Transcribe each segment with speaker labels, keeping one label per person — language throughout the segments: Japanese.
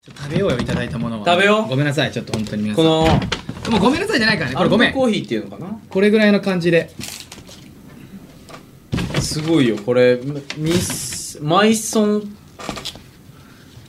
Speaker 1: ちょっと食べようよいただいたものは
Speaker 2: 食べよう
Speaker 1: ごめんなさいちょっと本当に皆さ
Speaker 2: こ
Speaker 1: ん
Speaker 2: の
Speaker 1: でもごめんなさいじゃないからねこれごめ
Speaker 2: アンドコ
Speaker 1: ん
Speaker 2: ーヒーっていうのか
Speaker 1: これぐらいの感じで
Speaker 2: なすごいよこれミスマイソン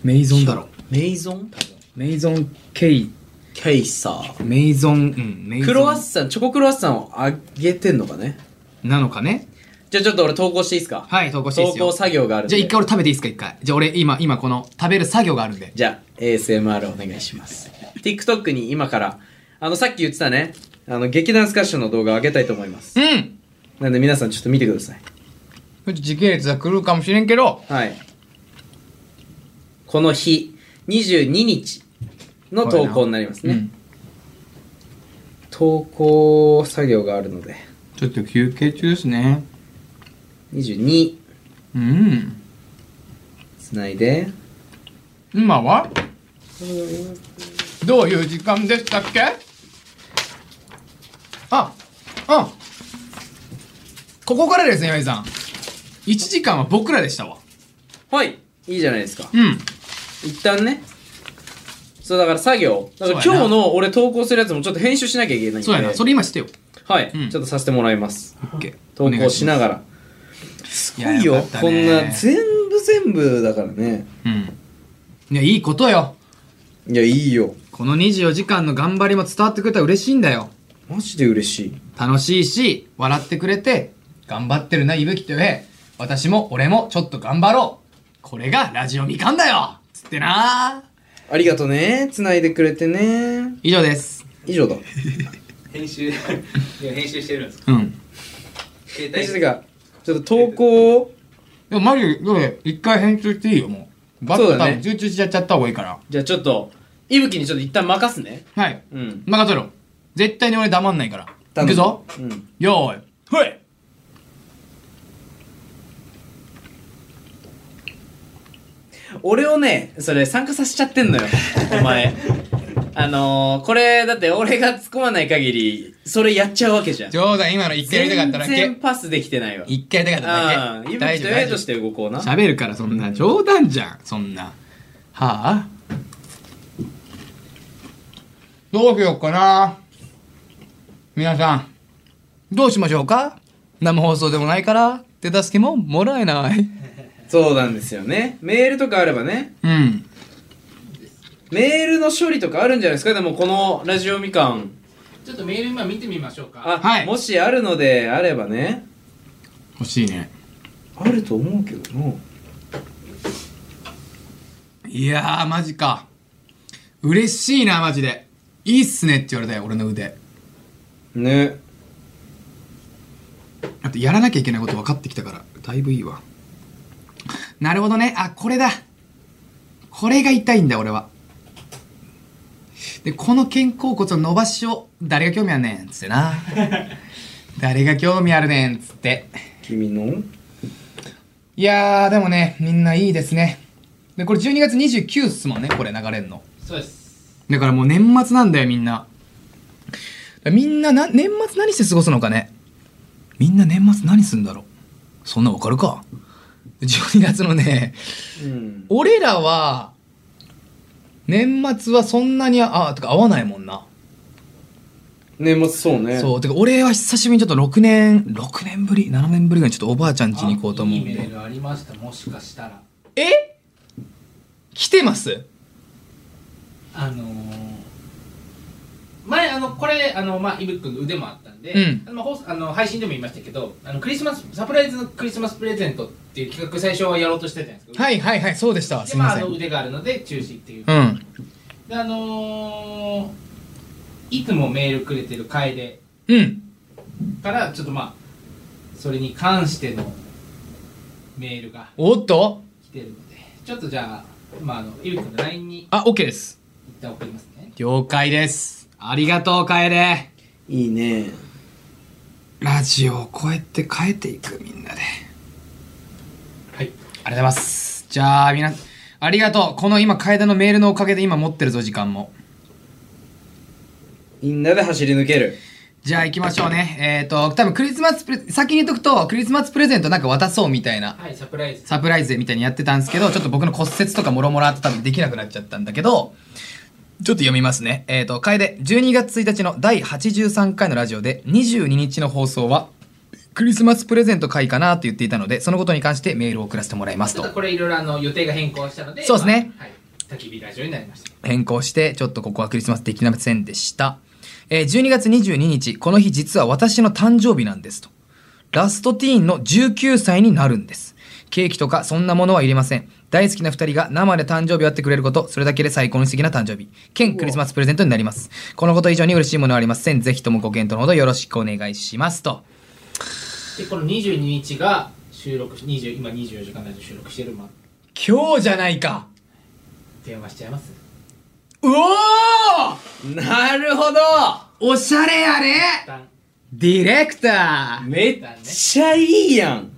Speaker 1: メイゾンだろ
Speaker 2: メイゾン
Speaker 1: メイゾンケイ
Speaker 2: ケイサー
Speaker 1: メイゾンうんメイゾン
Speaker 2: クロワッサンチョコクロワッサンをあげてんのかね
Speaker 1: なのかね
Speaker 2: じゃあちょっと俺投稿していいですか
Speaker 1: はい投稿していいで
Speaker 2: 投
Speaker 1: す
Speaker 2: 稿
Speaker 1: よ
Speaker 2: 作業があるん
Speaker 1: じ
Speaker 2: で
Speaker 1: ゃあ一回俺食べていいですか一回じゃあ俺今今この食べる作業があるんで
Speaker 2: じゃあ ASMR お願いします TikTok に今からあのさっき言ってたねあの劇団スカッシュの動画を上げたいと思います
Speaker 1: うん
Speaker 2: なんで皆さんちょっと見てください
Speaker 1: ちょっと時系列が狂うかもしれんけど
Speaker 2: はい。この日、22日の投稿になりますね。
Speaker 1: うん
Speaker 2: 投稿作業があるので、
Speaker 1: ちょっと休憩中ですね
Speaker 2: 22
Speaker 1: うん
Speaker 2: つないで、
Speaker 1: 今はどういう時間でしたっけあうんここからですね岩井さん1時間は僕らでしたわ
Speaker 2: はい、いいじゃないですか。
Speaker 1: うん
Speaker 2: 一旦ね、そうだから作業、だから
Speaker 1: そうやな
Speaker 2: 今日の俺投稿するやつもちょっと編集しなきゃいけないんで、
Speaker 1: そうやなそれ今してよ
Speaker 2: はい、
Speaker 1: うん
Speaker 2: ちょっとさせてもらいます。
Speaker 1: オッケー
Speaker 2: 投稿しながら。すごい
Speaker 1: いや
Speaker 2: よ、
Speaker 1: よかった
Speaker 2: こん
Speaker 1: ね
Speaker 2: な、全部全部だからね。
Speaker 1: うんいやいいことよ
Speaker 2: いや、いいよ。
Speaker 1: この24時間の頑張りも伝わってくれたら嬉しいんだよ
Speaker 2: マジで嬉しい。
Speaker 1: 楽しいし笑ってくれて頑張ってるな伊吹とよへ私も俺もちょっと頑張ろうこれがラジオみかんだよつってな
Speaker 2: ありがとね。つないでくれてね。
Speaker 1: 以上です
Speaker 2: 以上だ。
Speaker 3: 編 集今編集してるんですか
Speaker 1: うん
Speaker 3: 携
Speaker 2: え、
Speaker 3: 帯
Speaker 2: て
Speaker 3: で
Speaker 2: か、ちょっと投稿を、
Speaker 1: でもマジで一回編集していいよもうバッ
Speaker 2: そ
Speaker 1: と
Speaker 2: う
Speaker 1: 多
Speaker 2: だね
Speaker 1: 分集中しちゃっちゃった方がいいから、
Speaker 2: じゃあちょっと、いぶきにちょっと一旦任すね。
Speaker 1: はい
Speaker 2: うん。
Speaker 1: 任せろ絶対に俺黙んないからい
Speaker 2: 頼む
Speaker 1: くぞ
Speaker 2: うん。
Speaker 1: よーいほい
Speaker 2: 俺をね、それ参加させちゃってんの よ。お前。あのー、これ、だって俺が突っ込まない限り、それやっちゃうわけじゃん。
Speaker 1: 冗談今の一回やりたかっただ
Speaker 2: 全然
Speaker 1: け
Speaker 2: パスできてないわ。
Speaker 1: 一回やりたかった
Speaker 2: あ
Speaker 1: だ
Speaker 2: あ、
Speaker 1: け
Speaker 2: いぶ
Speaker 1: 大
Speaker 2: き
Speaker 1: 丈
Speaker 2: と
Speaker 1: 夫
Speaker 2: エイ
Speaker 1: 大
Speaker 2: と
Speaker 1: 丈
Speaker 2: し
Speaker 1: 夫
Speaker 2: て動こうな。
Speaker 1: 喋るからそんな冗談じゃんそんなはあどうしようかな皆さんどうしましょうか生放送でもないから手助けももらえない
Speaker 2: そうなんですよね。メールとかあればね。
Speaker 1: うん
Speaker 2: メールの処理とかあるんじゃないですかでもこのラジオみかん。
Speaker 3: ちょっとメール今見てみましょうか
Speaker 2: あ、
Speaker 1: はい
Speaker 2: もしあるのであればね。
Speaker 1: 欲しいね
Speaker 2: あると思うけどない
Speaker 1: やーマジか嬉しいなマジでいいっすねって言われたよ俺の腕
Speaker 2: ね
Speaker 1: あとやらなきゃいけないこと分かってきたからだいぶいいわなるほどねあこれだこれが痛いんだ俺はでこの肩甲骨の伸ばしを誰が興味あんねんっつってな 誰が興味あるねんっつって
Speaker 2: 君の
Speaker 1: いやーでもねみんないいですねでこれ12月29っすもんねこれ流れんの
Speaker 3: そうです
Speaker 1: だからもう年末なんだよみんなみんなな年末何して過ごすのかねみんな年末何すんだろうそんなわかるか12月のね
Speaker 2: うん
Speaker 1: 俺らは年末はそんなにああてか合わないもんな、
Speaker 2: 年末そうね
Speaker 1: そうてか俺は久しぶりにちょっと6年6年ぶり7年ぶりぐらいにちょっとおばあちゃん家に行こうと思うん
Speaker 3: あいいメー
Speaker 1: で
Speaker 3: ルありましたもしかしたら
Speaker 1: え来てます
Speaker 3: あのー前あのこれあのまあイブ君の腕もあったんで、
Speaker 1: うん
Speaker 3: あのまあ放送あの配信でも言いましたけどあのクリスマスサプライズのクリスマスプレゼントっていう企画最初はやろうとしてたじゃないですか
Speaker 1: はいいはいはいそうでしたわす
Speaker 3: で
Speaker 1: い
Speaker 3: ま
Speaker 1: ま
Speaker 3: ああ
Speaker 1: せん
Speaker 3: の
Speaker 1: うん
Speaker 3: 腕があるので中止っていう、
Speaker 1: うん
Speaker 3: であのーいつもメールくれてる楓
Speaker 1: うん
Speaker 3: からちょっとまあそれに関してのメールが
Speaker 1: おっと
Speaker 3: 来てるのでちょっとじゃあまああのゆうくんの LINE に
Speaker 1: あ OK です
Speaker 3: 一旦送りますね
Speaker 1: 了解です。ありがとう、楓。
Speaker 2: いいね
Speaker 1: ラジオをこうやって変えていく、みんなで。
Speaker 3: は
Speaker 1: あ
Speaker 3: い
Speaker 1: りがとうございます。じゃあ、みんな、ありがとう。この今、楓のメールのおかげで今持ってるぞ、時間も。
Speaker 2: みんなで走り抜ける
Speaker 1: じゃあ行きましょうね。えっ、と、多分クリスマスプレ、先に言っとくと、クリスマスプレゼントなんか渡そうみたいな、
Speaker 3: はい、サプライズ。
Speaker 1: サプライズでみたいにやってたんですけど、ちょっと僕の骨折とかもろもろあって多分できなくなっちゃったんだけど、ちょっと読みますね。えっ、と、楓、12月1日の第83回のラジオで、22日の放送は、クリスマスプレゼント会かなと言っていたので、そのことに関してメールを送らせてもらいます
Speaker 3: ちょっ
Speaker 1: と
Speaker 3: と。これいろいろあの予定が変更したので、
Speaker 1: そうですね
Speaker 3: まあはい、焚き火ラジオになりました。
Speaker 1: 変更して、ちょっとここはクリスマスできませんでした。えー12月22日、この日実は私の誕生日なんですと。ラストティーンの19歳になるんです。ケーキとかそんなものはいりません。大好きな二人が生で誕生日をやってくれること、それだけで最高に素敵な誕生日、兼クリスマスプレゼントになります。このこと以上に嬉しいものはありません。ぜひともご検討のほどよろしくお願いしますと。
Speaker 3: で、この22日が収録し、20今24時間ラジオ収録してるま
Speaker 1: 今日じゃないか
Speaker 3: 電話しちゃいます
Speaker 1: うおー
Speaker 2: なるほど
Speaker 1: おしゃれやね
Speaker 3: 一旦
Speaker 1: ディレクター
Speaker 2: めっちゃいいやん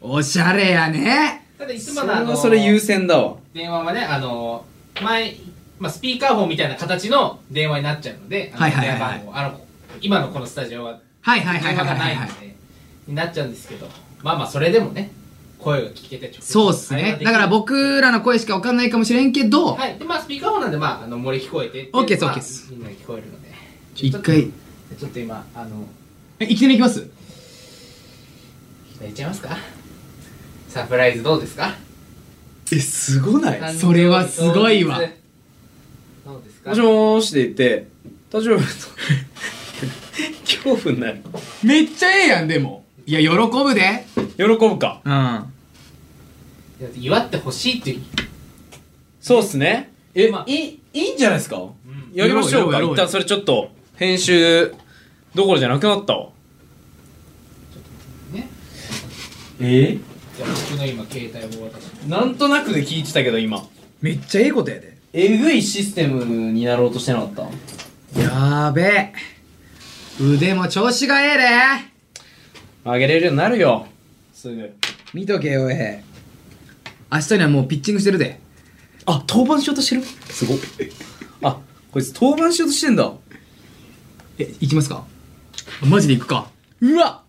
Speaker 1: おしゃれやね
Speaker 3: ただいつも
Speaker 2: それ
Speaker 3: のあの
Speaker 2: はそれ優先だわ
Speaker 3: 電話はね、あの、前、まあ、スピーカーフォンみたいな形の電話になっちゃうので、あの
Speaker 1: はいはいはいはい
Speaker 3: 電話番号あの、今のこのスタジオは
Speaker 1: はいはいは
Speaker 3: 電
Speaker 1: いは
Speaker 3: 話が
Speaker 1: いはいい、
Speaker 3: なの
Speaker 1: は
Speaker 3: で
Speaker 1: い、
Speaker 3: になっちゃうんですけど、まあまあ、それでもね、声が聞けて直接
Speaker 1: そうっす
Speaker 3: 会話
Speaker 1: ね
Speaker 3: できる
Speaker 1: だから僕らの声しか分かんないかもしれんけど、
Speaker 3: はい、で、まあ、スピーカーフォンなんで、まあ、あの、漏れ聞こえてっていう
Speaker 1: オッケーです
Speaker 3: まあ
Speaker 1: オッケーです
Speaker 3: みんな聞こえるので。
Speaker 1: 一回
Speaker 3: ちょっと今、あの、
Speaker 1: えいきなりいきます
Speaker 3: いっちゃいますかサプライズどうですか
Speaker 2: えすごな
Speaker 1: それはすごいわ
Speaker 3: どうですか
Speaker 2: もしもーしって言って大丈夫 恐怖になる
Speaker 1: めっちゃええやんでもいや喜ぶで
Speaker 2: 喜ぶか
Speaker 1: うん
Speaker 3: 祝ってほしいっていう
Speaker 2: そうっすねえ、
Speaker 3: まあ
Speaker 2: いいいいんじゃないですか、
Speaker 3: ん
Speaker 2: やりましょうか
Speaker 1: やろうやろうやろう
Speaker 2: 一旦それちょっと編集どころじゃなくなったわ
Speaker 3: ね
Speaker 2: え
Speaker 3: じゃあ僕の今携帯を渡し
Speaker 2: なんとなくで聞いてたけど今
Speaker 1: めっちゃええことやで
Speaker 2: えぐいシステムになろうとしてなかった
Speaker 1: やーべえ腕も調子がええで
Speaker 2: 上げれるようになるよすぐ
Speaker 1: 見とけよえ明日にはもうピッチングしてるで
Speaker 2: あ登板しようとしてるすごっあこいつ登板しようとしてんだ
Speaker 1: え行きますかマジで行くか
Speaker 2: うわ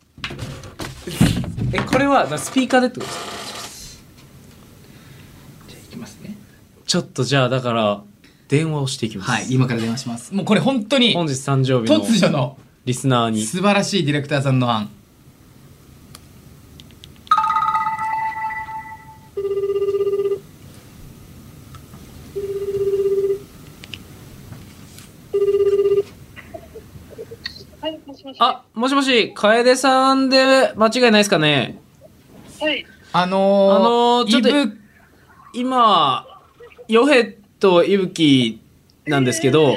Speaker 2: えこれはなスピーカーでってことですか
Speaker 3: じゃあいきますね
Speaker 2: ちょっとじゃあだから電話をしていきます
Speaker 1: はい今から電話しますもうこれ本当に
Speaker 2: 本日誕生日の
Speaker 1: 突如の
Speaker 2: リスナーに
Speaker 1: 素晴らしいディレクターさんの案
Speaker 4: はい、もしもし。
Speaker 2: あもしもし楓さんで間違いないですかね
Speaker 4: はい。
Speaker 1: あのー、
Speaker 2: あのーちょっと
Speaker 1: イブ
Speaker 2: 今ヨヘと伊吹なんですけど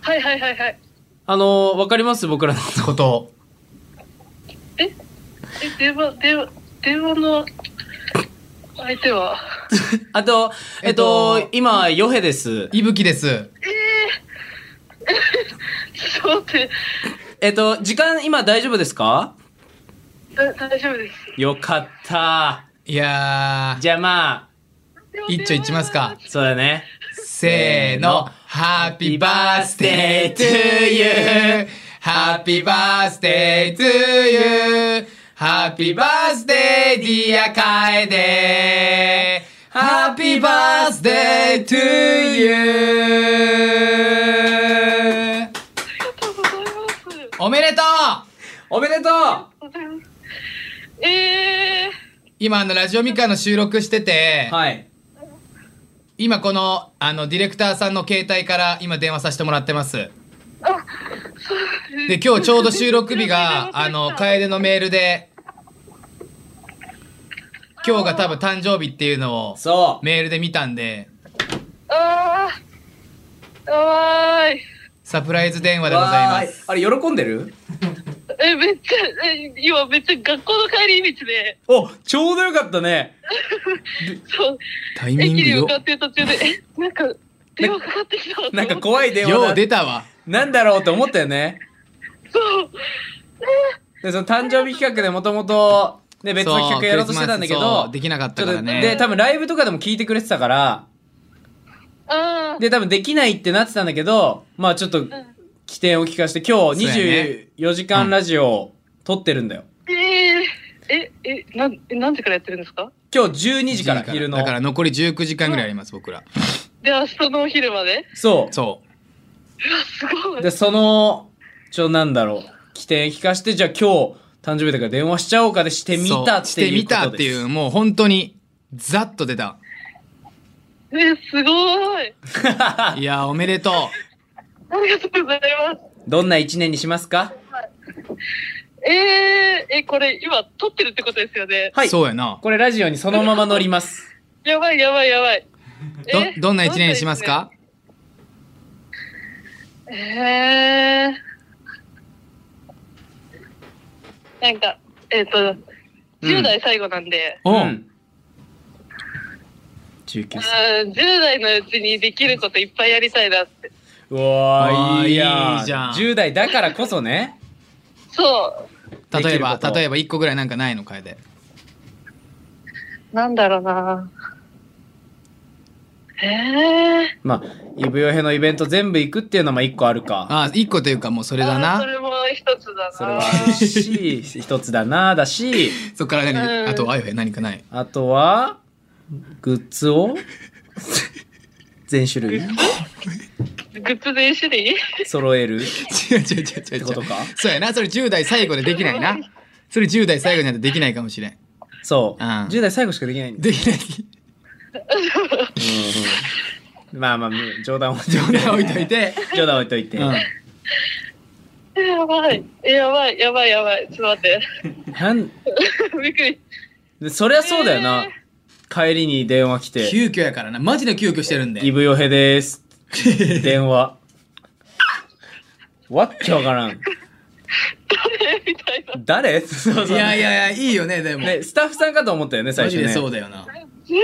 Speaker 4: はいはいはいはい。
Speaker 2: あのわかります僕らのこと
Speaker 1: こと
Speaker 4: え、電話、電話、電話の相手は。
Speaker 2: あとえっと、
Speaker 1: えっと
Speaker 2: 今ヨヘです
Speaker 1: いぶきです
Speaker 4: えー、ちょっと待って、
Speaker 2: えっと時間今大丈夫ですか
Speaker 4: だ大丈夫です。
Speaker 2: よかった
Speaker 1: いやー
Speaker 2: じゃあまあ
Speaker 1: 一丁いきますか
Speaker 2: そうだね
Speaker 1: せーの Happy birthday to you Happy birthday to you Happy birthday dear 楓 Happy birthday to you
Speaker 4: ありがとうございます。
Speaker 1: おめでとう
Speaker 2: おめでとうは
Speaker 4: ありがとうございます。え
Speaker 1: 今あのラジオミカの収録してて、
Speaker 2: い
Speaker 1: 今このあのディレクターさんの携帯から今電話させてもらってます
Speaker 4: ー、あ、そうなんで
Speaker 1: で
Speaker 4: す。
Speaker 1: 今日ちょうど 収録日があ の楓のメールで今日が多分誕生日っていうのを
Speaker 2: そう
Speaker 1: メールで見たんで
Speaker 4: あー、あーい。
Speaker 1: サプライズ電話でございます
Speaker 2: わーあれ喜んでる
Speaker 4: え、めっちゃ、え、今めっちゃ学校の帰り道で、
Speaker 2: おちょうどよかったね
Speaker 4: そう、
Speaker 1: タイミ
Speaker 4: 駅
Speaker 1: ング
Speaker 4: に
Speaker 1: よ
Speaker 4: 向かってる途中で、え、なんか、電話かかってきたなと思って
Speaker 2: なんか怖い電話だ
Speaker 1: よう出たわ
Speaker 2: なんだろうと思ったよね
Speaker 4: そう。
Speaker 2: でその誕生日企画でもともとね別の企画やろうとしてたんだけ
Speaker 1: そうクリスマス
Speaker 2: ど
Speaker 1: そうできなかっ
Speaker 2: ち
Speaker 1: た
Speaker 2: ょっ
Speaker 1: か
Speaker 2: と
Speaker 1: らね
Speaker 2: で多分ライブとかでも聞いてくれてたから
Speaker 4: ああ。
Speaker 2: で多分できないってなってたんだけどまあちょっと
Speaker 4: うん
Speaker 2: 起点を聞かせて、今日
Speaker 1: そうやね
Speaker 2: 24時間ラジオを撮ってるんだよ。
Speaker 4: えー、え、え、なん、え、何時からやってるんですか
Speaker 2: 今日12時から昼の
Speaker 1: だ。から残り19時間ぐらいあります、僕ら。
Speaker 4: で、明日のお昼まで
Speaker 2: そう。
Speaker 1: そ
Speaker 4: すごい。
Speaker 2: で、その、ちょ、なんだろう、起点聞かして、じゃあ今日、誕生日だから電話しちゃおうかでして
Speaker 1: う。
Speaker 2: み
Speaker 1: そう
Speaker 2: たっ
Speaker 1: してて
Speaker 2: いう
Speaker 1: み
Speaker 2: ことです。
Speaker 1: たっていう、もう本当に、ざっと出た。
Speaker 4: え、すごい。
Speaker 1: いやー、おめでとう。
Speaker 4: ありがとうございます。
Speaker 2: どんな一年にしますか
Speaker 4: えー、え、これ今撮ってるってことですよね。
Speaker 2: はい。
Speaker 1: そうやな。
Speaker 2: これラジオにそのまま乗ります。
Speaker 4: やばいやばいやばい。え
Speaker 1: ど、どんな一年にしますか
Speaker 4: どんな一年えー、なんか、えっ、と、
Speaker 2: うん
Speaker 4: 10代最後なんで、
Speaker 1: おう。
Speaker 2: 19
Speaker 4: うん
Speaker 2: 歳。、
Speaker 4: 10代のうちにできることいっぱいやりたいなって。
Speaker 2: うわ
Speaker 1: あ
Speaker 2: ー
Speaker 1: ー
Speaker 2: いいや
Speaker 1: いいじゃん
Speaker 2: 10代だからこそね。
Speaker 4: そ
Speaker 1: 例え
Speaker 2: で
Speaker 1: ば
Speaker 2: きるこ、と
Speaker 1: 例えば一個ぐらいなんかないのかえで。
Speaker 4: う、なんだろうな。えー、
Speaker 2: まあ、イブヨヘのイベント全部行くっていうのも一個あるか。
Speaker 1: ああ、一個というかもうそれだ
Speaker 4: あー
Speaker 1: な。
Speaker 4: それも一つだな。
Speaker 2: それはあるし、一つだなだし、
Speaker 1: そっから
Speaker 4: う
Speaker 1: 何
Speaker 4: ん
Speaker 1: あと、あゆへ何かない。
Speaker 2: あとは、グッズを、 全種類
Speaker 4: グッズ全種類
Speaker 2: 揃え
Speaker 1: 違
Speaker 2: る。
Speaker 1: う違う違う違う違
Speaker 2: て
Speaker 1: う
Speaker 2: ことか
Speaker 1: そうやなそれ10代最後でできない なそれ10代最後になってできないかもしれん
Speaker 2: そ
Speaker 1: う
Speaker 2: う。
Speaker 1: ん
Speaker 2: 10代最後しかできないんだ
Speaker 1: できない
Speaker 2: うんうんまあまあ、冗談を
Speaker 1: 冗談置いといて、
Speaker 2: 冗談置いといて。
Speaker 1: う
Speaker 4: やばい。えやばい、やばい、やばい。ちょっと待って。
Speaker 2: なん
Speaker 4: びっくり。
Speaker 2: でそりゃそうだよな。帰りに電話来
Speaker 1: ん、
Speaker 2: て、
Speaker 1: 急遽やからなマジで急遽してるんで
Speaker 2: イブヨヘです。電話。 わっけわからん。
Speaker 4: 誰みたいな。
Speaker 2: 誰 そうそう
Speaker 1: いやいやいやいいよねでも、
Speaker 2: ね、スタッフさんかと思ったよね、最
Speaker 1: マ
Speaker 2: 初
Speaker 1: ジで
Speaker 2: ね。
Speaker 1: そうだよな
Speaker 4: 全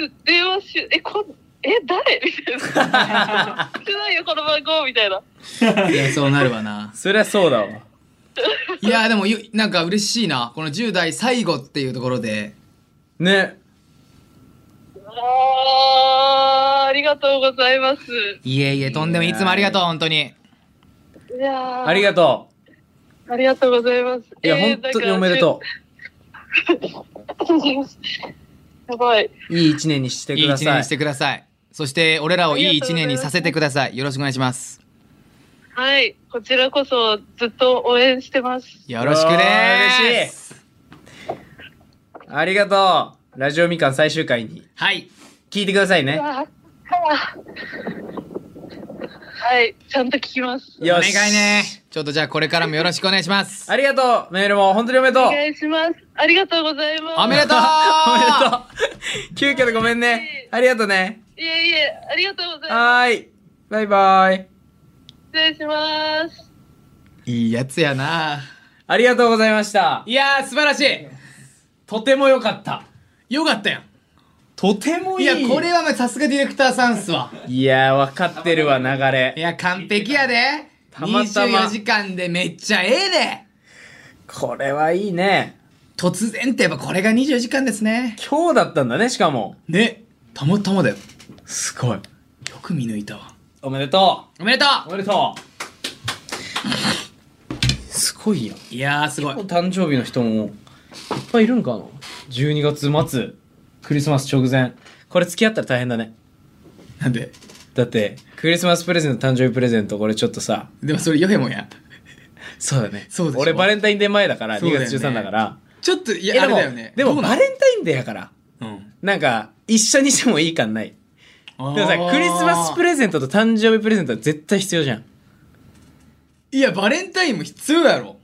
Speaker 4: 然電話し、え、こん、え、誰 みたいな。知らないよ、この番号みたいな。
Speaker 1: いやそうなるわな
Speaker 2: そりゃそうだわ。
Speaker 1: いやでもゆなんか嬉しいなこの10代最後っていうところで
Speaker 2: ね。
Speaker 4: あー、ありがとうございます。
Speaker 1: いえいえとんでもいつもありがとう本当に
Speaker 4: いやー
Speaker 2: ありがと
Speaker 4: ありがとうございます。
Speaker 2: う。いや、
Speaker 4: えー
Speaker 2: 本当におめでと
Speaker 4: なんかやばい。
Speaker 2: う。いい一年にして
Speaker 1: いい
Speaker 2: くだ
Speaker 1: 一年
Speaker 2: さ
Speaker 1: に
Speaker 2: い
Speaker 1: し。てくださいそして俺らをい
Speaker 4: あ
Speaker 1: い
Speaker 4: りがと
Speaker 1: 一
Speaker 4: うござ
Speaker 1: 年
Speaker 4: います
Speaker 1: にさせてくださいよろしくお願いします
Speaker 4: はい。こちらこそずっと応援してます。
Speaker 1: よろしくね
Speaker 2: うわー
Speaker 1: ー
Speaker 2: 嬉しありがとう。ラジオみかん最終回に。
Speaker 1: はい
Speaker 2: 聞いてくださいね。
Speaker 4: あはい。ちゃんと聞きます。
Speaker 1: お
Speaker 2: よ
Speaker 1: 願
Speaker 2: し。
Speaker 1: いね。ちょっとじゃあこれからもよろしくお願いします。
Speaker 2: ありがとう。メールも本当におめでとう。
Speaker 4: お願いします。ありがとうございま す。
Speaker 1: おめでとう
Speaker 2: おめでとう。 急遽でごめんね。ありがとうね。
Speaker 4: いえいえ、ありがとうござい
Speaker 2: は
Speaker 4: ます。
Speaker 2: ーい。バイバイ。
Speaker 4: 失礼します。
Speaker 1: いいやつやな
Speaker 2: ありがとうございました。
Speaker 1: いやー素晴らしい
Speaker 2: とても良かった。
Speaker 1: よかったやん
Speaker 2: とてもい
Speaker 1: い
Speaker 2: い。
Speaker 1: や、これはまあさすがディレクターさんっすわ。
Speaker 2: いやー、分かってるわ、流
Speaker 1: い
Speaker 2: れ。
Speaker 1: や、完璧やで。
Speaker 2: たまたま
Speaker 1: 24時間でめっちゃええで。
Speaker 2: これはいいね。
Speaker 1: 突然ってやっぱこれが24時間ですね。
Speaker 2: 今日だったんだね、しかも。
Speaker 1: ね。たまたまだよ。
Speaker 2: すごい。
Speaker 1: よく見抜いたわ。
Speaker 2: おめでと
Speaker 1: おめでと
Speaker 2: う。おめでとう。すごいやん。
Speaker 1: ういやーすごい。
Speaker 2: 誕生日の人もいっぱいいるんかな12月末クリスマス直前これ付き合ったら大変だね
Speaker 1: なんで
Speaker 2: だってクリスマスプレゼント誕生日プレゼントこれちょっとさ
Speaker 1: でもそれヨヘモンや。
Speaker 2: そうだね
Speaker 1: そうでしょ
Speaker 2: 俺バレンタインデー前だから
Speaker 1: そう
Speaker 2: 2
Speaker 1: だよね
Speaker 2: 月13だから
Speaker 1: ちょっと、い
Speaker 2: い
Speaker 1: や、あれ
Speaker 2: でも
Speaker 1: だよね。
Speaker 2: でも
Speaker 1: どうな
Speaker 2: バ
Speaker 1: の
Speaker 2: レンタインデーやから
Speaker 1: うん。
Speaker 2: なんか一緒にしてもいい感ないでもさクリスマスプ
Speaker 1: レ
Speaker 2: レゼントと誕生日プレゼントは絶対必要じゃん
Speaker 1: いや、バレンタインも必要やろ。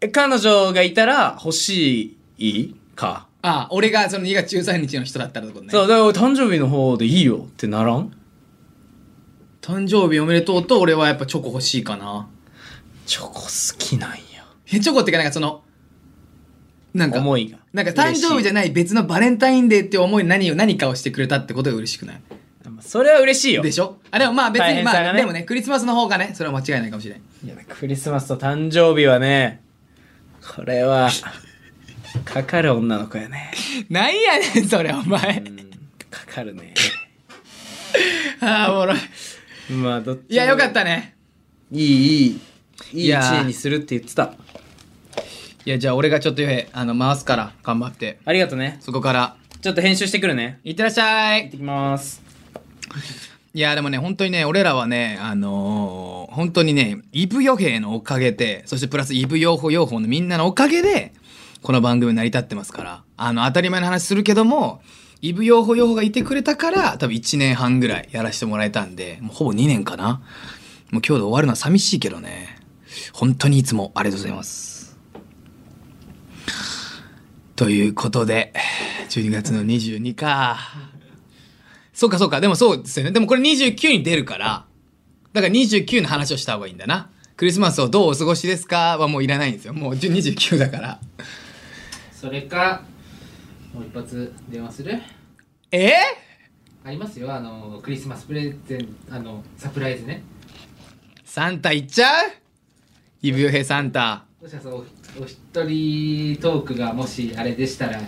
Speaker 2: え彼女がいたら欲しいか、
Speaker 1: ああ、俺がその2月13日の人だったらってことね。
Speaker 2: そうだから誕生日の方でいいよってならん
Speaker 1: 誕生日おめでとうと俺はやっぱチョコ欲しいかな。
Speaker 2: チョコ好きなんや
Speaker 1: え、チョコってかなんかその、なんか、
Speaker 2: 思いが
Speaker 1: なんか誕生日じゃ
Speaker 2: ゃ
Speaker 1: ない別のバレンタインデーっていう思いに何を、何かをしてくれたってことが嬉しくない
Speaker 2: それは嬉しいよ
Speaker 1: でしょあ、でもまあ別
Speaker 2: 大
Speaker 1: に、
Speaker 2: 変
Speaker 1: ま
Speaker 2: さが
Speaker 1: あ、
Speaker 2: ね
Speaker 1: でもね、クリスマスの方がね、それは間違いないかもしれん。
Speaker 2: いやクリスマスと誕生日はねこれはかかる女の子やね
Speaker 1: なんやねん、それお前。
Speaker 2: うんかかるね
Speaker 1: ああ、おもろい。
Speaker 2: まあどっちも
Speaker 1: いや、よかったね。
Speaker 2: いいいい
Speaker 1: い
Speaker 2: いい
Speaker 1: やー
Speaker 2: 1年にするって言ってた
Speaker 1: いやじゃあ俺がちょっとヨヘあの回すから頑張って
Speaker 2: ありがとね
Speaker 1: そこから
Speaker 2: ちょっと編集してくるね
Speaker 1: いってらっしゃ
Speaker 2: 行っ
Speaker 1: い
Speaker 2: てきます
Speaker 1: いやでもね本当にね俺らはねあのー本当にねイブヨヘのおかげでそしてプラスイブヨホヨホのみんなのおかげでこの番組成り立ってますからあの当たり前の話するけどもイブヨホヨホがいてくれたから多分1年半ぐらいやらせてもらえたんでもうほぼ2年かなもう今日で終わるのは寂しいけどね本当にいつもありがとうございますということで12月の22かそうかそうか、でもそうですよね。でもこれ29に出るから、だから29の話をした方がいいんだな。クリスマスをどうお過ごしですかはもういらないんですよ。もう29だから。
Speaker 3: それかもう一発電話する
Speaker 1: え
Speaker 3: ありますよあのクリスマスプレゼンあのサプライズね
Speaker 1: サンタ行っちゃうイブヨヘサンタ。
Speaker 3: もしかしたらおお一人トークがもしあれでしたら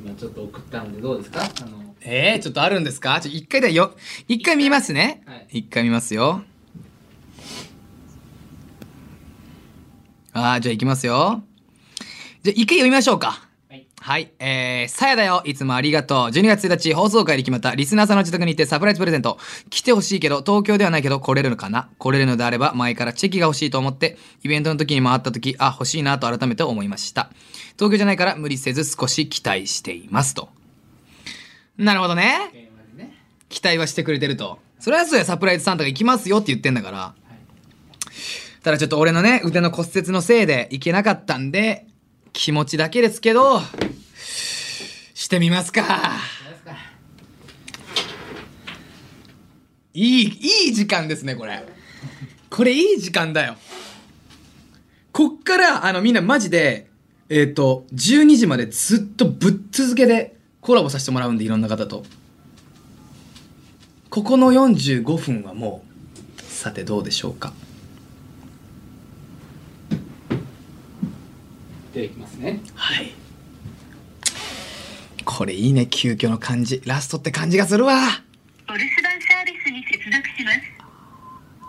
Speaker 3: 今ちょっと送ったのでどうですかあの
Speaker 1: えー、ちょっとあるんですかちょ、一回だよ。一回見ますね
Speaker 3: は。い
Speaker 1: 一回見ますよ。あー、じゃあ行きますよ。じゃあ一回読みましょうか。
Speaker 3: はい
Speaker 1: はい。えー、さやだよ。いつもありがとう。12月1日、放送会で決まった、リスナーさんの自宅に行ってサプライズプレゼント。来てほしいけど、東京ではないけど、来れるのかな来れるのであれば、前からチェキが欲しいと思って、イベントの時に回った時、あ、欲しいなと改めて思いました。東京じゃないから、無理せず少し期待しています。と。なるほどね。
Speaker 3: 電話でね
Speaker 1: 期待はしてくれてると。それはそうや、サプライズサンタが行きますよって言ってんだから。
Speaker 3: はい
Speaker 1: ただちょっと俺のね、腕の骨折のせいで行けなかったんで、気持ちだけですけど、してみますか。
Speaker 3: どうですか
Speaker 1: いい、いい時間ですね、これ。これいい時間だよ。こっから、あの、みんなマジで、えっ、と、12時までずっとぶっ続けでコラボさせてもらうんで、いろんな方と。ここの45分はもう、さてどうでしょうか。
Speaker 3: ではいきますね
Speaker 1: はい。これいいね、急遽の感じ。ラストって感じがするわ。
Speaker 5: お留守番サービスに接続します合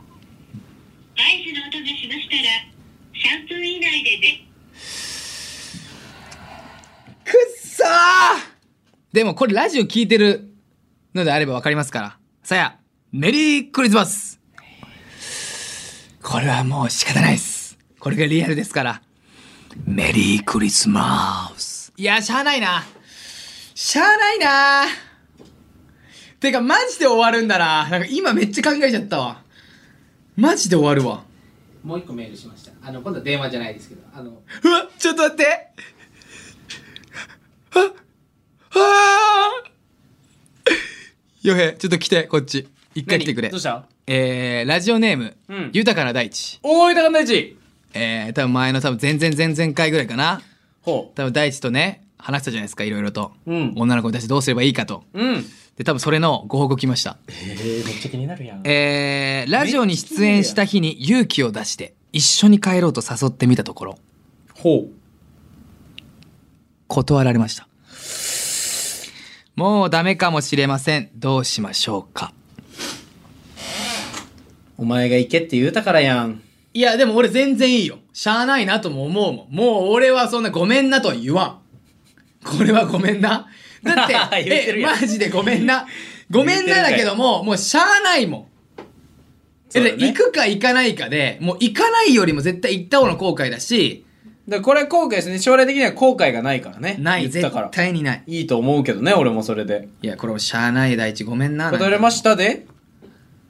Speaker 5: 図の音がしましたら3分以内でで
Speaker 1: くっそーでもこれラジオ聞いてるのであればわかりますから。さや、メリークリスマスこれはもう仕方ないです。これがリアルですから。メリークリスマス。いや、しゃあないな。しゃあないな。てか、マジで終わるんだな。なんか今めっちゃ考えちゃったわ。マジで終わるわ。
Speaker 3: もう一個メールしましたあの今度は電話じゃないですけどあの
Speaker 1: うわちょっと待ってああヨヘちょっと来てこっち一回来てくれ
Speaker 2: 何どうした
Speaker 1: えー、ラジオネーム、
Speaker 2: うん
Speaker 1: 豊かな大地
Speaker 2: おーい高野一
Speaker 1: えー、多分前の多分全然前々回ぐらいかな
Speaker 2: ほ
Speaker 1: 多分大地とね話したじゃないですかいろいろと、
Speaker 2: うん
Speaker 1: 女の子に対してどうすればいいかと
Speaker 2: ううん
Speaker 1: で多分それのご報告来ました
Speaker 2: えー、めっちゃ気になるやん
Speaker 1: えー、ラジオに出演した日に勇気を出して一緒に帰ろうと誘ってみたところ
Speaker 2: ほう
Speaker 1: 断られましたもうダメかもしれませんどうしましょうか
Speaker 2: お前が行けって言うたからやん
Speaker 1: いやでも俺全然いいよしゃあないなとも思うもんもう俺はそんなごめんなとは言わんこ れはごめんなだって
Speaker 2: 言ってる
Speaker 1: え
Speaker 2: やん
Speaker 1: マジでごめんなごめんなだけどももうしゃあないもん
Speaker 2: そうだ
Speaker 1: え
Speaker 2: よ
Speaker 1: で
Speaker 2: ね
Speaker 1: 行くか行かないかでもう行かないよりも絶対行った方の後悔だし
Speaker 2: だからこれは後悔ですね将来的には後悔がないからね
Speaker 1: ない
Speaker 2: 言っ
Speaker 1: 絶
Speaker 2: たから
Speaker 1: 対にない
Speaker 2: いいと思うけどね俺もそれで
Speaker 1: いやこれもしゃあない第一ごめんな
Speaker 2: 断れま
Speaker 1: た
Speaker 2: したで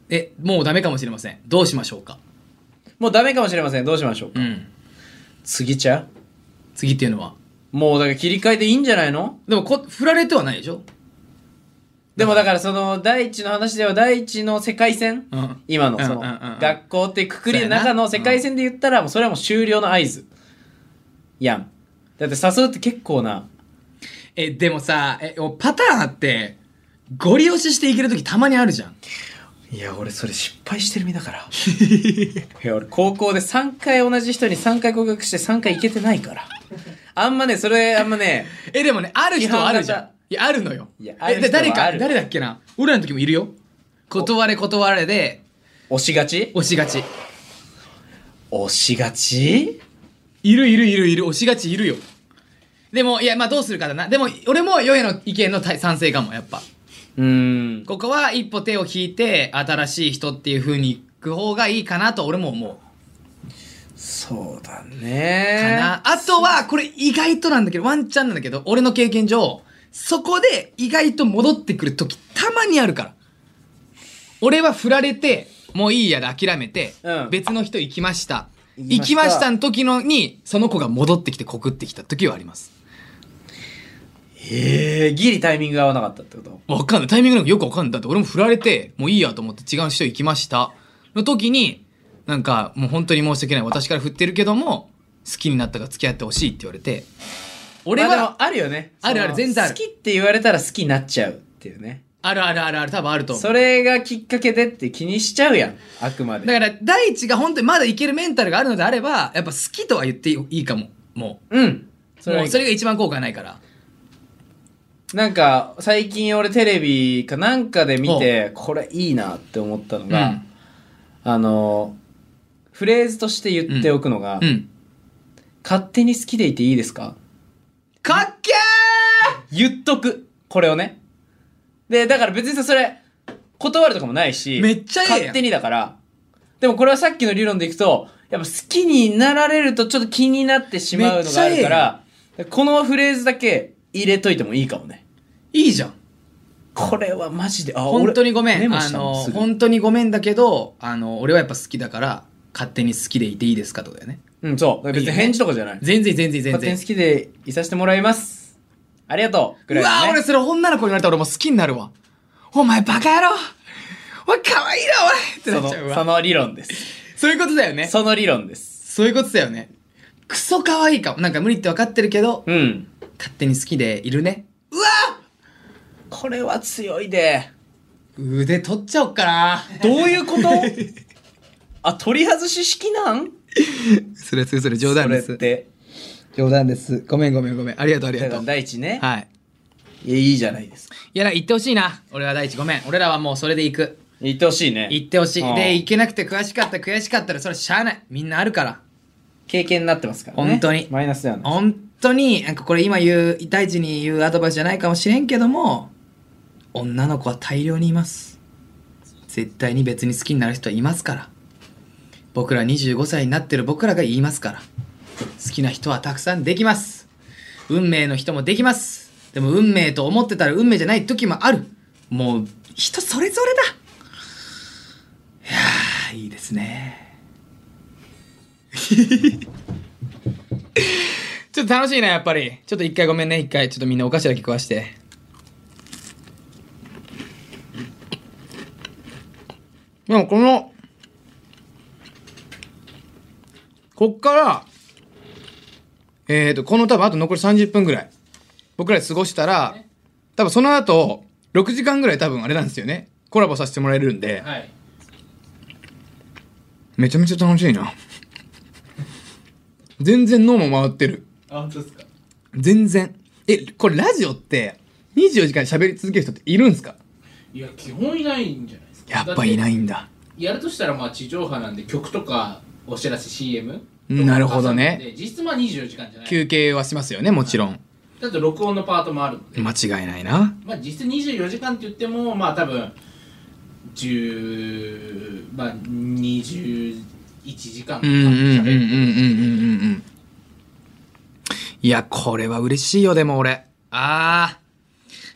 Speaker 1: えもうダメかもしれませんどうしましょうか
Speaker 2: もうダメかもしれませんどうしましょうか、
Speaker 1: うん
Speaker 2: 次ちゃ
Speaker 1: 次っていうのは
Speaker 2: うもうだから切り替えていいんじゃないの
Speaker 1: でもこ振られてはないでしょ
Speaker 2: でもだからその第一の話では第一の世界線、
Speaker 1: うん
Speaker 2: 今の
Speaker 1: うん
Speaker 2: その
Speaker 1: うんうんうん
Speaker 2: 学校ってくくりの中の世界線で言ったらもうそれはもう終了の合図やんだって誘うって結構な
Speaker 1: えでもさえおパターンあってゴリ押ししていける時たまにあるじゃん
Speaker 2: いや俺それ失敗してる身だから いや俺高校で3回同じ人に3回告白して3回行けてないからあんまねそれあんまね
Speaker 1: えでもねある人はあるじゃ
Speaker 2: 批
Speaker 1: ん
Speaker 2: 判型
Speaker 1: いやあるのよ
Speaker 2: いやある
Speaker 1: えで
Speaker 2: 人は
Speaker 1: 誰
Speaker 2: あ
Speaker 1: か
Speaker 2: る
Speaker 1: 誰だっけな俺らの時もいるよ断れ断れで
Speaker 2: 押しがち
Speaker 1: 押しがち
Speaker 2: 押しがち
Speaker 1: いるいるいるいる、押しがちいるよ。でも、いや、まあどうするかだな。でも、俺も、ヨエの意見の対賛成かも、やっぱ。
Speaker 2: うーん。
Speaker 1: ここは一歩手を引いて、新しい人っていう風に行く方がいいかなと、俺も思
Speaker 2: そうだ
Speaker 1: う。か
Speaker 2: ね。
Speaker 1: な。あとは、これ意外となんだけど、ワンチャンなんだけど、俺の経験上、そこで意外と戻ってくる時、たまにあるから。俺は振られて、もういいやで諦めて、
Speaker 2: うん
Speaker 1: 別の人行きました。
Speaker 2: 行
Speaker 1: 行
Speaker 2: き
Speaker 1: き
Speaker 2: ま
Speaker 1: ま
Speaker 2: した
Speaker 1: したの時のに、その子が戻ってきて告ってきた時はあります。
Speaker 2: へえ、ギリタイミングが合わなかったってこと
Speaker 1: わかんない。タイミングなんかよくわかんない。だって俺も振られて、もういいやと思って違う人行きました。の時に、なんか、もう本当に申し訳ない。私から振ってるけども、好きになったから付き合ってほしいって言われて。俺
Speaker 2: まあで
Speaker 1: は、
Speaker 2: もあるよね。
Speaker 1: あるある
Speaker 2: その
Speaker 1: 全然ある
Speaker 2: 好きって言われたら好きになっちゃうっていうね。
Speaker 1: あるあるあるある、多分あると思う。
Speaker 2: それがきっかけでって気にしちゃうやん。あくまで。
Speaker 1: だから、第一が本当にまだいけるメンタルがあるのであれば、やっぱ好きとは言っていいかも。も
Speaker 2: うん。
Speaker 1: う。
Speaker 2: そ
Speaker 1: そ
Speaker 2: れ
Speaker 1: れ
Speaker 2: は
Speaker 1: も
Speaker 2: いうい
Speaker 1: それが一番後悔ないから。
Speaker 2: なんか、最近俺テレビかなんかで見て、これいいなって思ったのが、あの、フレーズとして言っておくのが、
Speaker 1: うん。うん。
Speaker 2: 勝手に好きでいていいですか
Speaker 1: かっけ
Speaker 2: 言っとく。これをね。で、だから別にさ、それ、断るとかもないし、
Speaker 1: めっちゃええやん
Speaker 2: 勝手にだから。でもこれはさっきの理論でいくと、やっぱ好きになられるとちょっと気になってしまうのがあるから、このフレーズだけ入れといてもいいかもね。
Speaker 1: ーいいじゃん。
Speaker 2: これはマジで、あ、
Speaker 1: 本当にごめ
Speaker 2: 俺メ
Speaker 1: ん。
Speaker 2: モ
Speaker 1: あ
Speaker 2: したの
Speaker 1: の、
Speaker 2: すぐ
Speaker 1: 本当にごめんだけど、あの、俺はやっぱ好きだから、勝手に好きでいていいですかとかだよね。
Speaker 2: うん、そう。別に返事とかじゃない。
Speaker 1: 全然全然全
Speaker 2: 勝手に
Speaker 1: 然
Speaker 2: 好。きでいさせてもらいます。ありがとう。ぐ
Speaker 1: うわ
Speaker 2: らいの
Speaker 1: ー、
Speaker 2: ね
Speaker 1: 俺。それ女の子に言われたら俺もう好きになるわ。お前バカ野郎お前可愛いなおいって
Speaker 2: そ
Speaker 1: なっ
Speaker 2: の、
Speaker 1: ちゃう
Speaker 2: そ
Speaker 1: わ。
Speaker 2: の理論です。
Speaker 1: そういうことだよね。
Speaker 2: その理論です。
Speaker 1: そういうことだよね。クソ可愛いかも。なんか無理って分かってるけど、
Speaker 2: うん。
Speaker 1: 勝手に好きでいるね。うわ
Speaker 2: これは強いで。
Speaker 1: ー腕取っちゃおっかな。
Speaker 2: どうい うことあ、取り外し式なん
Speaker 1: それそれそれ冗談で
Speaker 2: それ
Speaker 1: す。
Speaker 2: って。
Speaker 1: 冗談です。ごめんごめんごめん。ありがとうありがとう。
Speaker 2: 第一ね。
Speaker 1: はい。
Speaker 2: いや、いいじゃないですか。
Speaker 1: いや、だから言ってほしいな。俺は第一ごめん。俺らはもうそれで行く。
Speaker 2: 言ってほしいね。
Speaker 1: 行ってほし
Speaker 2: うん
Speaker 1: い。で、行けなくて悔しかった悔しかったら、それしゃあない。みんなあるから。
Speaker 2: 経験になってますからね。
Speaker 1: 本当に
Speaker 2: マイナスだよね。
Speaker 1: 本当に、なんかこれ今言う、大地に言うアドバイスじゃないかもしれんけども、女の子は大量にいます。絶対に別に好きになる人はいますから。僕ら25歳になってる僕らが言いますから。好きな人はたくさんできます。運命の人もできます。でも運命と思ってたら運命じゃない時もある。もう、人それぞれだ。いやー、いいですね。ちょっと楽しいな、やっぱり。ちょっと一回ごめんね、一回。ちょっとみんなお菓子だけ食わして。でもこの、こっから、えーと、この多分あと残り30分ぐらい、僕らで過ごしたら、多分その後、6時間ぐらい多分あれなんですよね。コラボさせてもらえるんで、
Speaker 3: はい。
Speaker 1: めちゃめちゃ楽しいな。全然脳も回ってる。
Speaker 3: あ、本当ですか。
Speaker 1: 全然えこれラジオって24時間喋り続ける人っているんですか
Speaker 3: いや、基本いないんじゃないですか。。
Speaker 1: やっぱいないいんだ
Speaker 3: やるとしたら、まあ、地上波なんで、曲とか、お知らせ CM。
Speaker 1: なるほどね。
Speaker 3: 実質まあ24時間じゃない。
Speaker 1: 休憩はしますよねもちろん
Speaker 3: だと録音のパートもあるので。
Speaker 1: 間違いないな
Speaker 3: まあ、実質24時間って言っても、まあ、多分10、まあ、21時間とか
Speaker 1: うんうんうんうんうんうんうんう
Speaker 3: 喋る
Speaker 1: んいやこれは嬉しいよでも俺あ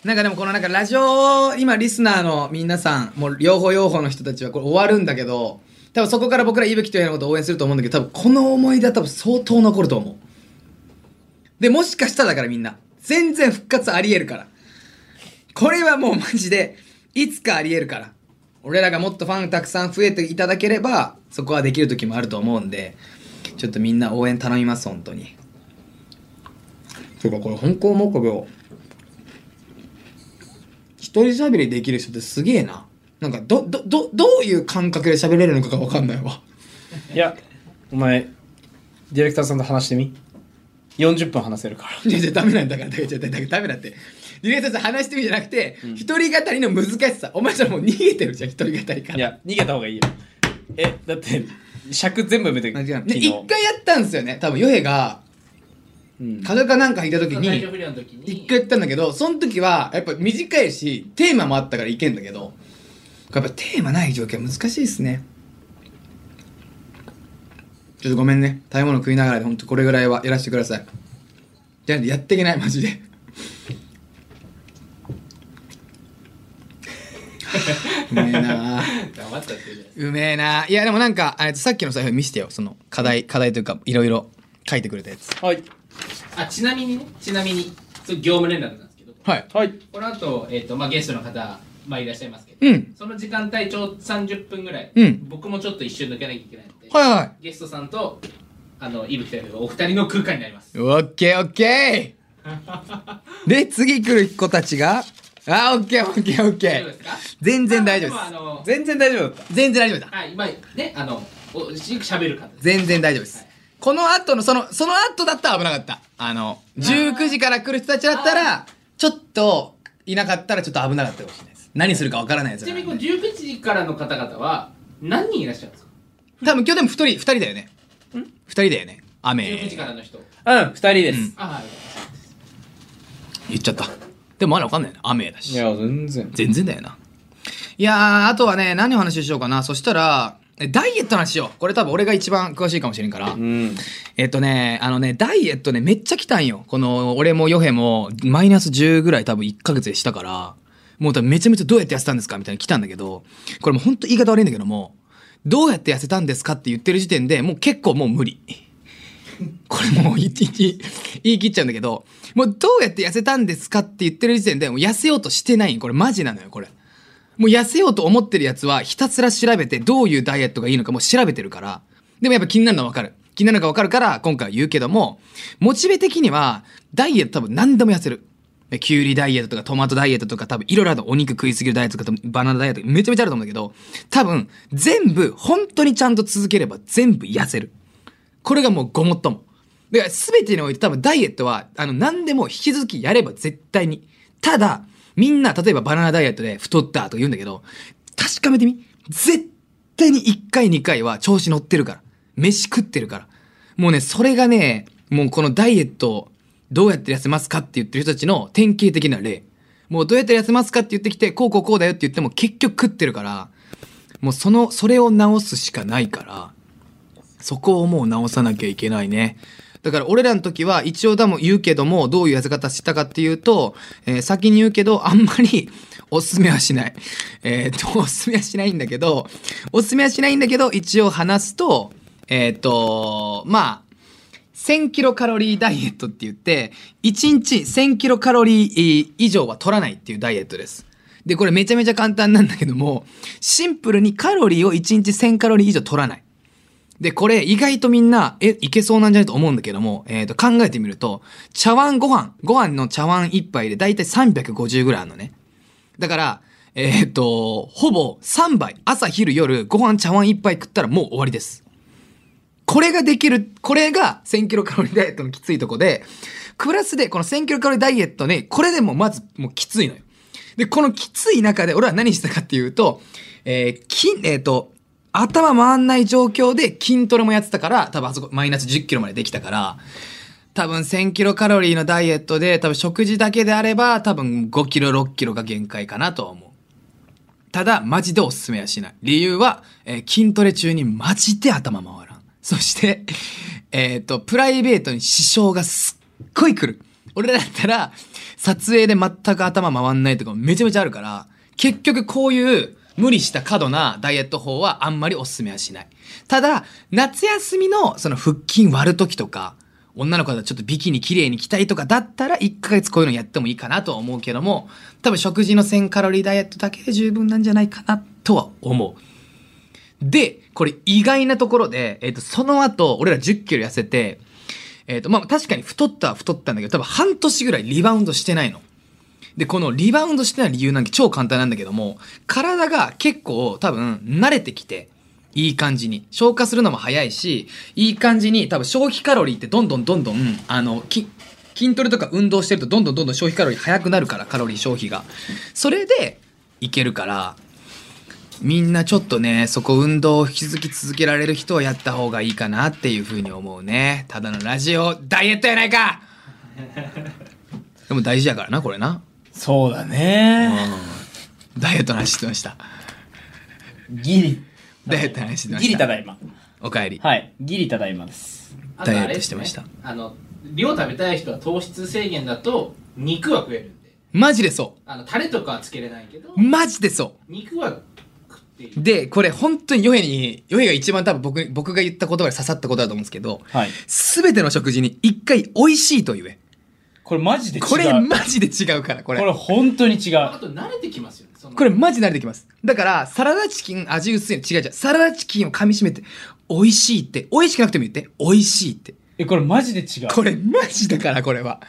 Speaker 1: ーなんかでもこのなんかラジオ今リスナーの皆さんもう両方両方の人たちはこれ終わるんだけど多分そこから僕ら伊吹というのことを応援すると思うんだけど多分この思い出は多分相当残ると思うでもしかしたらだからみんな全然復活ありえるからこれはもうマジでいつかありえるから俺らがもっとファンたくさん増えていただければそこはできる時もあると思うんでちょっとみんな応援頼みます本当にそうかこれ本校目標一人喋りできる人ってすげえななんかどどどどういう感覚で喋れるのかが分かんないわ
Speaker 2: いや、お前、ディレクターさんと話してみ。40分話せるから。
Speaker 1: いやいやダメなんだからだからだからだからダメだってディレクターさん話してみじゃなくて、一人語りの難しさお前それもう逃げてるじゃん一人語りから
Speaker 2: いや、逃げた方がいいよ。え、だって、尺全部見て
Speaker 1: 間
Speaker 2: 昨
Speaker 1: 違いないで
Speaker 2: 日
Speaker 1: 一回やったんですよね多分ヨヘが
Speaker 2: うん
Speaker 1: 加賀かなんかいた時
Speaker 3: 体調
Speaker 1: に
Speaker 3: 不良の時に
Speaker 1: 一回やったんだけどその時はやっぱ短いしテーマもあったからいけんだけどやっぱテーマない状況は難しいですねちょっとごめんね食べ物食いながらでほんとこれぐらいはやらせてくださいじゃないとやっていけないマジでうめえなあ
Speaker 3: 黙っちゃってるじゃないう
Speaker 1: めえな。いや、でもなんか、あれさっきの財布見せてよ。その、課題、課題というか、いろいろ書いてくれたやつ。
Speaker 2: はい
Speaker 3: あちなみにねちなみにそれ業務連絡なんですけど
Speaker 1: はい。
Speaker 2: はい
Speaker 3: この後、えっとまあゲストの方、まあ、いらっしゃいますけど、
Speaker 1: うん。
Speaker 3: その時間帯ちょう30分ぐらい、
Speaker 1: うん
Speaker 3: 僕もちょっと一瞬抜けなきゃいけないので、
Speaker 1: はいは
Speaker 3: ゲストさんとあの伊吹大夫お二人の空間になります
Speaker 1: い。オッケーオッケーで、次来る子たちが、あ、オッケーオッケーオッケ
Speaker 3: 大丈夫
Speaker 1: ー
Speaker 3: で。すか
Speaker 1: 全然大丈夫
Speaker 3: ま
Speaker 1: で
Speaker 3: あ
Speaker 1: す。
Speaker 3: まああの
Speaker 2: 全然大丈夫だった
Speaker 1: 全然大丈夫だ。
Speaker 3: はい今ねあのおしく喋る方です
Speaker 1: 全然大丈夫です
Speaker 3: はい。
Speaker 1: この後の、その、その後だったら危なかった。あの、19時から来る人たちだったら、ちょっと、いなかったらちょっと危なかったかもしれないです。何するかわからないやつ
Speaker 3: ち
Speaker 1: な
Speaker 3: なみにこ
Speaker 1: ん
Speaker 3: の
Speaker 1: で。
Speaker 3: 19時からの方々は何人いらっしゃるんですか
Speaker 1: 多分今日でも2人、2人だよね。2人だよね。雨。
Speaker 3: 19時からの人、
Speaker 2: うん二人です、
Speaker 1: うん
Speaker 3: あはい
Speaker 1: 言っちゃったでもまだわかんないな雨だ
Speaker 2: い
Speaker 1: し
Speaker 2: や全然
Speaker 1: 全然だよないやーあとはね何の話しようかなそしたらえダイエットの話しようこれ多分俺が一番詳しいかもしれんから、
Speaker 2: うん
Speaker 1: えっとねあのねダイエットねめっちゃ来たんよこの俺もヨヘもマイナス10ぐらい多分1ヶ月でしたからもう多分めちゃめちゃどうやって痩せたんですかみたいなの来たんだけどこれもうほんと言い方悪いんだけどもどうやって痩せたんですかって言ってる時点でもう結構もう無理これもう言い言い言い切っちゃうんだけど、もうどうやって痩せたんですかって言ってる時点で、もう痩せようとしてないこれマジなのよ、これ。もう痩せようと思ってるやつはひたすら調べてどういうダイエットがいいのかもう調べてるから。でもやっぱ気になるのはわかる。気になるのがわかるから今回は言うけども、モチベ的にはダイエット多分何でも痩せる。ねキュウリダイエットとかトマトダイエットとか多分いろいろあるお肉食いすぎるダイエットとかバナナダイエットとかめちゃめちゃあると思うんだけど、多分全部本当にちゃんと続ければ全部痩せる。これがもうごもっとも。だから全てにおいて多分ダイエットは、あの、何でも引き続きやれば絶対に。ただ、みんな、例えばバナナダイエットで太ったとか言うんだけど、確かめてみ。絶対に1回2回は調子乗ってるから。飯食ってるから。もうね、それがね、もうこのダイエットをどうやって痩せますかって言ってる人たちの典型的な例。もうどうやって痩せますかって言ってきて、こうこうこうだよって言っても結局食ってるから、もうその、それを直すしかないから、そこをもう直さなきゃいけないね。だから俺らの時は一応だも言うけども、どういう痩せ方したかっていうと、えー先に言うけど、あんまり おすすめはしない。えー っと、おすすめはしないんだけど、おすすめはしないんだけど、一応話すと、えーっと、まあ、1000キロカロリーダイエットって言って、1日1000キロカロリー以上は取らないっていうダイエットです。で、これめちゃめちゃ簡単なんだけども、シンプルにカロリーを1日1000カロリー以上取らない。で、これ意外とみんな、え、いけそうなんじゃないと思うんだけども、えっ、と、考えてみると、茶碗ご飯、ご飯の茶碗一杯でだいたい350ぐらいあるのね。だから、えっ、と、ほぼ3杯、朝昼夜、ご飯茶碗一杯食ったらもう終わりです。これができる、これが1000キロカロリーダイエットのきついとこで、プラスでこの1000キロカロリーダイエットね、これでもまずもうきついのよ。で、このきつい中で俺は何したかっていうと、えー、筋、えっ、と、頭回んない状況で筋トレもやってたから、多分あそこマイナス10キロまでできたから、多分1000キロカロリーのダイエットで、多分食事だけであれば、多分5キロ、6キロが限界かなとは思う。ただ、マジでおすすめはしない。理由は、えー筋トレ中にマジで頭回らん。そして、 えっ、と、プライベートに支障がすっごい来る。俺らだったら、撮影で全く頭回んないとかめちゃめちゃあるから、結局こういう無理した過度なダイエット法はあんまりおすすめはしない。ただ、夏休みのその腹筋割る時とか、女の子だとちょっとビキニ綺麗に着たいとかだったら1ヶ月こういうのやってもいいかなとは思うけども多分食事の1000カロリーダイエットだけで十分なんじゃないかなとは思うでこれ意外なところで、えっとその後俺ら1 0キロ痩せて、えっとまあ、確かに太ったは太ったんだけど多分半年ぐらいリバウンドしてないのでこのリバウンドしてない理由なんて超簡単なんだけども体が結構多分慣れてきていい感じに消化するのも早いしいい感じに多分消費カロリーってどんどんどんどんあのき筋トレとか運動してるとどんどんどんどん消費カロリー早くなるからカロリー消費がそれでいけるからみんなちょっとねそこ運動を引き続き続けられる人はやった方がいいかなっていうふうに思うねただのラジオダイエットやないかでも大事やからなこれな、
Speaker 2: そうだね
Speaker 1: ダイエットの話してました
Speaker 2: ギリ
Speaker 1: ダイエットの話してました
Speaker 2: ギリただいま
Speaker 1: おかえり
Speaker 2: はいギリただいまです
Speaker 3: あとあれ
Speaker 1: ダイエットしてました
Speaker 3: ですねあの量食べたい人は糖質制限だと肉は食えるんで
Speaker 1: マジでそ
Speaker 3: あのタレとかはつけれないけど
Speaker 1: うマジでそう
Speaker 3: 肉は食っている
Speaker 1: でこれ本当にヨヘにヨヘが一番多分僕僕が言った言葉で刺さったことだと思うんですけど
Speaker 2: はい
Speaker 1: 全ての食事に一回美味しいと言え
Speaker 2: これマジで違う
Speaker 1: これマジで違うからこ
Speaker 2: こ
Speaker 1: れ
Speaker 2: れ本当に違
Speaker 3: あ
Speaker 2: う
Speaker 3: と慣れてきますよねその
Speaker 1: これマジ慣れてきますだからサラダチキン味薄いの違う違うサラダチキンを噛みしめて美味しいって美味しくなくても言って美味しいって
Speaker 2: えこれマジで違う
Speaker 1: これマジだからこれは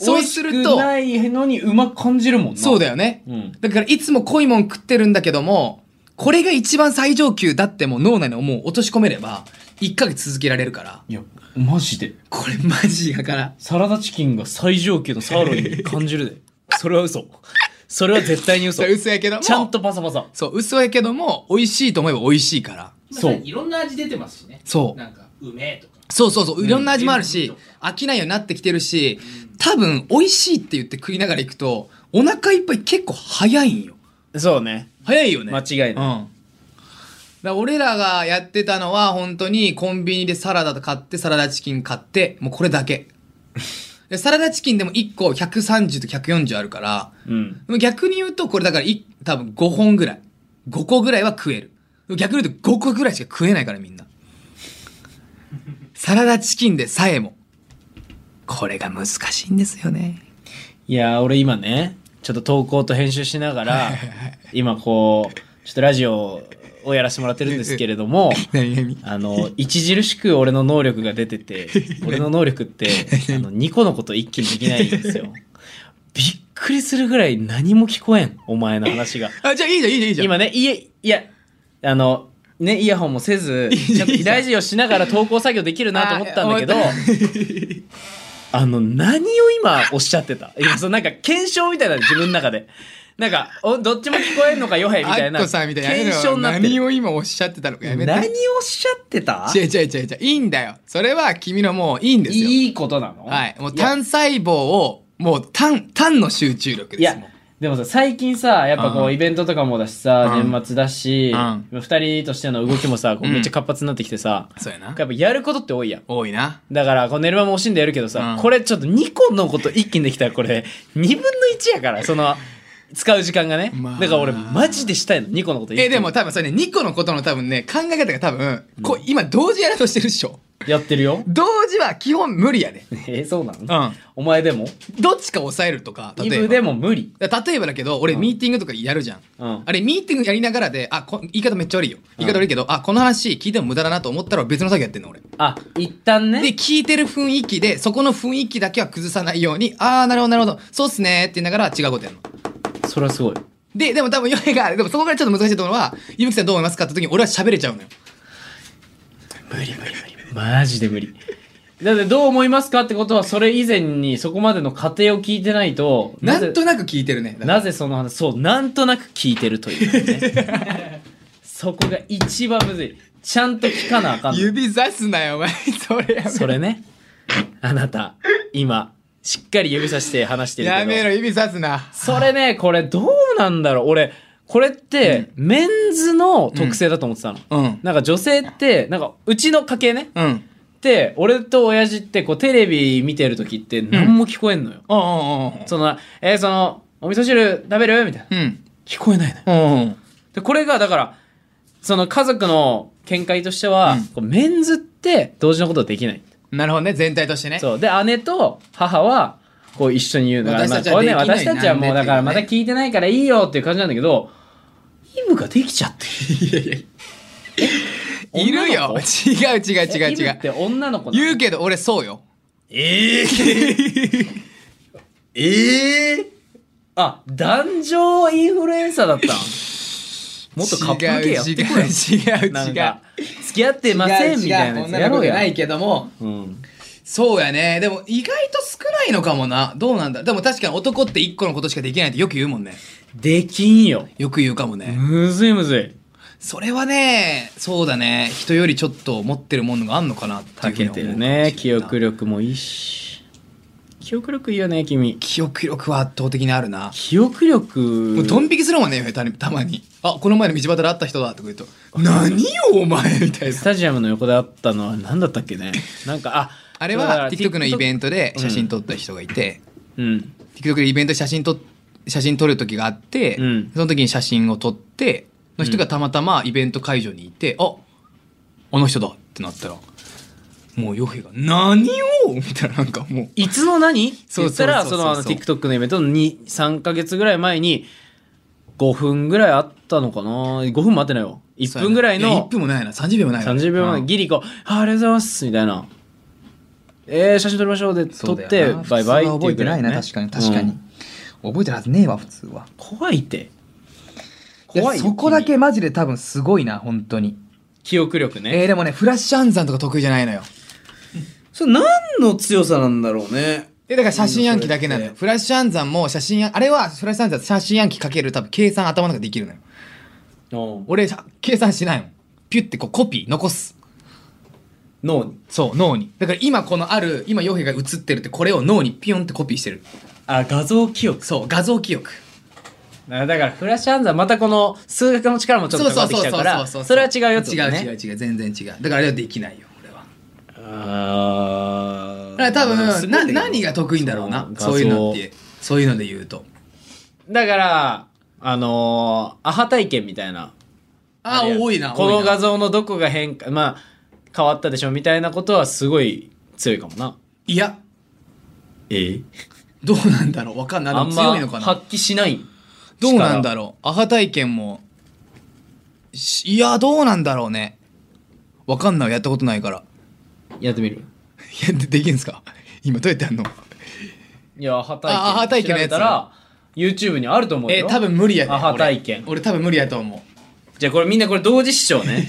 Speaker 1: そうす
Speaker 2: 美
Speaker 1: る
Speaker 2: 味しく
Speaker 1: と
Speaker 2: ないのにうまく感じるもんな
Speaker 1: そうだよね
Speaker 2: うん
Speaker 1: だからいつも濃いもん食ってるんだけどもこれが一番最上級だってもう脳内にもう落とし込めれば1ヶ月続けられるから
Speaker 2: いやマジで
Speaker 1: これマジだから
Speaker 2: サラダチキンが最上級のサーロインに感じるで それは嘘それは絶対に 嘘
Speaker 1: それ嘘やけども
Speaker 2: ちゃんとパサパサ
Speaker 1: そう嘘やけども美味しいと思えば美味しいから
Speaker 3: 今
Speaker 2: そう
Speaker 3: 最近いろんな味出てますしね
Speaker 1: そう
Speaker 3: なんかうめえとか
Speaker 1: そうそうそういろんな味もあるし
Speaker 3: う
Speaker 1: 飽きないようになってきてるし多分美味しいって言って食いながら行くとお腹いっぱい結構早いんよ
Speaker 2: そうね
Speaker 1: 早いよね
Speaker 2: 間違
Speaker 1: う
Speaker 2: いない、
Speaker 1: ん。だから俺らがやってたのは本当にコンビニでサラダと買ってサラダチキン買ってもうこれだけでサラダチキンでも1個130と140あるから
Speaker 2: うん、
Speaker 1: でも逆に言うとこれだからい多分5本ぐらい5個ぐらいは食える逆に言うと5個ぐらいしか食えないからみんなサラダチキンでさえもこれが難しいんですよね
Speaker 2: いやー俺今ねちょっと投稿と編集しながら今こうちょっとラジオをやらせてもらってるんですけれども
Speaker 1: 何何
Speaker 2: あの著しく俺の能力が出 てて俺の能力ってあの2個のこと一気にできないんで すよびっくりするぐらい何も聞こえんお前の話が
Speaker 1: あじゃ あいいじゃんいいじゃんいいじゃん
Speaker 2: 今ねいえいやあのねイヤホンも せずちゃんとラジオしながら投稿作業できるなと思ったんだけど
Speaker 1: あ思
Speaker 2: あの何を今おっしゃって た今そのなんか検証みたいなの自分の中でなんかおどっちも聞こえんのかよへみ
Speaker 1: ア
Speaker 2: たい
Speaker 1: ッ
Speaker 2: な
Speaker 1: コさんみたいなやめろ
Speaker 2: 検証になって
Speaker 1: 何
Speaker 2: る
Speaker 1: を今おっしゃってたのかやめて
Speaker 2: 何をおっしゃってた
Speaker 1: 違う違う違う違ういいんだよそれは君のもういいんですよ
Speaker 2: いいことなの
Speaker 1: はいもう
Speaker 2: いや
Speaker 1: 単細胞をもう単単の集中力で
Speaker 2: い
Speaker 1: す
Speaker 2: や
Speaker 1: もん
Speaker 2: でもさ最近さやっぱこ
Speaker 1: う
Speaker 2: うんイベントとかもだしさ
Speaker 1: うん
Speaker 2: 年末だし
Speaker 1: うん
Speaker 2: 2人としての動きもさこう
Speaker 1: うん
Speaker 2: めっちゃ活発になってきてさ
Speaker 1: そうやな
Speaker 2: やっぱやることって多いやん
Speaker 1: 多いな
Speaker 2: だからこう寝る間も惜しんでやるけどさ、
Speaker 1: うん
Speaker 2: これちょっと2個のこと一気にできたらこれ2分の1やからその使う時間がね、
Speaker 1: まあ
Speaker 2: だから俺マジでしたいの2個のこと一気に
Speaker 1: えでも多分それね2個のことの多分ね考え方が多分こう今同時やろうとしてるっしょ
Speaker 2: やってるよ
Speaker 1: 同時は基本無理やで
Speaker 2: えそうなの、
Speaker 1: ん
Speaker 2: お前でも
Speaker 1: どっちか抑えるとか
Speaker 2: イ
Speaker 1: 例え
Speaker 2: ブ
Speaker 1: ば
Speaker 2: でも無理
Speaker 1: だから例えばだけど俺
Speaker 2: うん
Speaker 1: ミーティングとかやるじゃん、
Speaker 2: うん
Speaker 1: あれミーティングやりながらであこ言い方めっちゃ悪いよ言い方悪いけど、あこの話聞いても無駄だなと思ったら別の作業やってんの俺
Speaker 2: あ一旦
Speaker 1: で
Speaker 2: ね
Speaker 1: 聞いてる雰囲気でそこの雰囲気だけは崩さないようにああなるほどなるほどそうっすねーって言いながら違うことやるの
Speaker 2: それはすごい
Speaker 1: ででも多分ヨネがでもそこからちょっと難しいところはゆぶきさんどう思いますかって時に俺は喋れちゃうのよ
Speaker 2: 無理無理無理マジで無理だってどう思いますかってことはそれ以前にそこまでの過程を聞いてないと
Speaker 1: な
Speaker 2: ぜ
Speaker 1: んとなく聞いてるねだから
Speaker 2: なぜその話そうなんとなく聞いてるというね そこが一番むずいちゃんと聞かなあかんの
Speaker 1: 指さすなよお前 それやめ
Speaker 2: それねあなた今しっかり指さして話してるけど
Speaker 1: やめろ指さすな
Speaker 2: それねこれどうなんだろう俺これって、メンズの特性だと思ってたの、
Speaker 1: うん
Speaker 2: なんか女性ってなんかうちの家系ね
Speaker 1: うんうん
Speaker 2: って俺と親父ってこうテレビ見てる時って何も聞こえんのよ、
Speaker 1: うんうん
Speaker 2: そのえーそのお味噌汁食べるみたいな
Speaker 1: うん
Speaker 2: 聞こえないのよ
Speaker 1: うんうん
Speaker 2: でこれがだからその家族の見解としては、
Speaker 1: うん
Speaker 2: こうメンズって同時のことはできない
Speaker 1: なるほどね全体としてね
Speaker 2: そうで姉と母はこう一緒に言うのが
Speaker 1: 私たちは
Speaker 2: まあこれね
Speaker 1: できない
Speaker 2: 私たちはもうだから
Speaker 1: な
Speaker 2: ま
Speaker 1: ん
Speaker 2: た
Speaker 1: でって
Speaker 2: 聞いてないからいいよっていう感じなんだけどイブができちゃってる
Speaker 1: いるよ
Speaker 2: 女の子
Speaker 1: 違う違う違う
Speaker 2: イブ
Speaker 1: 違
Speaker 2: っ
Speaker 1: う
Speaker 2: て女の子なの
Speaker 1: 言うけど俺そうよ
Speaker 2: ええええあ、男女インフルエンサーだったんもっとカップル系やってこいよ。
Speaker 1: 違う違う違う
Speaker 2: なん
Speaker 1: 違
Speaker 2: か
Speaker 1: う
Speaker 2: 付き合ってませんみたいなやつやろうや。
Speaker 1: けども
Speaker 2: うん。
Speaker 1: そうやねでも意外と少ないのかもなどうなんだでも確かに男って一個のことしかできないってよく言うもんね
Speaker 2: できんよ。
Speaker 1: よく言うかもね、
Speaker 2: むずいむずい。
Speaker 1: それはねそうだね人よりちょっと持ってるものがあんのかなってい
Speaker 2: た
Speaker 1: うふうに
Speaker 2: け
Speaker 1: 思う
Speaker 2: てるね記
Speaker 1: かもし
Speaker 2: 憶
Speaker 1: れんな
Speaker 2: 力もいいし記憶力いいよね君
Speaker 1: 記憶力は圧倒的にあるな
Speaker 2: 記憶
Speaker 1: も
Speaker 2: 力
Speaker 1: うドン引きするもんね下手にたまに「あこの前の道端で会った人だ」とか言うと「何よお前」みたいな
Speaker 2: スタジアムの横であったのは何だったっけねなんかあ
Speaker 1: あれ
Speaker 2: だから
Speaker 1: は TikTok のイベントで
Speaker 2: うん
Speaker 1: 写真撮った人がいて、
Speaker 2: うん、
Speaker 1: TikTok でイベントで写真撮っ写真撮る時があって、
Speaker 2: うん
Speaker 1: その時に写真を撮っての人がたまたまイベント会場にいて「ああの人だ」ってなったらもうヨヘが「何よ!」みたいななんかもう
Speaker 2: いつの何って
Speaker 1: そ
Speaker 2: 言
Speaker 1: う
Speaker 2: ったら
Speaker 1: そ
Speaker 2: そ
Speaker 1: そう
Speaker 2: う
Speaker 1: そ
Speaker 2: の
Speaker 1: う
Speaker 2: あの TikTok のイベントの2 3か月ぐらい前に5分ぐらいあったのかな5分もあってないよ1分ぐらい
Speaker 1: や1
Speaker 2: の
Speaker 1: 分もないな30秒もないな
Speaker 2: 30秒前
Speaker 1: うん
Speaker 2: ギリこう「あありがとうございます」みたいな「えー、写真撮りましょう」で撮
Speaker 1: そう
Speaker 2: っ
Speaker 1: だ
Speaker 2: て
Speaker 1: よな
Speaker 2: バイバイ
Speaker 1: 普通は
Speaker 2: って
Speaker 1: 覚
Speaker 2: いう
Speaker 1: え
Speaker 2: ぐ
Speaker 1: て
Speaker 2: ら
Speaker 1: ないい
Speaker 2: の
Speaker 1: な
Speaker 2: ね
Speaker 1: 確かに確かに、
Speaker 2: うん
Speaker 1: 覚えてるはずねえわ普通は
Speaker 2: 怖いって怖いよ
Speaker 1: そこだけマジで多分すごいな本当に
Speaker 2: 君記憶力ね
Speaker 1: えー、でもねフラッシュ暗算とか得意じゃないのよ
Speaker 2: それ何の強さなんだろうね
Speaker 1: えだから写真暗記だけなの
Speaker 2: う
Speaker 1: よ
Speaker 2: ん
Speaker 1: フラッシュ暗算も写真あれはフラッシュ暗算写真暗記かける多分計算頭の中でできるのよ俺さ計算しないもんピュってこうコピー残す
Speaker 2: 脳に
Speaker 1: そう脳にだから今このある今ヨヘが写ってるってこれを脳にピヨンってコピーしてる
Speaker 2: あ画像記憶
Speaker 1: そう画像記憶
Speaker 2: だからフラッシュ暗算またこの数学の力もちょっと上ってきちゃうからそれは違うよってことね
Speaker 1: 違う違う違う全然違うだからあれはできないよ俺は
Speaker 2: あ
Speaker 1: だ
Speaker 2: ー
Speaker 1: から多
Speaker 2: す
Speaker 1: 分
Speaker 2: ごい
Speaker 1: なん
Speaker 2: だけど
Speaker 1: 何が得意んだろうな
Speaker 2: の
Speaker 1: そういうのっ
Speaker 2: 画
Speaker 1: てそういうので言うと
Speaker 2: 像だからあのーアハ体験みたいな
Speaker 1: ああ
Speaker 2: れや
Speaker 1: 多いな
Speaker 2: こ
Speaker 1: 多
Speaker 2: の
Speaker 1: いな
Speaker 2: 画像のどこが変化まあ変わったでしょみたいなことはすごい強いかもない
Speaker 1: や
Speaker 2: ええ
Speaker 1: どうなんだろうわかんないで
Speaker 2: あ
Speaker 1: も
Speaker 2: んま
Speaker 1: 強いのかな
Speaker 2: 発揮しない
Speaker 1: どうなんだろうアハ体験もしいやどうなんだろうねわかんないやったことないから
Speaker 2: やってみる
Speaker 1: いやでできんすか今どうやってやんの
Speaker 2: いやアハ体験
Speaker 1: あアハ体験のやつ
Speaker 2: 調べたら YouTube にあると思うよ
Speaker 1: え多分無理やね
Speaker 2: アハ
Speaker 1: 俺
Speaker 2: 体験
Speaker 1: 俺多分無理やと思う
Speaker 2: じゃあこれみんなこれ同時視聴ね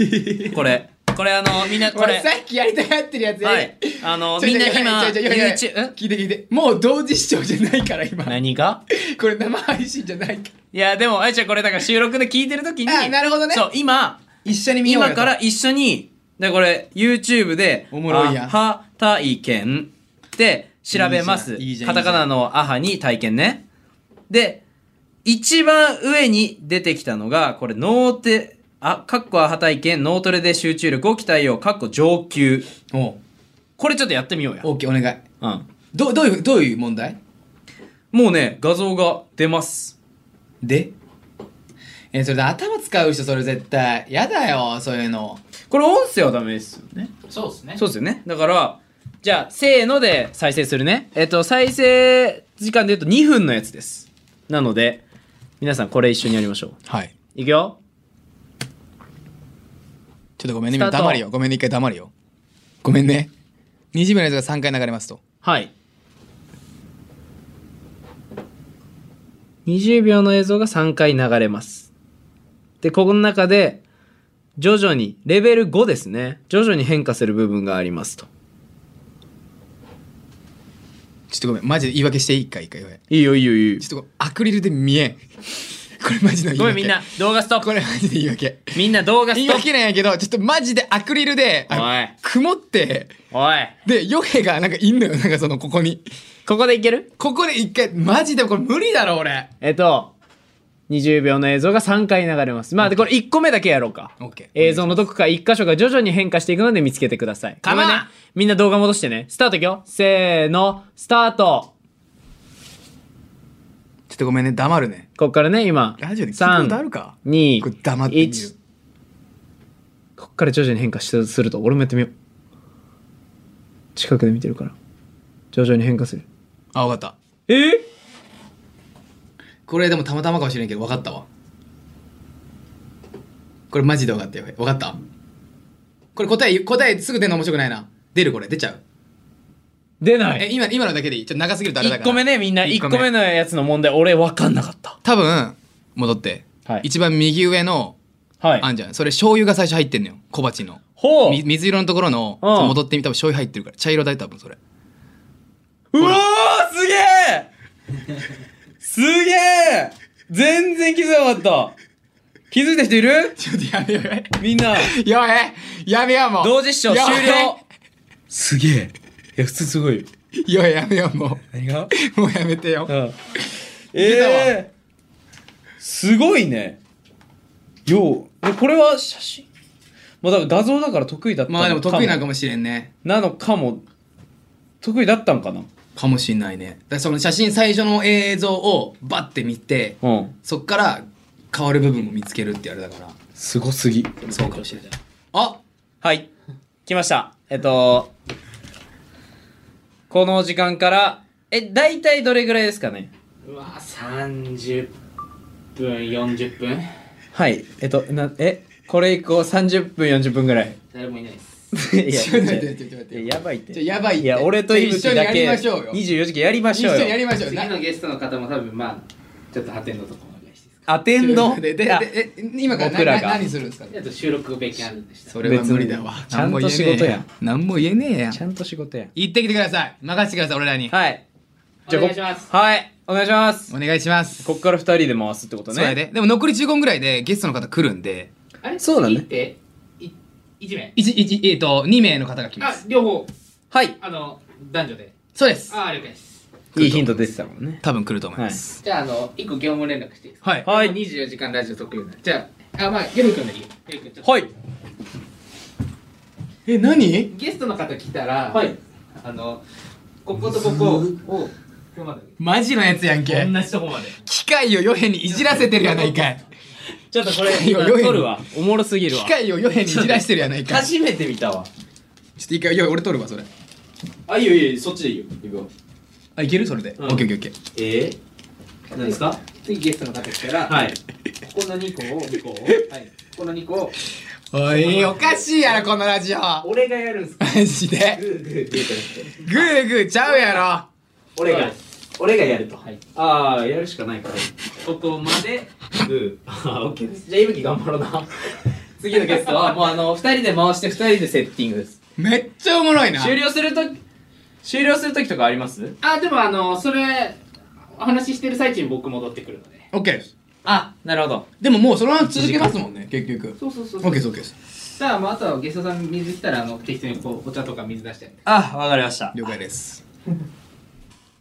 Speaker 2: これこれあのみんなこれ
Speaker 1: 俺さっきやりたがってるやつや
Speaker 2: はいあのみんな今
Speaker 1: ちょいちょいちょいちょいちょい
Speaker 2: YouTube ん
Speaker 1: 聞いて聞いてもう同時視聴じゃないから今
Speaker 2: 何が
Speaker 1: これ生配信じゃないから
Speaker 2: いやでもあやちゃんこれだから収録で聞いてる時に
Speaker 1: あなるほどね
Speaker 2: そう今
Speaker 1: 一緒に見ようよ
Speaker 2: 今から一緒にでこれ YouTube で「
Speaker 1: おもろいやん
Speaker 2: アハ体験」で調べま
Speaker 1: い
Speaker 2: す
Speaker 1: いじゃんいいじゃん
Speaker 2: カタカナの「アハ」に体験ねで一番上に出てきたのがこれ脳テあかっこアハ体験脳トレで集中力を鍛えようかっこ上級
Speaker 1: おう
Speaker 2: これちょっとやってみようや、
Speaker 1: オッケーお願い
Speaker 2: うん、
Speaker 1: どどういうどういう問題
Speaker 2: もうね画像が出ます
Speaker 1: でえーそれで頭使う人それ絶対やだよそういうの
Speaker 2: これ音声はダメですよね
Speaker 3: そうですね
Speaker 2: そうですよね。だから、じゃあ、せーので再生するね。えっと、再生時間で言うと2分のやつです。なので、皆さんこれ一緒にやりましょう。
Speaker 1: はい
Speaker 2: いくよ。
Speaker 1: ちょっとごめんね
Speaker 2: スタート
Speaker 1: 黙るよごめんね一回黙るよごめんね20秒のやつが3回流れますと
Speaker 2: はい。20秒の映像が3回流れます。で、ここの中で、徐々に、レベル5ですね。徐々に変化する部分がありますと。
Speaker 1: ちょっとごめんマジで言い訳していいか一回ごめん
Speaker 2: いいよ、いいよ、いいよ
Speaker 1: ちょっ。とごめんアクリルで見えん これマジの言い訳
Speaker 2: ごめん、みんな、動画ストッ
Speaker 1: こ
Speaker 2: プ。
Speaker 1: れマジで言い訳
Speaker 2: みんな、動画
Speaker 1: 言い
Speaker 2: ストップ。
Speaker 1: 訳なんやけどちょっとマジでアクリルであの
Speaker 2: おい
Speaker 1: 曇って
Speaker 2: おい。
Speaker 1: でヨヘがなんかいんのよなんかそのここに
Speaker 2: ここでいける
Speaker 1: ここで一回マジでこれ無理だろ俺
Speaker 2: えっと、20秒の映像が3回流れます。まあ、でこれ1個目だけやろうか。
Speaker 1: OK
Speaker 2: 映像のどこか1箇所が徐々に変化していくので見つけてください。
Speaker 1: カモン
Speaker 2: ごめんね。みんな動画戻してね。スタートいくよ。せーの、スタート。
Speaker 1: ちょっとごめんね黙るね
Speaker 2: こっからね、今。
Speaker 1: ラジオで聞いたことあるか
Speaker 2: 3 2、
Speaker 1: これ黙ってみる
Speaker 2: 1こっから徐々に変化しすると、俺もやってみよう。近くで見てるから。徐々に変化する。
Speaker 1: あ分かった
Speaker 2: え
Speaker 1: これでもたまたまかもしれんけど分かったわこれマジで分かったよ分かったこれ答え答えすぐ出るの面白くないな出るこれ出ちゃう
Speaker 2: 出な
Speaker 1: え
Speaker 2: い。
Speaker 1: 今今のだけでいいちょっと長すぎるとあれだか
Speaker 2: 1
Speaker 1: ら
Speaker 2: 個目ね、みんな。1個目のやつの問題、俺分かんなかった。
Speaker 1: 多分戻って、
Speaker 2: はい
Speaker 1: 一番右上の
Speaker 2: はい。
Speaker 1: あんじゃんそれ醤油が最初入ってんのよ小鉢の
Speaker 2: ほう。
Speaker 1: み水色のところの
Speaker 2: うん
Speaker 1: そう戻ってみたら醤油入ってるから茶色だよ多分それ
Speaker 2: うわーすげえすげえ全然気づかなかった気づいた人いる
Speaker 1: ちょっとやめようや
Speaker 2: みんな、
Speaker 1: めようやめやめようもう
Speaker 2: 同時視聴終
Speaker 1: やめ
Speaker 2: 了すげえ。いや、普通すごい。
Speaker 1: いややめようも
Speaker 2: 何が
Speaker 1: うもうやめてよ
Speaker 2: うん。
Speaker 1: たわ
Speaker 2: えー、すごいね。よう、えこれは写真まあだから画像だから得意だったの
Speaker 1: まあでも得意なのか
Speaker 2: も。
Speaker 1: もしれんね
Speaker 2: なのかも、得意だったんかな
Speaker 1: かもしんないねだからその写真最初の映像をバッて見て
Speaker 2: うん。
Speaker 1: そっから変わる部分を見つけるってあれだから
Speaker 2: すごすぎ。
Speaker 1: そうかもしれないあ
Speaker 2: はい。来ました。えっと、この時間から、え、大体どれぐらいですかね
Speaker 3: うわ30分40分
Speaker 2: はい。えっと、な、え、これ以降30分、40分ぐらい。
Speaker 3: 誰もいないです
Speaker 2: いや
Speaker 1: ちょっと待ってちょっと待って
Speaker 2: いややばいって。
Speaker 1: ちょやばいって
Speaker 2: いや、俺と伊吹だけ、
Speaker 1: ちょ一緒にやりましょうよ
Speaker 2: 24時間やりまし
Speaker 1: 一
Speaker 2: ょう
Speaker 1: 緒
Speaker 2: よ。
Speaker 1: にやりましょう
Speaker 3: 次
Speaker 1: な
Speaker 3: のゲストの方も多分まあちょっと破天のところお願いしていいですか
Speaker 2: アテンド。
Speaker 1: ででで
Speaker 2: あ
Speaker 1: え今から
Speaker 2: 僕ら
Speaker 1: なな
Speaker 2: が
Speaker 1: 何するんですか
Speaker 3: あと収録勉強あるんでした
Speaker 1: それは無理だわ
Speaker 2: 別にちゃんと仕事やん
Speaker 1: 何も言えねえやん
Speaker 2: ちゃんと仕事やん。
Speaker 1: 行ってきてください任せてください俺らに
Speaker 2: はい。
Speaker 3: お願いします
Speaker 2: こはい。お願いします。
Speaker 1: お願いします
Speaker 2: こっから二人で回すってこと
Speaker 1: そうや
Speaker 2: ね。
Speaker 1: ででも残り15分ぐらいでゲストの方来るんで
Speaker 3: あれ
Speaker 2: そうだね
Speaker 3: 次ってい一名
Speaker 1: 一一えっと2名の方が来ま
Speaker 3: あ
Speaker 1: す
Speaker 3: 両方
Speaker 2: はい。
Speaker 3: あの男女で
Speaker 1: そうです
Speaker 3: ああ了解です
Speaker 2: いいヒント出てたもんね。
Speaker 1: 多分来ると思います
Speaker 3: じゃああの一個業務連絡していいですか
Speaker 1: はい
Speaker 2: はい
Speaker 3: 24時間ラジオ得意なじゃああまあゲル君でいいよゲル君ちょっと
Speaker 2: はい。
Speaker 1: え何
Speaker 3: ゲストの方来たら
Speaker 2: はい。
Speaker 3: あのこことここをここまで
Speaker 1: マジのやつやんけ
Speaker 3: 同じとこまで
Speaker 1: 機械をヨヘにいじらせてるやないかい
Speaker 2: ちょっとこれ、
Speaker 1: いや良いの
Speaker 2: 撮るわ。おもろすぎる
Speaker 1: 機
Speaker 2: わ。
Speaker 1: 械をヨヘにいじらしてるやないかいちょ
Speaker 2: 初めて見たわ。
Speaker 1: っと一回ヨヘ俺取るわそれ
Speaker 2: あ、いいよいいよ、そっちでいいよ。行こ
Speaker 1: あいけるそれで、
Speaker 2: うん
Speaker 1: オッケーオッケーオッケー
Speaker 2: えー、何ですか
Speaker 3: 次ゲストの方来たら、
Speaker 2: はい。
Speaker 3: ここの2個を2個を、はい、この2個を
Speaker 1: おいおかしいやろこのラジオマ
Speaker 3: 俺がやるんすか
Speaker 1: ジで
Speaker 3: グーグーって言うから
Speaker 1: グーグーちゃうやろ
Speaker 3: 俺が
Speaker 2: 俺がやると。
Speaker 3: はい
Speaker 2: ああ、やるしかないから。
Speaker 3: ここま で
Speaker 2: うん。あ、オッケーです。
Speaker 3: じゃあいぶき頑張ろうな
Speaker 2: 次のゲストは、もうあの、二人で回して、二人でセッティングです。
Speaker 1: めっちゃおもろいな
Speaker 2: 終了するとき、終了するときとかあります
Speaker 3: あでもあのそれお話ししてる最中に僕戻ってくるので
Speaker 1: オッケーです
Speaker 2: あ、なるほど。
Speaker 1: でももうそのまま続けますもんね結局
Speaker 3: そうそうそ
Speaker 1: オッ
Speaker 3: う
Speaker 1: ケーですオッケーです
Speaker 3: さあ、まあ、あとはゲストさん水来たらあの適当にこうお茶とか水出してやって
Speaker 2: あ、わかりました。
Speaker 1: 了解です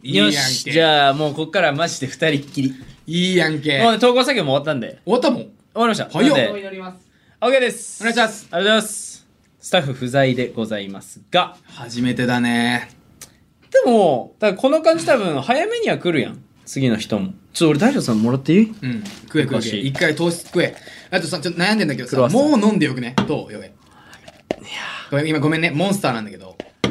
Speaker 1: いいやん
Speaker 2: よ
Speaker 1: け
Speaker 2: し、じゃあもうこっからマジで二人っきり。
Speaker 1: いいやんけ
Speaker 2: もう投稿作業も終わったんで。
Speaker 1: 終わったもん
Speaker 2: 終わりました。
Speaker 1: 早っ
Speaker 2: なん
Speaker 3: お
Speaker 2: で、
Speaker 3: 祈ります
Speaker 2: OK です。
Speaker 1: お願いします。
Speaker 2: ありがとうございます。スタッフ不在でございますが、
Speaker 1: 初めてだね
Speaker 2: でも、だからこの感じ多分早めには来るやん。次の人も。ちょっと俺大丈夫さんもらっていい
Speaker 1: うん食え食え
Speaker 2: おか
Speaker 1: 食え
Speaker 2: しい
Speaker 1: 一回糖質食えあとさちょっと悩んでんだけど
Speaker 2: クロ
Speaker 1: さ
Speaker 2: ワッサン
Speaker 1: もう飲んでよくねどうよえごめん今ごめんねモンスターなんだけどだ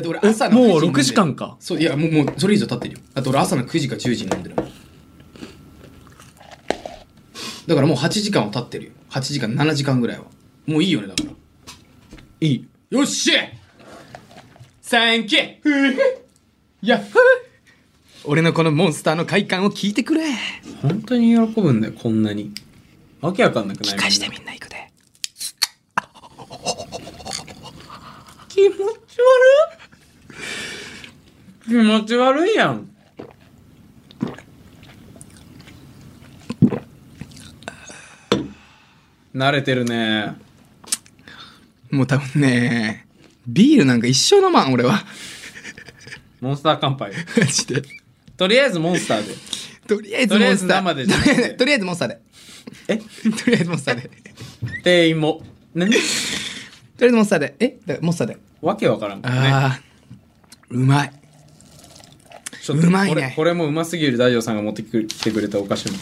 Speaker 1: って俺朝の
Speaker 2: えもう
Speaker 1: 9時に飲んで
Speaker 2: 6時間か
Speaker 1: そういやもうもうそれ以上経ってるよだって俺朝の9時か10時に飲んでるもんだからもう8時間は経ってるよ8時間7時間ぐらいはもういいよねだから
Speaker 2: いい。
Speaker 1: よっしゃサンキューやっほー俺のこのモンスターの快感を聞いてくれ
Speaker 2: 本当に喜ぶんだよ、こんなに。わけわかんなくない
Speaker 1: 返してみんな行くで
Speaker 2: 気持ち悪い気持ち悪いやん。慣れてるね。
Speaker 1: もう多分ねビールなんか一生飲まん俺は
Speaker 2: モンスター乾杯。
Speaker 1: マジで
Speaker 2: とりあえずモンスターで。
Speaker 1: とりあえずモンスター
Speaker 2: とりあえず生でじゃなくて
Speaker 1: とりあえずモンスターで
Speaker 2: え
Speaker 1: とりあえずモンスターでとり
Speaker 2: 店員も。ね
Speaker 1: あえずモンスターでえだからモンスターで
Speaker 2: わけわからんからね。
Speaker 1: あーうまい
Speaker 2: ちょっと
Speaker 1: うまいね
Speaker 2: これこれもうますぎる大丈夫さんが持ってきてくれたお菓子も。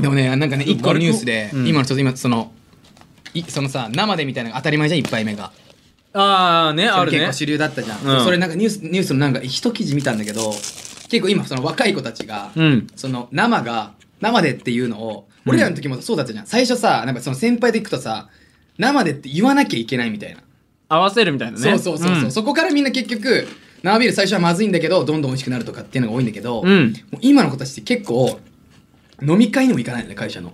Speaker 1: でもねなんかね一個のニュースで、
Speaker 2: うん
Speaker 1: 今のちょっと今そのいそのさ生でみたいなのが当たり前じゃん一杯目が
Speaker 2: あーね、ある
Speaker 1: 結
Speaker 2: ね
Speaker 1: 構。主流だったじゃん、
Speaker 2: うん
Speaker 1: それなんかニュースニュースのなんか一記事見たんだけど結構今その若い子たちが、
Speaker 2: うん。
Speaker 1: その生が生でっていうのを俺らの時もそうだったじゃん、最初さなんかその先輩で行くとさ生でって言わなきゃいけないみたいな、
Speaker 2: 合わせるみたいなね。
Speaker 1: そうそうそうそう、
Speaker 2: ん
Speaker 1: そこからみんな結局生ビール最初はまずいんだけどどんどん美味しくなるとかっていうのが多いんだけど、
Speaker 2: う
Speaker 1: も
Speaker 2: ん。
Speaker 1: う今の子たちって結構飲み会にも行かないのね会社の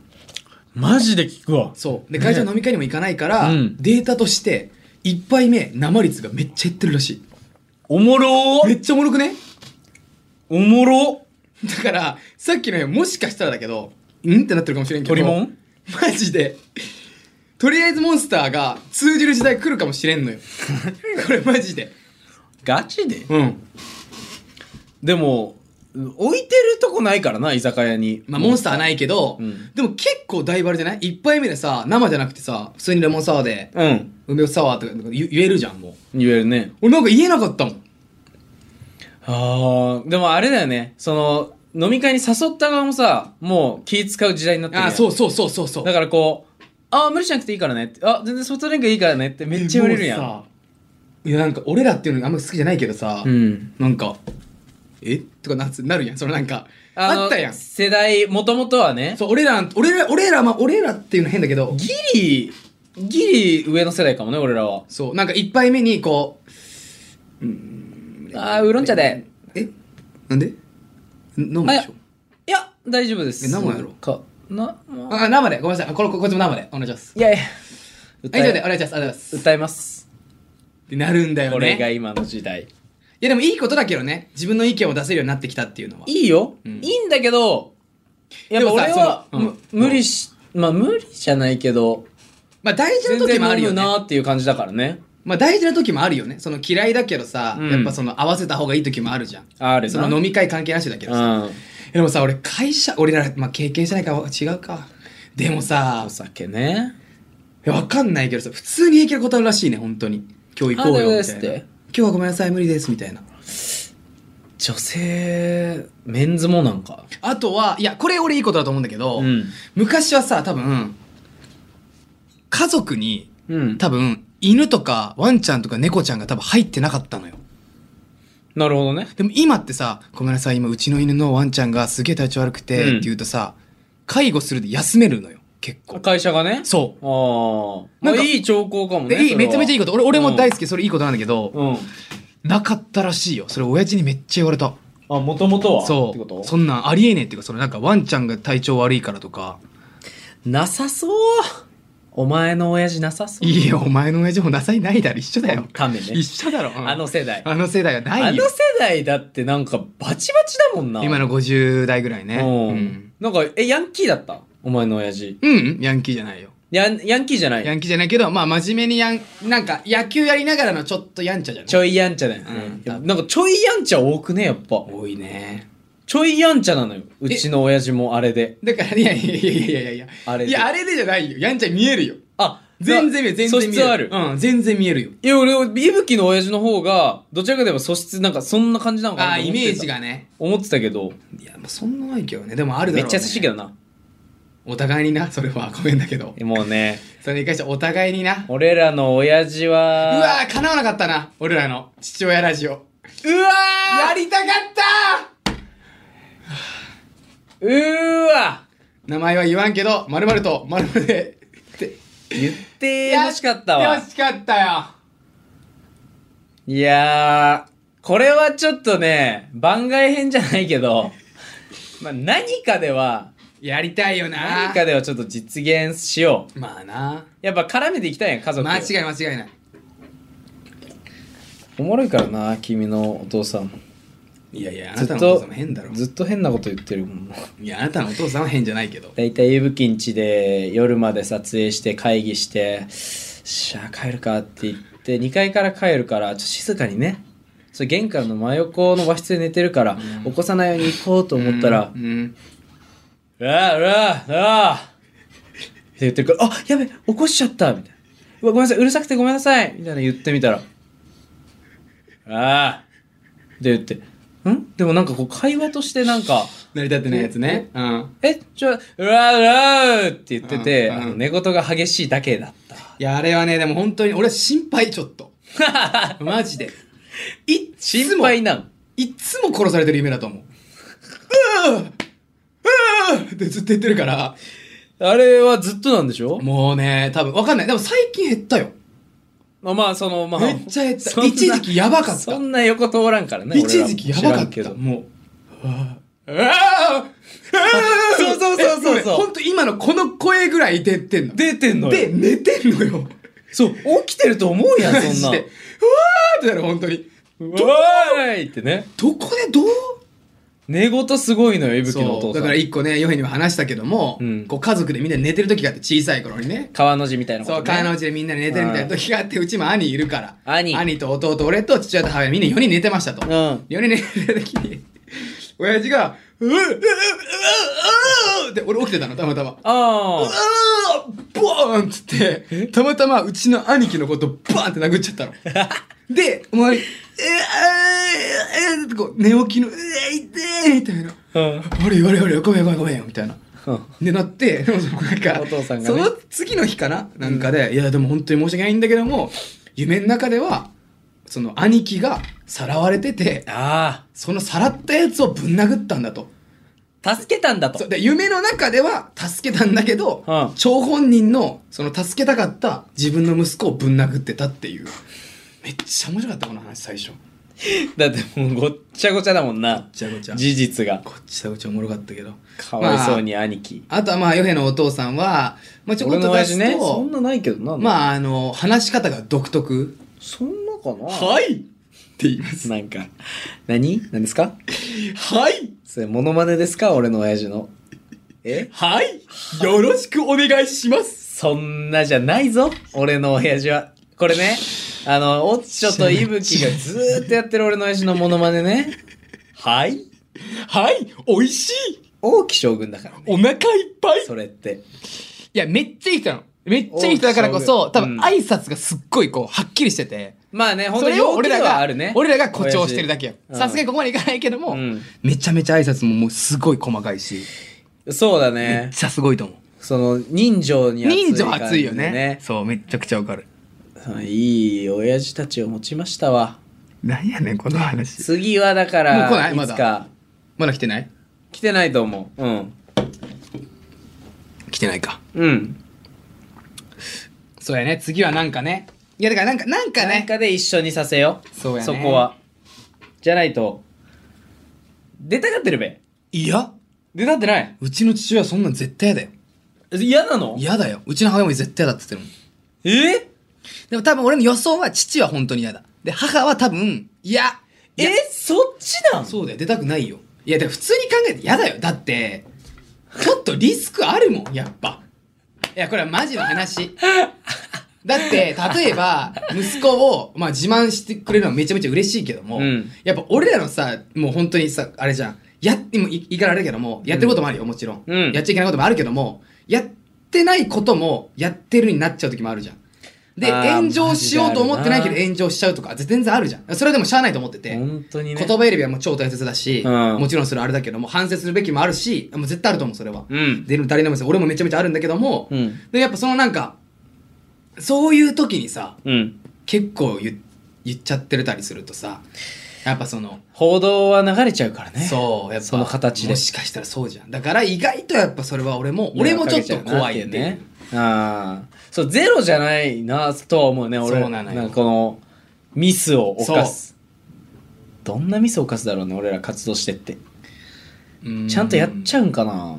Speaker 2: マジで聞くわ。
Speaker 1: そうで
Speaker 2: ね
Speaker 1: 会社の飲み会にも行かないから、
Speaker 2: うん
Speaker 1: データとして1杯目生率がめっちゃ減ってるらしい
Speaker 2: おもろ
Speaker 1: めっちゃおもろくね
Speaker 2: おもろ
Speaker 1: だからさっきのもしかしたらだけどんってなってるかもしれんけど
Speaker 2: 鳥もん
Speaker 1: マジでとりあえずモンスターが通じる時代来るかもしれ んのよこれマジで
Speaker 2: ガチで
Speaker 1: うん
Speaker 2: でも置いてるとこないからな居酒屋に
Speaker 1: まあモンスターはないけど、
Speaker 2: うん
Speaker 1: でも結構大バレじゃない一杯目でさ生じゃなくてさ普通にレモンサワーで
Speaker 2: うん
Speaker 1: 梅サワーとか言言えるじゃんもう
Speaker 2: 言えるね
Speaker 1: 俺なんか言えなかったもん
Speaker 2: ああでもあれだよねその飲み会に誘った側もさもう気使う時代になってる
Speaker 1: あ
Speaker 2: やん
Speaker 1: あそうそうそうそうそう
Speaker 2: だからこう「ああ無理しなくていいからね」って「あ全然ソフトドリンクいいからね」ってめっちゃ言われるや
Speaker 1: もうんさいやなんか俺らっていうのがあんま好きじゃないけどさ、
Speaker 2: うん
Speaker 1: なんかえとかなつなるやんそのなんか
Speaker 2: あの
Speaker 1: あったやん
Speaker 2: 世代もともとはね
Speaker 1: そう俺ら俺ら俺らまあ俺らっていうの変だけど
Speaker 2: ギリギリ上の世代かもね俺らは
Speaker 1: そうなんか一杯目にこ
Speaker 2: ああウーロン茶で
Speaker 1: うえなんでん飲むでしょ
Speaker 2: いや大丈夫です
Speaker 1: え生やろ
Speaker 2: かなまあ
Speaker 1: あ生でごめんなさいあこれここっちも生でお願いします
Speaker 2: いやいや
Speaker 1: あ
Speaker 2: 歌
Speaker 1: 以
Speaker 2: え
Speaker 1: 上でお願いしますありがとうございます
Speaker 2: 歌います
Speaker 1: ってなるんだよ
Speaker 2: これが
Speaker 1: ね
Speaker 2: 今の時代
Speaker 1: いやでもいいことだけどね自分の意見を出せるようになってきたっていうのはい
Speaker 2: いよ、
Speaker 1: うん
Speaker 2: いいんだけどや
Speaker 1: で
Speaker 2: っぱ
Speaker 1: もさ
Speaker 2: 俺は、
Speaker 1: そのうん
Speaker 2: む無理しまあ無理じゃないけど
Speaker 1: まあ大事な
Speaker 2: 全
Speaker 1: 時
Speaker 2: 然
Speaker 1: もある
Speaker 2: 飲
Speaker 1: よ
Speaker 2: む
Speaker 1: ね
Speaker 2: なっていう感じだからね
Speaker 1: まあ大事な時もあるよねその嫌いだけどさ、
Speaker 2: うん
Speaker 1: やっぱその合わせた方がいい時もあるじゃん
Speaker 2: あるな
Speaker 1: その飲み会関係なしだけどさ、
Speaker 2: うん
Speaker 1: でもさ俺会社俺ら、まあ、経験してないから違うかでもさ
Speaker 2: お酒ね
Speaker 1: 分かんないけどさ普通に平気で断るらしいね本当に今日行こうよ
Speaker 2: あ
Speaker 1: み
Speaker 2: ダ
Speaker 1: た
Speaker 2: メ
Speaker 1: い
Speaker 2: で
Speaker 1: な
Speaker 2: すって
Speaker 1: 今日はごめんなさい無理ですみたいな
Speaker 2: 女性メンズもなんか
Speaker 1: あとはいやこれ俺いいことだと思うんだけど、
Speaker 2: うん
Speaker 1: 昔はさ多分家族に
Speaker 2: うん
Speaker 1: 多分犬とかワンちゃんとか猫ちゃんが多分入ってなかったのよ
Speaker 2: なるほどね
Speaker 1: でも今ってさ「ごめんなさい今うちの犬のワンちゃんがすげえ体調悪くて」
Speaker 2: うん
Speaker 1: って言うとさ介護するで休めるのよ結構
Speaker 2: 会社がね
Speaker 1: そ
Speaker 2: あー
Speaker 1: な
Speaker 2: まあ
Speaker 1: んか
Speaker 2: いい兆候かも
Speaker 1: う
Speaker 2: ね
Speaker 1: でいいめちゃめちゃいい
Speaker 2: こ
Speaker 1: こと俺俺も大好きそれいいことなんだけど、
Speaker 2: うん
Speaker 1: なかったらしいよそれ親父にめっちゃ言われた
Speaker 2: あもともとは
Speaker 1: そ
Speaker 2: ってこ
Speaker 1: う
Speaker 2: と
Speaker 1: そんなんありえねえっていうかそのなんかワンちゃんが体調悪いからとか
Speaker 2: なさそうお前の親父なさそう
Speaker 1: いいよお前の親父もダサいないだろ 一緒だよ
Speaker 2: ためね
Speaker 1: 一緒だろ、うん
Speaker 2: あの世代
Speaker 1: あの世代はな
Speaker 2: あ
Speaker 1: い
Speaker 2: の
Speaker 1: よ
Speaker 2: 世代だってなんかバチバチだもんな
Speaker 1: 今の50代ぐらいね
Speaker 2: う
Speaker 1: うんん、
Speaker 2: なんかえヤンキーだったお前の親父
Speaker 1: うん、ヤンキーじゃないよ
Speaker 2: ヤンヤンキーじゃない
Speaker 1: ヤンキーじゃないけどまあ真面目にヤンなんか野球やりながらのちょっとヤンチャじゃない
Speaker 2: ちょいヤンチャだよ、
Speaker 1: うん
Speaker 2: ねなんかちょいヤンチャ多くねやっぱ
Speaker 1: 多いね
Speaker 2: ちょいヤンチャなのようちの親父もあれで
Speaker 1: だからいやいやいやいやいやいや
Speaker 2: あれで
Speaker 1: いやあれでじゃないよヤンチャ見えるよ
Speaker 2: あ
Speaker 1: 全然見える全然見える
Speaker 2: 素質ある、
Speaker 1: うん全然見えるよ
Speaker 2: いや俺いぶきの親父の方がどちらかといえば素質なんかそんな感じなのかな
Speaker 1: あ
Speaker 2: と
Speaker 1: ー
Speaker 2: 思
Speaker 1: イメ
Speaker 2: ってた
Speaker 1: ージがね
Speaker 2: 思ってたけど
Speaker 1: いやまあそんなないけどねでもあるだ
Speaker 2: め
Speaker 1: ろ
Speaker 2: っ
Speaker 1: う、ね、
Speaker 2: ちゃ優しいけどな
Speaker 1: お互いになそれはごめんだけど
Speaker 2: えもうね
Speaker 1: それに関してはお互いにな
Speaker 2: 俺らの親父
Speaker 1: う
Speaker 2: は
Speaker 1: わー叶わなかったな俺らの父親ラジオ
Speaker 2: うわー
Speaker 1: やりたかった
Speaker 2: うーわ
Speaker 1: 名前は言わんけどまるまるとまるまるでって
Speaker 2: 言って欲しかったわ
Speaker 1: よしかったよ
Speaker 2: いやー、これはちょっとね、番外編じゃないけど、 まあ何かでは、
Speaker 1: やりたいよな
Speaker 2: 何かではちょっと実現しよう。
Speaker 1: まあな
Speaker 2: やっぱ絡めていきたいやん、家族。
Speaker 1: 間違い間違いない
Speaker 2: おもろいからな、君のお父さん。
Speaker 1: いやいやあ
Speaker 2: ず
Speaker 1: な
Speaker 2: った
Speaker 1: のお父
Speaker 2: と
Speaker 1: さんも変だろ
Speaker 2: ずっと変なこと言ってるもん。
Speaker 1: いやあなたのお父さんは変じゃないけど
Speaker 2: だいたいゆぶきんちで夜まで撮影して会議して、しゃあ帰るかって言って、2階から帰るから、ちょっと静かにね、そう玄関の真横の和室で寝てるから、起こさないように行こうと思ったら
Speaker 1: う、ん
Speaker 2: うわうわうわって言ってるから、あやべ、起こしちゃったみたいな。うわ、ごめんなさい、うるさくてごめんなさいみたいな言ってみたら、ああで言って、んでもなんかこう会話としてなんか、
Speaker 1: 成り立ってないやつねうん
Speaker 2: え、ちょ、うわうわって言ってて、
Speaker 1: うんうん
Speaker 2: あの寝言が激しいだけだった。
Speaker 1: いやあれはねでも本当に俺は心配ちょっ とマジでいっつ
Speaker 2: 心
Speaker 1: も
Speaker 2: 配なの。
Speaker 1: いっつも殺されてる夢だと思ううわーうわーってずっと言ってるから
Speaker 2: あれはずっとなんでしょ
Speaker 1: もうね多分わかんないでも最近減ったよ
Speaker 2: まあまあ、その、まあ。
Speaker 1: めっちゃ減った
Speaker 2: そんな
Speaker 1: 一時期やばかった
Speaker 2: そんな横通らんからね。
Speaker 1: 一時期やばか
Speaker 2: 俺らも知ら
Speaker 1: っ
Speaker 2: んけ
Speaker 1: た
Speaker 2: ど
Speaker 1: もううわーうわー
Speaker 2: そうそうそうそうそう
Speaker 1: えごめん本当今のこの声ぐらい出てんの
Speaker 2: 出てんのよ。
Speaker 1: で寝てんのよ
Speaker 2: そう、起きてると思うやん、
Speaker 1: マ
Speaker 2: そ
Speaker 1: ジ
Speaker 2: ん
Speaker 1: で
Speaker 2: な
Speaker 1: うわ。ーってなる本当に
Speaker 2: うわーいってね。
Speaker 1: どこでどう
Speaker 2: 寝言すごいのよ、いぶきのお
Speaker 1: そ
Speaker 2: 父
Speaker 1: うだ
Speaker 2: さん。
Speaker 1: から一個ねヨヘにも話したけども、
Speaker 2: うん
Speaker 1: こう家族でみんな寝てる時があって小さい頃にね
Speaker 2: 川の字みたいなこと、ね。
Speaker 1: そう川のうちでみんなで寝てるみたいな時があってうちも兄いるから
Speaker 2: 兄
Speaker 1: 兄と弟俺と父親と母親みんな4人寝てましたと、
Speaker 2: うん。
Speaker 1: 4人寝てる時に親父が「うううううううで俺起きてたのたまたま
Speaker 2: あ
Speaker 1: あ
Speaker 2: あ。
Speaker 1: ーボーンっつって、たまたまうちの兄貴のことバーンって殴っちゃったの。で、お前、えー、えー、えー、ってこう、寝起きの、えー、痛いみたいな。
Speaker 2: うん。
Speaker 1: あれあれあれ、ごめんごめんごめんよ、みたいな。
Speaker 2: うん
Speaker 1: で、なって、でもそのなんか、
Speaker 2: お父さんが
Speaker 1: そ
Speaker 2: ね
Speaker 1: の次の日かななんかで、いや、でも本当に申し訳ないんだけども、夢の中では、その兄貴がさらわれてて、
Speaker 2: あ
Speaker 1: そのさらったやつをぶん殴ったんだと。
Speaker 2: あ。助けたんだと
Speaker 1: そう。で夢の中では助けたんだけど、
Speaker 2: うん
Speaker 1: 張本人のその助けたかった自分の息子をぶん殴ってたっていうめっちゃ面白かったこの話最初
Speaker 2: だってもうごっちゃごちゃだもんな。
Speaker 1: じゃごちゃ
Speaker 2: 事実が。
Speaker 1: こっちさごちゃおもろかったけど
Speaker 2: かわいそうに兄貴。
Speaker 1: あとはまあヨヘのお父さんは、まあ、ちょこっ
Speaker 2: 俺
Speaker 1: と
Speaker 2: の
Speaker 1: 出
Speaker 2: 親父
Speaker 1: す
Speaker 2: ね、そ
Speaker 1: と、
Speaker 2: んなないけどな。あ。
Speaker 1: まああの話し方が独特
Speaker 2: そんなかな。
Speaker 1: いって言います
Speaker 2: なんか、何何ですか
Speaker 1: はい
Speaker 2: それ、モノマネですか俺の親父の。え
Speaker 1: はいよろしくお願いします
Speaker 2: そんなじゃないぞ俺の親父は。これね、あの、オッチョとイブキがずーっとやってる俺の親父のモノマネね。はい
Speaker 1: はいおいしい
Speaker 2: 王毅将軍だからね。
Speaker 1: お腹いっぱい
Speaker 2: それって。
Speaker 1: いや、めっちゃいい人なの。めっちゃいい人だからこそ、
Speaker 2: 大き
Speaker 1: 多
Speaker 2: さが
Speaker 1: 分
Speaker 2: うん
Speaker 1: 挨拶がすっごいこう、はっきりしてて、
Speaker 2: まあね、本
Speaker 1: そ
Speaker 2: 当に
Speaker 1: れを
Speaker 2: 陽気
Speaker 1: 俺
Speaker 2: で
Speaker 1: ら
Speaker 2: は
Speaker 1: が、
Speaker 2: あるね。
Speaker 1: 俺らが誇張してるだけよ。
Speaker 2: うん
Speaker 1: さすがにここまでいかないけども、
Speaker 2: うん
Speaker 1: めちゃめちゃ挨拶ももうすごい細かいし、
Speaker 2: そうだ
Speaker 1: めっ
Speaker 2: ね。
Speaker 1: ちゃすごいと思う。
Speaker 2: その、人情に熱い
Speaker 1: 人
Speaker 2: 感じ
Speaker 1: 情
Speaker 2: で
Speaker 1: 熱いよね。。そう、めっちゃくちゃわかる。
Speaker 2: はいいい親父たちを持ちましたわ。
Speaker 1: なんやねん、この話。
Speaker 2: 次はだ
Speaker 1: も
Speaker 2: か
Speaker 1: う来な
Speaker 2: ら、
Speaker 1: いま
Speaker 2: い
Speaker 1: だ
Speaker 2: つか
Speaker 1: まだ来てない
Speaker 2: 来てないと思う。うん。
Speaker 1: 来てないか。
Speaker 2: うん。
Speaker 1: そうやね、次はなんかね。いや、だからなんか、なんか
Speaker 2: なん
Speaker 1: ね。
Speaker 2: かで一緒にさせよう。
Speaker 1: そうやね
Speaker 2: そこは。じゃないと、出たがってるべ。
Speaker 1: いや、
Speaker 2: 出たってないう
Speaker 1: ちの父親そんなん絶対やだよ。
Speaker 2: 嫌なの
Speaker 1: 嫌だよ。うちの母親も絶対嫌だって言ってるもん。
Speaker 2: え
Speaker 1: でも多分俺の予想は父は本当に嫌だ。で、母は多分、いや、い
Speaker 2: え
Speaker 1: や
Speaker 2: そっちなん
Speaker 1: そうだよ、出たくないよ。いや、でも普通に考えて嫌だよ。だって、ちょっとリスクあるもん、やっぱ。いや、これはマジの話。だって、例えば、息子を、まあ自慢してくれるのはめちゃめちゃ嬉しいけども、
Speaker 2: うん
Speaker 1: やっぱ俺らのさ、もう本当にさ、あれじゃん。やってもいいからあれだけども、やってることもあるよ、もちろん。
Speaker 2: うん
Speaker 1: やっちゃいけないこともあるけども、やってないことも、やってるになっちゃう時もあるじゃん。で、
Speaker 2: あー
Speaker 1: 炎上しようと思ってないけ
Speaker 2: マ
Speaker 1: ど
Speaker 2: ジであるな
Speaker 1: 炎上しちゃうとか、全然あるじゃん。それはでもしゃあないと思ってて。
Speaker 2: 本当にね。
Speaker 1: 言葉選びはもう超大切だし、
Speaker 2: うん
Speaker 1: もちろんそれはあれだけども、反省するべきもあるし、もう絶対あると思う、それは。
Speaker 2: うん。
Speaker 1: で、誰にもです俺もめちゃめちゃあるんだけども、
Speaker 2: うん。
Speaker 1: で、やっぱそのなんか、そういう時にさ、
Speaker 2: うん。
Speaker 1: 結構言言っちゃってるたりするとさ、やっぱその、
Speaker 2: 報道は流れちゃうからね。
Speaker 1: そう、やっぱ
Speaker 2: その形で
Speaker 1: もしかしたらそうじゃん。だから意外とやっぱそれは俺も、俺もちょっと怖いっていう
Speaker 2: 迷惑かけちゃうなっていうね。ああ。そう、ゼロじゃないな、とは思うね、俺。
Speaker 1: そうなのよ
Speaker 2: んかこの、ミスを犯す。どんなミスを犯すだろうね、俺ら活動してって。
Speaker 1: う
Speaker 2: ちゃんとやっちゃ
Speaker 1: う。
Speaker 2: うんかな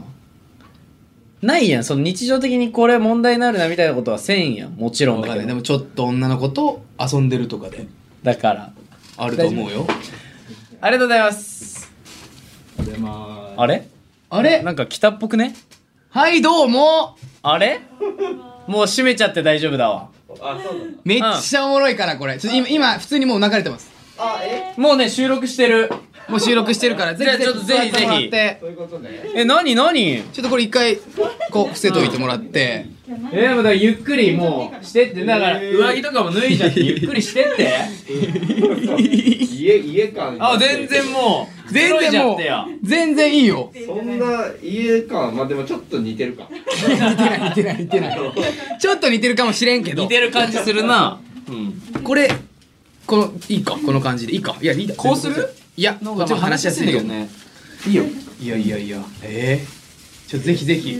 Speaker 2: ないやん。その日常的にこれ問題になるなみたいなことはせんやん。もちろん
Speaker 1: わか
Speaker 2: だ
Speaker 1: んな
Speaker 2: け
Speaker 1: いで
Speaker 2: ど。
Speaker 1: もちょっと女の子と遊んでるとかで、
Speaker 2: だから。
Speaker 1: あると思うよ。
Speaker 2: ありがとうございます。あれ
Speaker 1: あれ
Speaker 2: なんか来たっぽくね
Speaker 1: はい、どうも
Speaker 2: あれもう閉めちゃって大丈夫だわ。
Speaker 1: めっちゃおもろいからこれ、ちょっと今今普通にもう流れてます
Speaker 2: もうね、収録してる。
Speaker 1: もう収録してるからぜひ
Speaker 2: じゃあちょっとぜひ
Speaker 1: 座ってもらって
Speaker 2: え、なになに
Speaker 1: ちょっとこれ一回こう伏せといてもらって、
Speaker 2: えでもだからゆっくりもうしてってだから上着とかも脱いじゃってゆっくりしてって
Speaker 6: 家家感
Speaker 2: あ全然もう
Speaker 1: 全
Speaker 2: 脱いじ
Speaker 1: 然
Speaker 2: ゃ
Speaker 1: も
Speaker 2: っ
Speaker 1: う
Speaker 2: てよ
Speaker 1: 全然いいよ
Speaker 6: そんな家感まあでもちょっと似てるか
Speaker 1: 似てない似てない似てないちょっと似てるかもしれんけど
Speaker 2: 似てる感じするな
Speaker 1: これこのいいかこの感じでいいかいやいいだ
Speaker 2: こうする
Speaker 1: いやこっちも話しやすいんだけどねいいよいやいやいやええちょっとぜひぜひ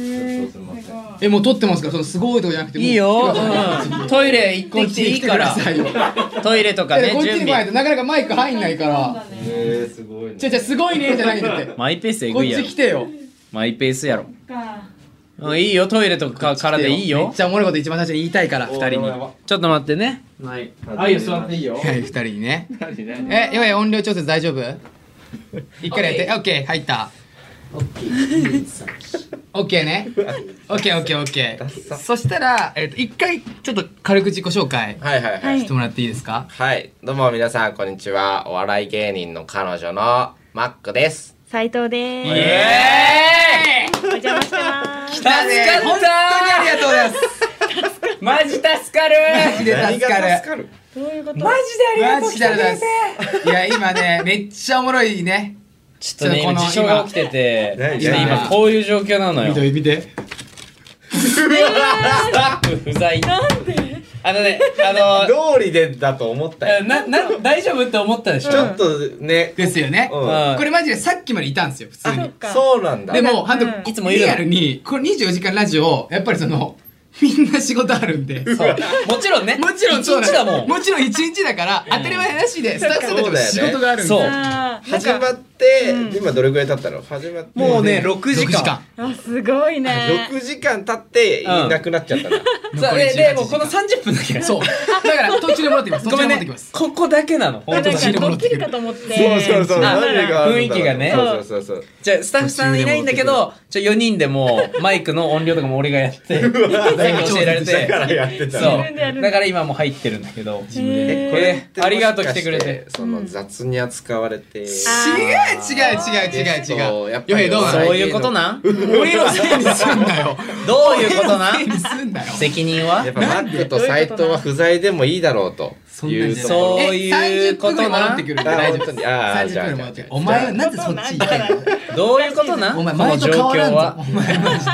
Speaker 1: えもう撮ってますからそのすごいとかじゃなくてもう
Speaker 2: いい
Speaker 1: 来
Speaker 2: よ
Speaker 1: てください
Speaker 2: うんトイレ行ってきていいから
Speaker 1: こっちに来てくださいよ
Speaker 2: トイレとか
Speaker 1: いや
Speaker 2: ね
Speaker 1: こっち
Speaker 2: 準
Speaker 1: に来ない
Speaker 2: 備
Speaker 1: となかなかマイク入んないから。
Speaker 6: えー、すごいね
Speaker 1: じゃじゃすごいねじゃないんだって。こ
Speaker 2: マイペースえぐ
Speaker 1: っ
Speaker 2: いや
Speaker 1: ち
Speaker 2: ろ
Speaker 1: 来てよ。
Speaker 2: マイペースやろうんいいよトイレとかからでいい
Speaker 1: め
Speaker 2: よ
Speaker 1: っちゃおもろいこと一番最初に言いたいから、二人に。は
Speaker 2: ちょっと待ってね
Speaker 3: はい。あ、いいよ、座っていいよ。
Speaker 1: い、二人にね。
Speaker 6: 何何
Speaker 1: え、よや、音量調節大丈夫一回やってオッケー入った
Speaker 3: オッケーさ
Speaker 1: オッケーねオッケーオッケーオッケーそしたら、えっと一回ちょっと軽く自己紹介
Speaker 7: はいはいはい。
Speaker 1: してもらっていいですか
Speaker 7: はい。どうも皆さん、こんにちは。お笑い芸人の彼女のマックです。
Speaker 8: 斉藤で
Speaker 1: イ
Speaker 8: す。
Speaker 1: エーイ
Speaker 8: お邪魔してます。
Speaker 1: だね
Speaker 2: 助か
Speaker 1: 本
Speaker 2: った
Speaker 1: 当にありがとうございます
Speaker 2: マジ助かる
Speaker 1: マジで助かる
Speaker 7: る
Speaker 8: どういうこと？
Speaker 2: マジでありがと
Speaker 1: マ
Speaker 2: う
Speaker 1: ジでありがとうございますいや今ねめっちゃおもろいね
Speaker 2: ちょっとね、
Speaker 1: ちょっとこ
Speaker 2: 今
Speaker 1: の
Speaker 2: 事象が起きてて、
Speaker 7: 何
Speaker 2: ちょっと今
Speaker 1: 何
Speaker 2: こういう状況なのよ。ス
Speaker 1: 見 て
Speaker 2: タッフ不在。なんであのね、あの
Speaker 7: 道理でだと思ったよ。
Speaker 2: え、な、な、大丈夫って思ったでしょ
Speaker 7: ちょっとね、
Speaker 1: ですよね、
Speaker 7: うん
Speaker 1: これマジでさっきまでいたんですよ普通
Speaker 8: そ
Speaker 1: に
Speaker 8: っか。
Speaker 7: そうなんだ。
Speaker 1: でも本当、
Speaker 8: うん
Speaker 2: いつもいる
Speaker 1: リアルにこれ24時間ラジオやっぱりそのみんな仕事あるんで
Speaker 2: そうもちろんね、
Speaker 1: もちろん
Speaker 2: 一
Speaker 1: そう
Speaker 2: 日だもん。
Speaker 1: もちろん一日だから当たり前なしでスタッフさんたちも仕事があるんで
Speaker 2: そう
Speaker 8: あー
Speaker 7: 始
Speaker 8: なん
Speaker 7: ま
Speaker 8: か
Speaker 7: って、
Speaker 8: うん
Speaker 7: 今どれくらい経ったの始まって。
Speaker 2: もうね
Speaker 1: 6
Speaker 2: 時間
Speaker 8: あすごいね。
Speaker 7: 6時間経っていなくなっちゃったな。
Speaker 2: そう
Speaker 1: 残り
Speaker 2: で、で
Speaker 1: 18
Speaker 2: もうこの
Speaker 1: 時間
Speaker 2: 30分だけ。
Speaker 1: そうだから途中で戻ってきます
Speaker 2: ご
Speaker 1: 途
Speaker 2: め
Speaker 1: 中で戻っ
Speaker 2: ん
Speaker 1: てき
Speaker 2: ね
Speaker 1: ます、
Speaker 2: ここだけなの、
Speaker 8: な
Speaker 2: 本
Speaker 8: ん
Speaker 2: 当
Speaker 8: か
Speaker 2: に。
Speaker 8: ドッキリかと思って。
Speaker 7: そうそうそう。何が
Speaker 8: あ
Speaker 7: あるんだろう
Speaker 2: 雰囲気がね
Speaker 7: そうそうそうそう。
Speaker 2: じゃあ、スタッフさんいないんだけど、じゃあ4人でもう、マイクの音量とかも俺が やって、
Speaker 1: だから
Speaker 2: 教えられ
Speaker 7: だから
Speaker 2: て。
Speaker 7: やって
Speaker 2: そ
Speaker 7: た
Speaker 2: う
Speaker 7: の。
Speaker 8: 分でやるんだ
Speaker 2: だから今もう入ってるんだけど。
Speaker 8: へー
Speaker 7: えこれって
Speaker 2: ありがとう来てくれて
Speaker 7: もしかしその雑に扱われて
Speaker 8: あ
Speaker 1: 違う違う違う違う違う
Speaker 7: そうやっぱり
Speaker 1: よへいどうな
Speaker 2: そう
Speaker 1: の
Speaker 2: いうことなん
Speaker 1: 俺のせいにすんなよ
Speaker 2: どういうことな
Speaker 1: 俺のせいにすんなよ
Speaker 2: 責任は
Speaker 7: やっぱマックと斎藤は不在でもいいだろうというとこ
Speaker 2: そ
Speaker 7: ろ
Speaker 2: ういうこと
Speaker 1: え30分ぐ
Speaker 2: な
Speaker 1: らい戻ってくるんで大丈夫です
Speaker 7: あ本当にあー
Speaker 1: 30
Speaker 7: じゃあ
Speaker 1: 分戻ってくる
Speaker 7: じゃあ
Speaker 1: お前はなぜそっち行ったの
Speaker 2: どういうことな
Speaker 1: お前
Speaker 2: この
Speaker 1: 前と
Speaker 2: 状
Speaker 1: 変わらん
Speaker 2: 況
Speaker 1: ぞお
Speaker 2: は
Speaker 1: 前マジで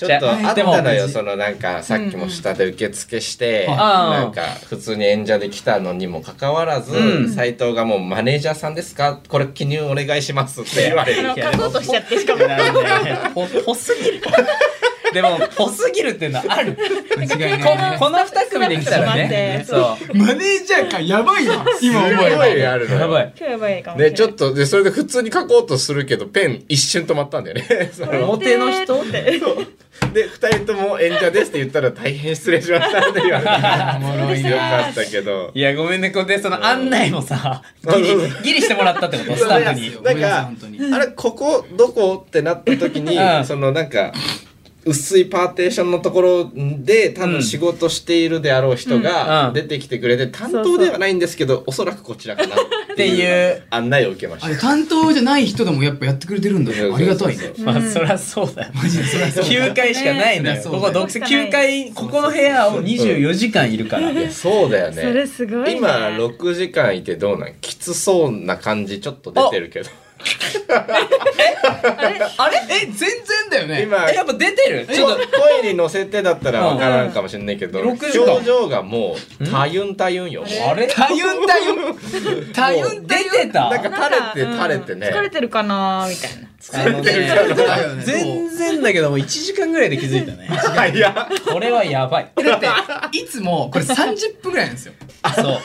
Speaker 7: ちょっとあっ
Speaker 1: で
Speaker 7: たの
Speaker 1: も
Speaker 7: よそのなんかさっきも下で受付して、
Speaker 1: うんうん
Speaker 7: なんか普通に演者で来たのにもかかわらず
Speaker 2: うん
Speaker 7: 斎、藤がもうマネージャーさんですかこれ記入お願いしますって言われ
Speaker 8: あ
Speaker 7: る
Speaker 8: の書こうとしちゃってしかも。
Speaker 2: ほほすぎるでもほすぎるっていうのはある
Speaker 1: 間違い
Speaker 2: こ
Speaker 1: ないね
Speaker 2: この2組で来たらね
Speaker 8: ち
Speaker 2: そ
Speaker 8: ょ
Speaker 1: マネージャー感やばいな今思
Speaker 7: すご
Speaker 1: え
Speaker 7: いある
Speaker 2: う
Speaker 7: のよ
Speaker 2: やばい
Speaker 8: 今日やばいかもしれない。
Speaker 7: でちょっとでそれで普通に書こうとするけどペン一瞬止まったんだよ ねその
Speaker 2: 表の人
Speaker 8: って。
Speaker 7: で2人とも演者ですって言ったら大変失礼しましたって言わ れて
Speaker 1: ばおもろい
Speaker 7: よ
Speaker 1: な
Speaker 7: かったけど
Speaker 2: いやごめんねこれでその案内もさ
Speaker 7: そう
Speaker 2: ギリ
Speaker 7: そうそう
Speaker 2: ギリしてもらったってことスタッフに
Speaker 7: なんか
Speaker 1: 本当に
Speaker 7: あれここどこってなった時に
Speaker 2: うん
Speaker 7: そのなんか薄いパーテーションのところで多分仕事しているであろう人
Speaker 2: うんう
Speaker 7: が
Speaker 2: ん
Speaker 7: 出てきてくれて担当ではないんですけどおそらくこちらかなっていう案内を受けまし
Speaker 1: あ
Speaker 7: た
Speaker 1: れ担当じゃない人でもやっぱやってくれてるんだねありがたいね
Speaker 2: まあそりゃそうだよ
Speaker 1: マジでそりゃそうだ
Speaker 2: 9階しかないの
Speaker 1: ね
Speaker 2: よここ独占
Speaker 8: そうだよ
Speaker 2: 9階ここの部屋を24時間いるから
Speaker 7: いやそうだよね
Speaker 8: それすごいね。
Speaker 7: 今6時間いてどうなんきつそうな感じちょっと出てるけど
Speaker 2: あれ
Speaker 1: え全然だよね
Speaker 7: 今
Speaker 2: えやっぱ出てるちょっと
Speaker 7: 声に乗せてだったらわからんかもしれないけど
Speaker 2: うん
Speaker 7: 表情がもう
Speaker 2: うん
Speaker 7: たゆんたゆんよ
Speaker 2: あれ
Speaker 1: たゆんたゆんたゆんたゆん
Speaker 2: 出てた
Speaker 7: なんか垂れて垂れてね
Speaker 8: うん疲れてるかなみたいな。
Speaker 2: あのね
Speaker 1: だよね
Speaker 2: 全然だけども1時間ぐらいで気づいたね
Speaker 7: いや
Speaker 2: これはやばい
Speaker 1: だっていつもこれ30分ぐらいなんですよ
Speaker 2: そう
Speaker 1: 1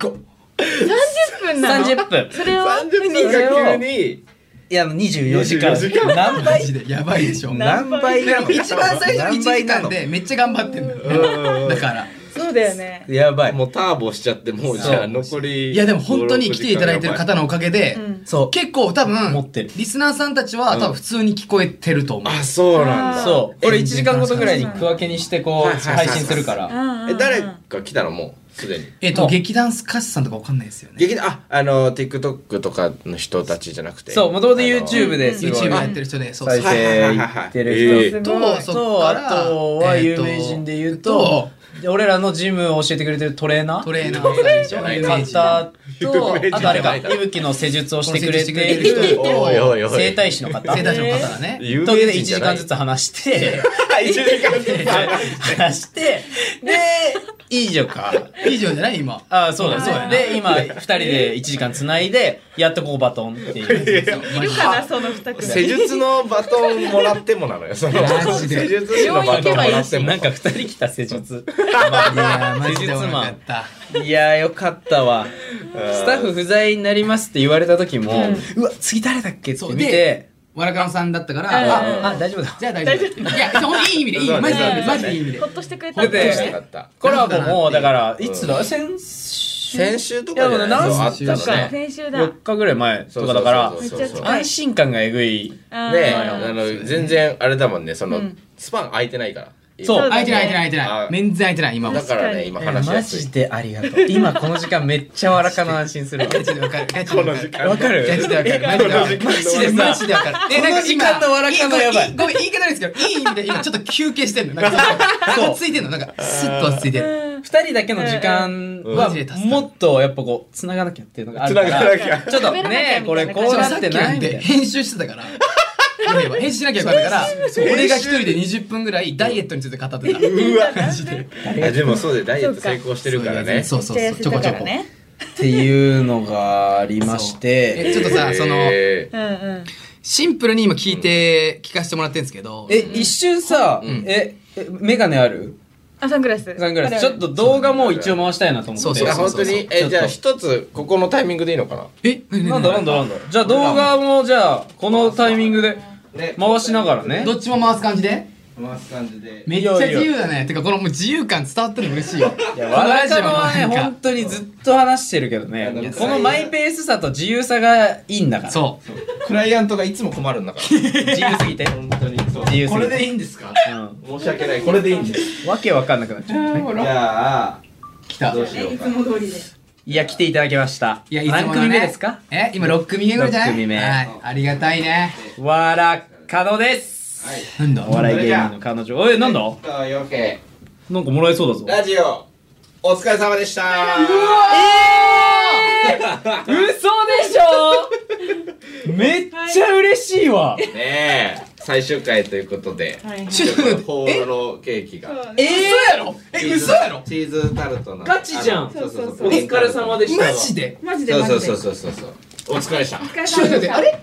Speaker 1: 個
Speaker 8: 30分なの。
Speaker 2: 30分
Speaker 8: それを
Speaker 7: 30分が急に
Speaker 2: いやあの24時間
Speaker 7: 24時間
Speaker 2: 何
Speaker 1: マ
Speaker 2: 倍
Speaker 1: ジでやばいでしょ
Speaker 2: 何倍なの
Speaker 1: 一番最初の1
Speaker 2: 何
Speaker 1: 時
Speaker 2: 倍な
Speaker 1: 間
Speaker 2: の
Speaker 1: でめっちゃ頑張ってんだよねだから
Speaker 8: そうだよね。
Speaker 2: やばい
Speaker 7: もうターボしちゃってもうじゃあ残り
Speaker 1: いやでも本当に来ていただいてる方のおかげで
Speaker 8: うん。
Speaker 2: そう
Speaker 1: 結構多
Speaker 2: 持
Speaker 1: 分
Speaker 2: ってる
Speaker 1: リスナーさんたちは多分普通に聞こえてると思う
Speaker 7: あそうなんだ
Speaker 2: そうこれ1時間ごとぐらいに区分けにしてこ
Speaker 7: は
Speaker 2: う
Speaker 7: いはいはいはい
Speaker 2: 配信するか
Speaker 8: う
Speaker 2: ら
Speaker 8: んうんうん
Speaker 7: え誰が来たのもうすでに
Speaker 1: えっ
Speaker 2: う
Speaker 1: と
Speaker 2: ん
Speaker 1: 劇団スカッシュさんとかわかんないですよね
Speaker 7: 劇団ああの TikTok とかの人たちじゃなくて
Speaker 2: そうもともと
Speaker 7: あ
Speaker 2: YouTube
Speaker 7: の
Speaker 2: ですご
Speaker 1: YouTube
Speaker 2: い
Speaker 1: やってる人でそう
Speaker 2: 再
Speaker 1: そう
Speaker 2: 生いってる人
Speaker 7: はいはいはいはいえ
Speaker 8: すご
Speaker 1: と
Speaker 8: い。
Speaker 1: そっ
Speaker 2: と
Speaker 1: か
Speaker 2: あ
Speaker 1: ら
Speaker 2: とは有名人で言うと、俺らのジムを教えてくれてるトレーナー
Speaker 1: トレーナーさんでしょ
Speaker 7: レー
Speaker 1: 有名人
Speaker 2: 方と
Speaker 7: 有名人
Speaker 2: あとあれか
Speaker 7: 有名
Speaker 2: 伊
Speaker 7: 人
Speaker 2: 吹の施術をしてくれてい
Speaker 1: この施術して
Speaker 2: る
Speaker 1: く
Speaker 7: おいおいおい
Speaker 2: 整体師の方
Speaker 1: 生徒の方がね
Speaker 7: 有
Speaker 2: と
Speaker 7: 名
Speaker 2: で1
Speaker 7: 人じ
Speaker 2: 時
Speaker 7: ゃな
Speaker 2: 間
Speaker 7: い
Speaker 2: ずつ話して
Speaker 7: 1時間ずつ
Speaker 2: 話して でいいじゃんか
Speaker 1: 以上じゃない今
Speaker 2: ああそうだそう
Speaker 1: は
Speaker 2: だ
Speaker 1: い
Speaker 2: で今2人で1時間つないでやっとこうバトンっていう
Speaker 8: いるかなその二組。
Speaker 7: 施術のバトンもらってもなのよ。その
Speaker 1: マジで
Speaker 7: 施術師のバトンもらっても。
Speaker 2: なんか2人来た施術
Speaker 1: いやーマジでおもろかった
Speaker 2: いやーよかったわスタッフ不在になりますって言われた時も、うわ次誰だっけって
Speaker 1: そう
Speaker 2: 見て
Speaker 1: わらかのさんだったか
Speaker 8: うん
Speaker 1: らあ
Speaker 2: ああ大丈夫だ
Speaker 1: じゃあ大丈夫いやほんといい意味でいい
Speaker 7: そうだ
Speaker 1: マ
Speaker 7: ね
Speaker 1: ジでマジでいい意味で
Speaker 8: ほっとしてくれた
Speaker 2: だっ
Speaker 8: んだ
Speaker 2: て
Speaker 8: よ
Speaker 7: よ
Speaker 8: ね。
Speaker 7: かった。
Speaker 2: コラボもだからいつだ、
Speaker 7: う
Speaker 2: 先週
Speaker 1: 週
Speaker 7: 先週とかじゃない
Speaker 2: いやもう
Speaker 7: そう
Speaker 2: 何
Speaker 7: あった
Speaker 2: 週
Speaker 7: の
Speaker 2: か
Speaker 7: ね
Speaker 8: 先週だ。
Speaker 2: 4日ぐらい前とかだから
Speaker 7: そうそうそうそう
Speaker 8: めっちゃ近い
Speaker 2: 安心感がえぐい
Speaker 8: あー
Speaker 7: ねあの全然あれだもんねその、
Speaker 8: うん
Speaker 7: スパン空いてないから
Speaker 2: そう
Speaker 1: 空いてない空いてない空いてな
Speaker 7: あ
Speaker 1: いメンズ空いてない今は
Speaker 7: だから
Speaker 8: 確か
Speaker 7: ね
Speaker 8: に
Speaker 7: 今
Speaker 2: マ
Speaker 7: 話しやすい
Speaker 2: ジでありがとう今この時間めっちゃわらかな安心するわ
Speaker 1: ガチでわかるガチでわかる
Speaker 2: わかる
Speaker 1: ガチでわかるマジでわかる
Speaker 2: マジで
Speaker 1: マ
Speaker 2: マ
Speaker 1: ジ
Speaker 2: ジ
Speaker 1: で
Speaker 2: で
Speaker 1: わかるえなんか今
Speaker 2: この時間の笑い方やばい
Speaker 1: ごめんごめん言い方ないですけどいい意味で今ちょっと休憩してんのなん か
Speaker 2: そう
Speaker 1: 落ち着いてんのなんかスッと落ち着いてる
Speaker 2: 2人だけの時間
Speaker 7: うん
Speaker 1: マジで助か
Speaker 2: は
Speaker 1: る
Speaker 2: もっとやっぱこうつながなきゃっていうのがある
Speaker 7: つ
Speaker 2: か
Speaker 7: な
Speaker 2: ら
Speaker 7: がらなきゃ
Speaker 2: ちょっとねこれこうなってないみたいな
Speaker 1: 編集してたから俺は編集しなきゃよかったから俺が一人で20分ぐらいダイエットについて語ってた
Speaker 7: うわ
Speaker 1: マジで
Speaker 7: いやでもそうでダイエット成功してるからね
Speaker 1: そうそうそうちょこちょこ
Speaker 2: っていうのがありまして
Speaker 1: えちょっとさその
Speaker 7: えー
Speaker 8: うんうん。
Speaker 1: シンプルに今聞いて、聞かせてもらってるんですけど
Speaker 2: え一瞬さ、
Speaker 1: うん
Speaker 2: ええメガネある
Speaker 8: あ、サングラス。
Speaker 2: サングラスちょっ。と動画も一応回したいなと思っ
Speaker 1: そう
Speaker 2: て
Speaker 7: いや本当
Speaker 1: そうそう
Speaker 7: に
Speaker 2: ちょっ
Speaker 7: え
Speaker 2: と
Speaker 7: じゃあ一つここのタイミングでいいのかな
Speaker 1: え何何
Speaker 2: なんだなんだなんだじゃあ動画もじゃあこのタイミングで
Speaker 6: ね
Speaker 2: 回しながらね
Speaker 1: どっちも回す感じで
Speaker 6: 回す感じで
Speaker 1: めっちゃ自由だねてかこのもう自由感伝わってるの嬉しいよ
Speaker 2: いやわらかまはね
Speaker 1: このラジオのなんか
Speaker 2: 本当にずっと話してるけど
Speaker 6: いや
Speaker 2: ねこのマイペースさと自由さがいいんだから
Speaker 1: そ
Speaker 7: クライアントがいつも困るんだから
Speaker 2: 自由すぎて
Speaker 6: 本当にそう
Speaker 2: 自由すぎて
Speaker 6: これでいいんですか
Speaker 2: うん
Speaker 6: 申し訳ないこれでいいんです
Speaker 2: わけわかんなくなっちゃう
Speaker 1: う
Speaker 6: じゃあ
Speaker 1: 来た
Speaker 6: どうしようか
Speaker 8: も通りで。
Speaker 2: いや来ていただきました
Speaker 1: いやいつものね
Speaker 2: 何組目ですか
Speaker 1: え今6組目ぐらいじゃない
Speaker 2: 六組目
Speaker 1: はいありがたいね
Speaker 2: わらかのです
Speaker 6: はい
Speaker 1: なんだ
Speaker 2: お笑い芸人の彼女おいなんだ
Speaker 6: あよけ
Speaker 2: なんかもらえそうだぞ
Speaker 7: ラジオお疲れ様でした
Speaker 2: 嘘でしょめっちゃ嬉しいわ
Speaker 7: ねえ最終回ということで
Speaker 8: はい。
Speaker 1: ちょっと待って
Speaker 7: ホーローケーキが
Speaker 1: え嘘やろえ嘘やろ
Speaker 7: チーズタルトの
Speaker 2: ガチじゃん
Speaker 7: あのそうそうそう
Speaker 2: お疲れ様でした
Speaker 1: マジで
Speaker 8: マジで
Speaker 7: そう
Speaker 8: マジ
Speaker 7: そ
Speaker 8: で。
Speaker 7: うそうそうそうそうお疲れでした
Speaker 8: お疲れ
Speaker 1: ちょっと待っ
Speaker 8: 様でしてた
Speaker 1: あれ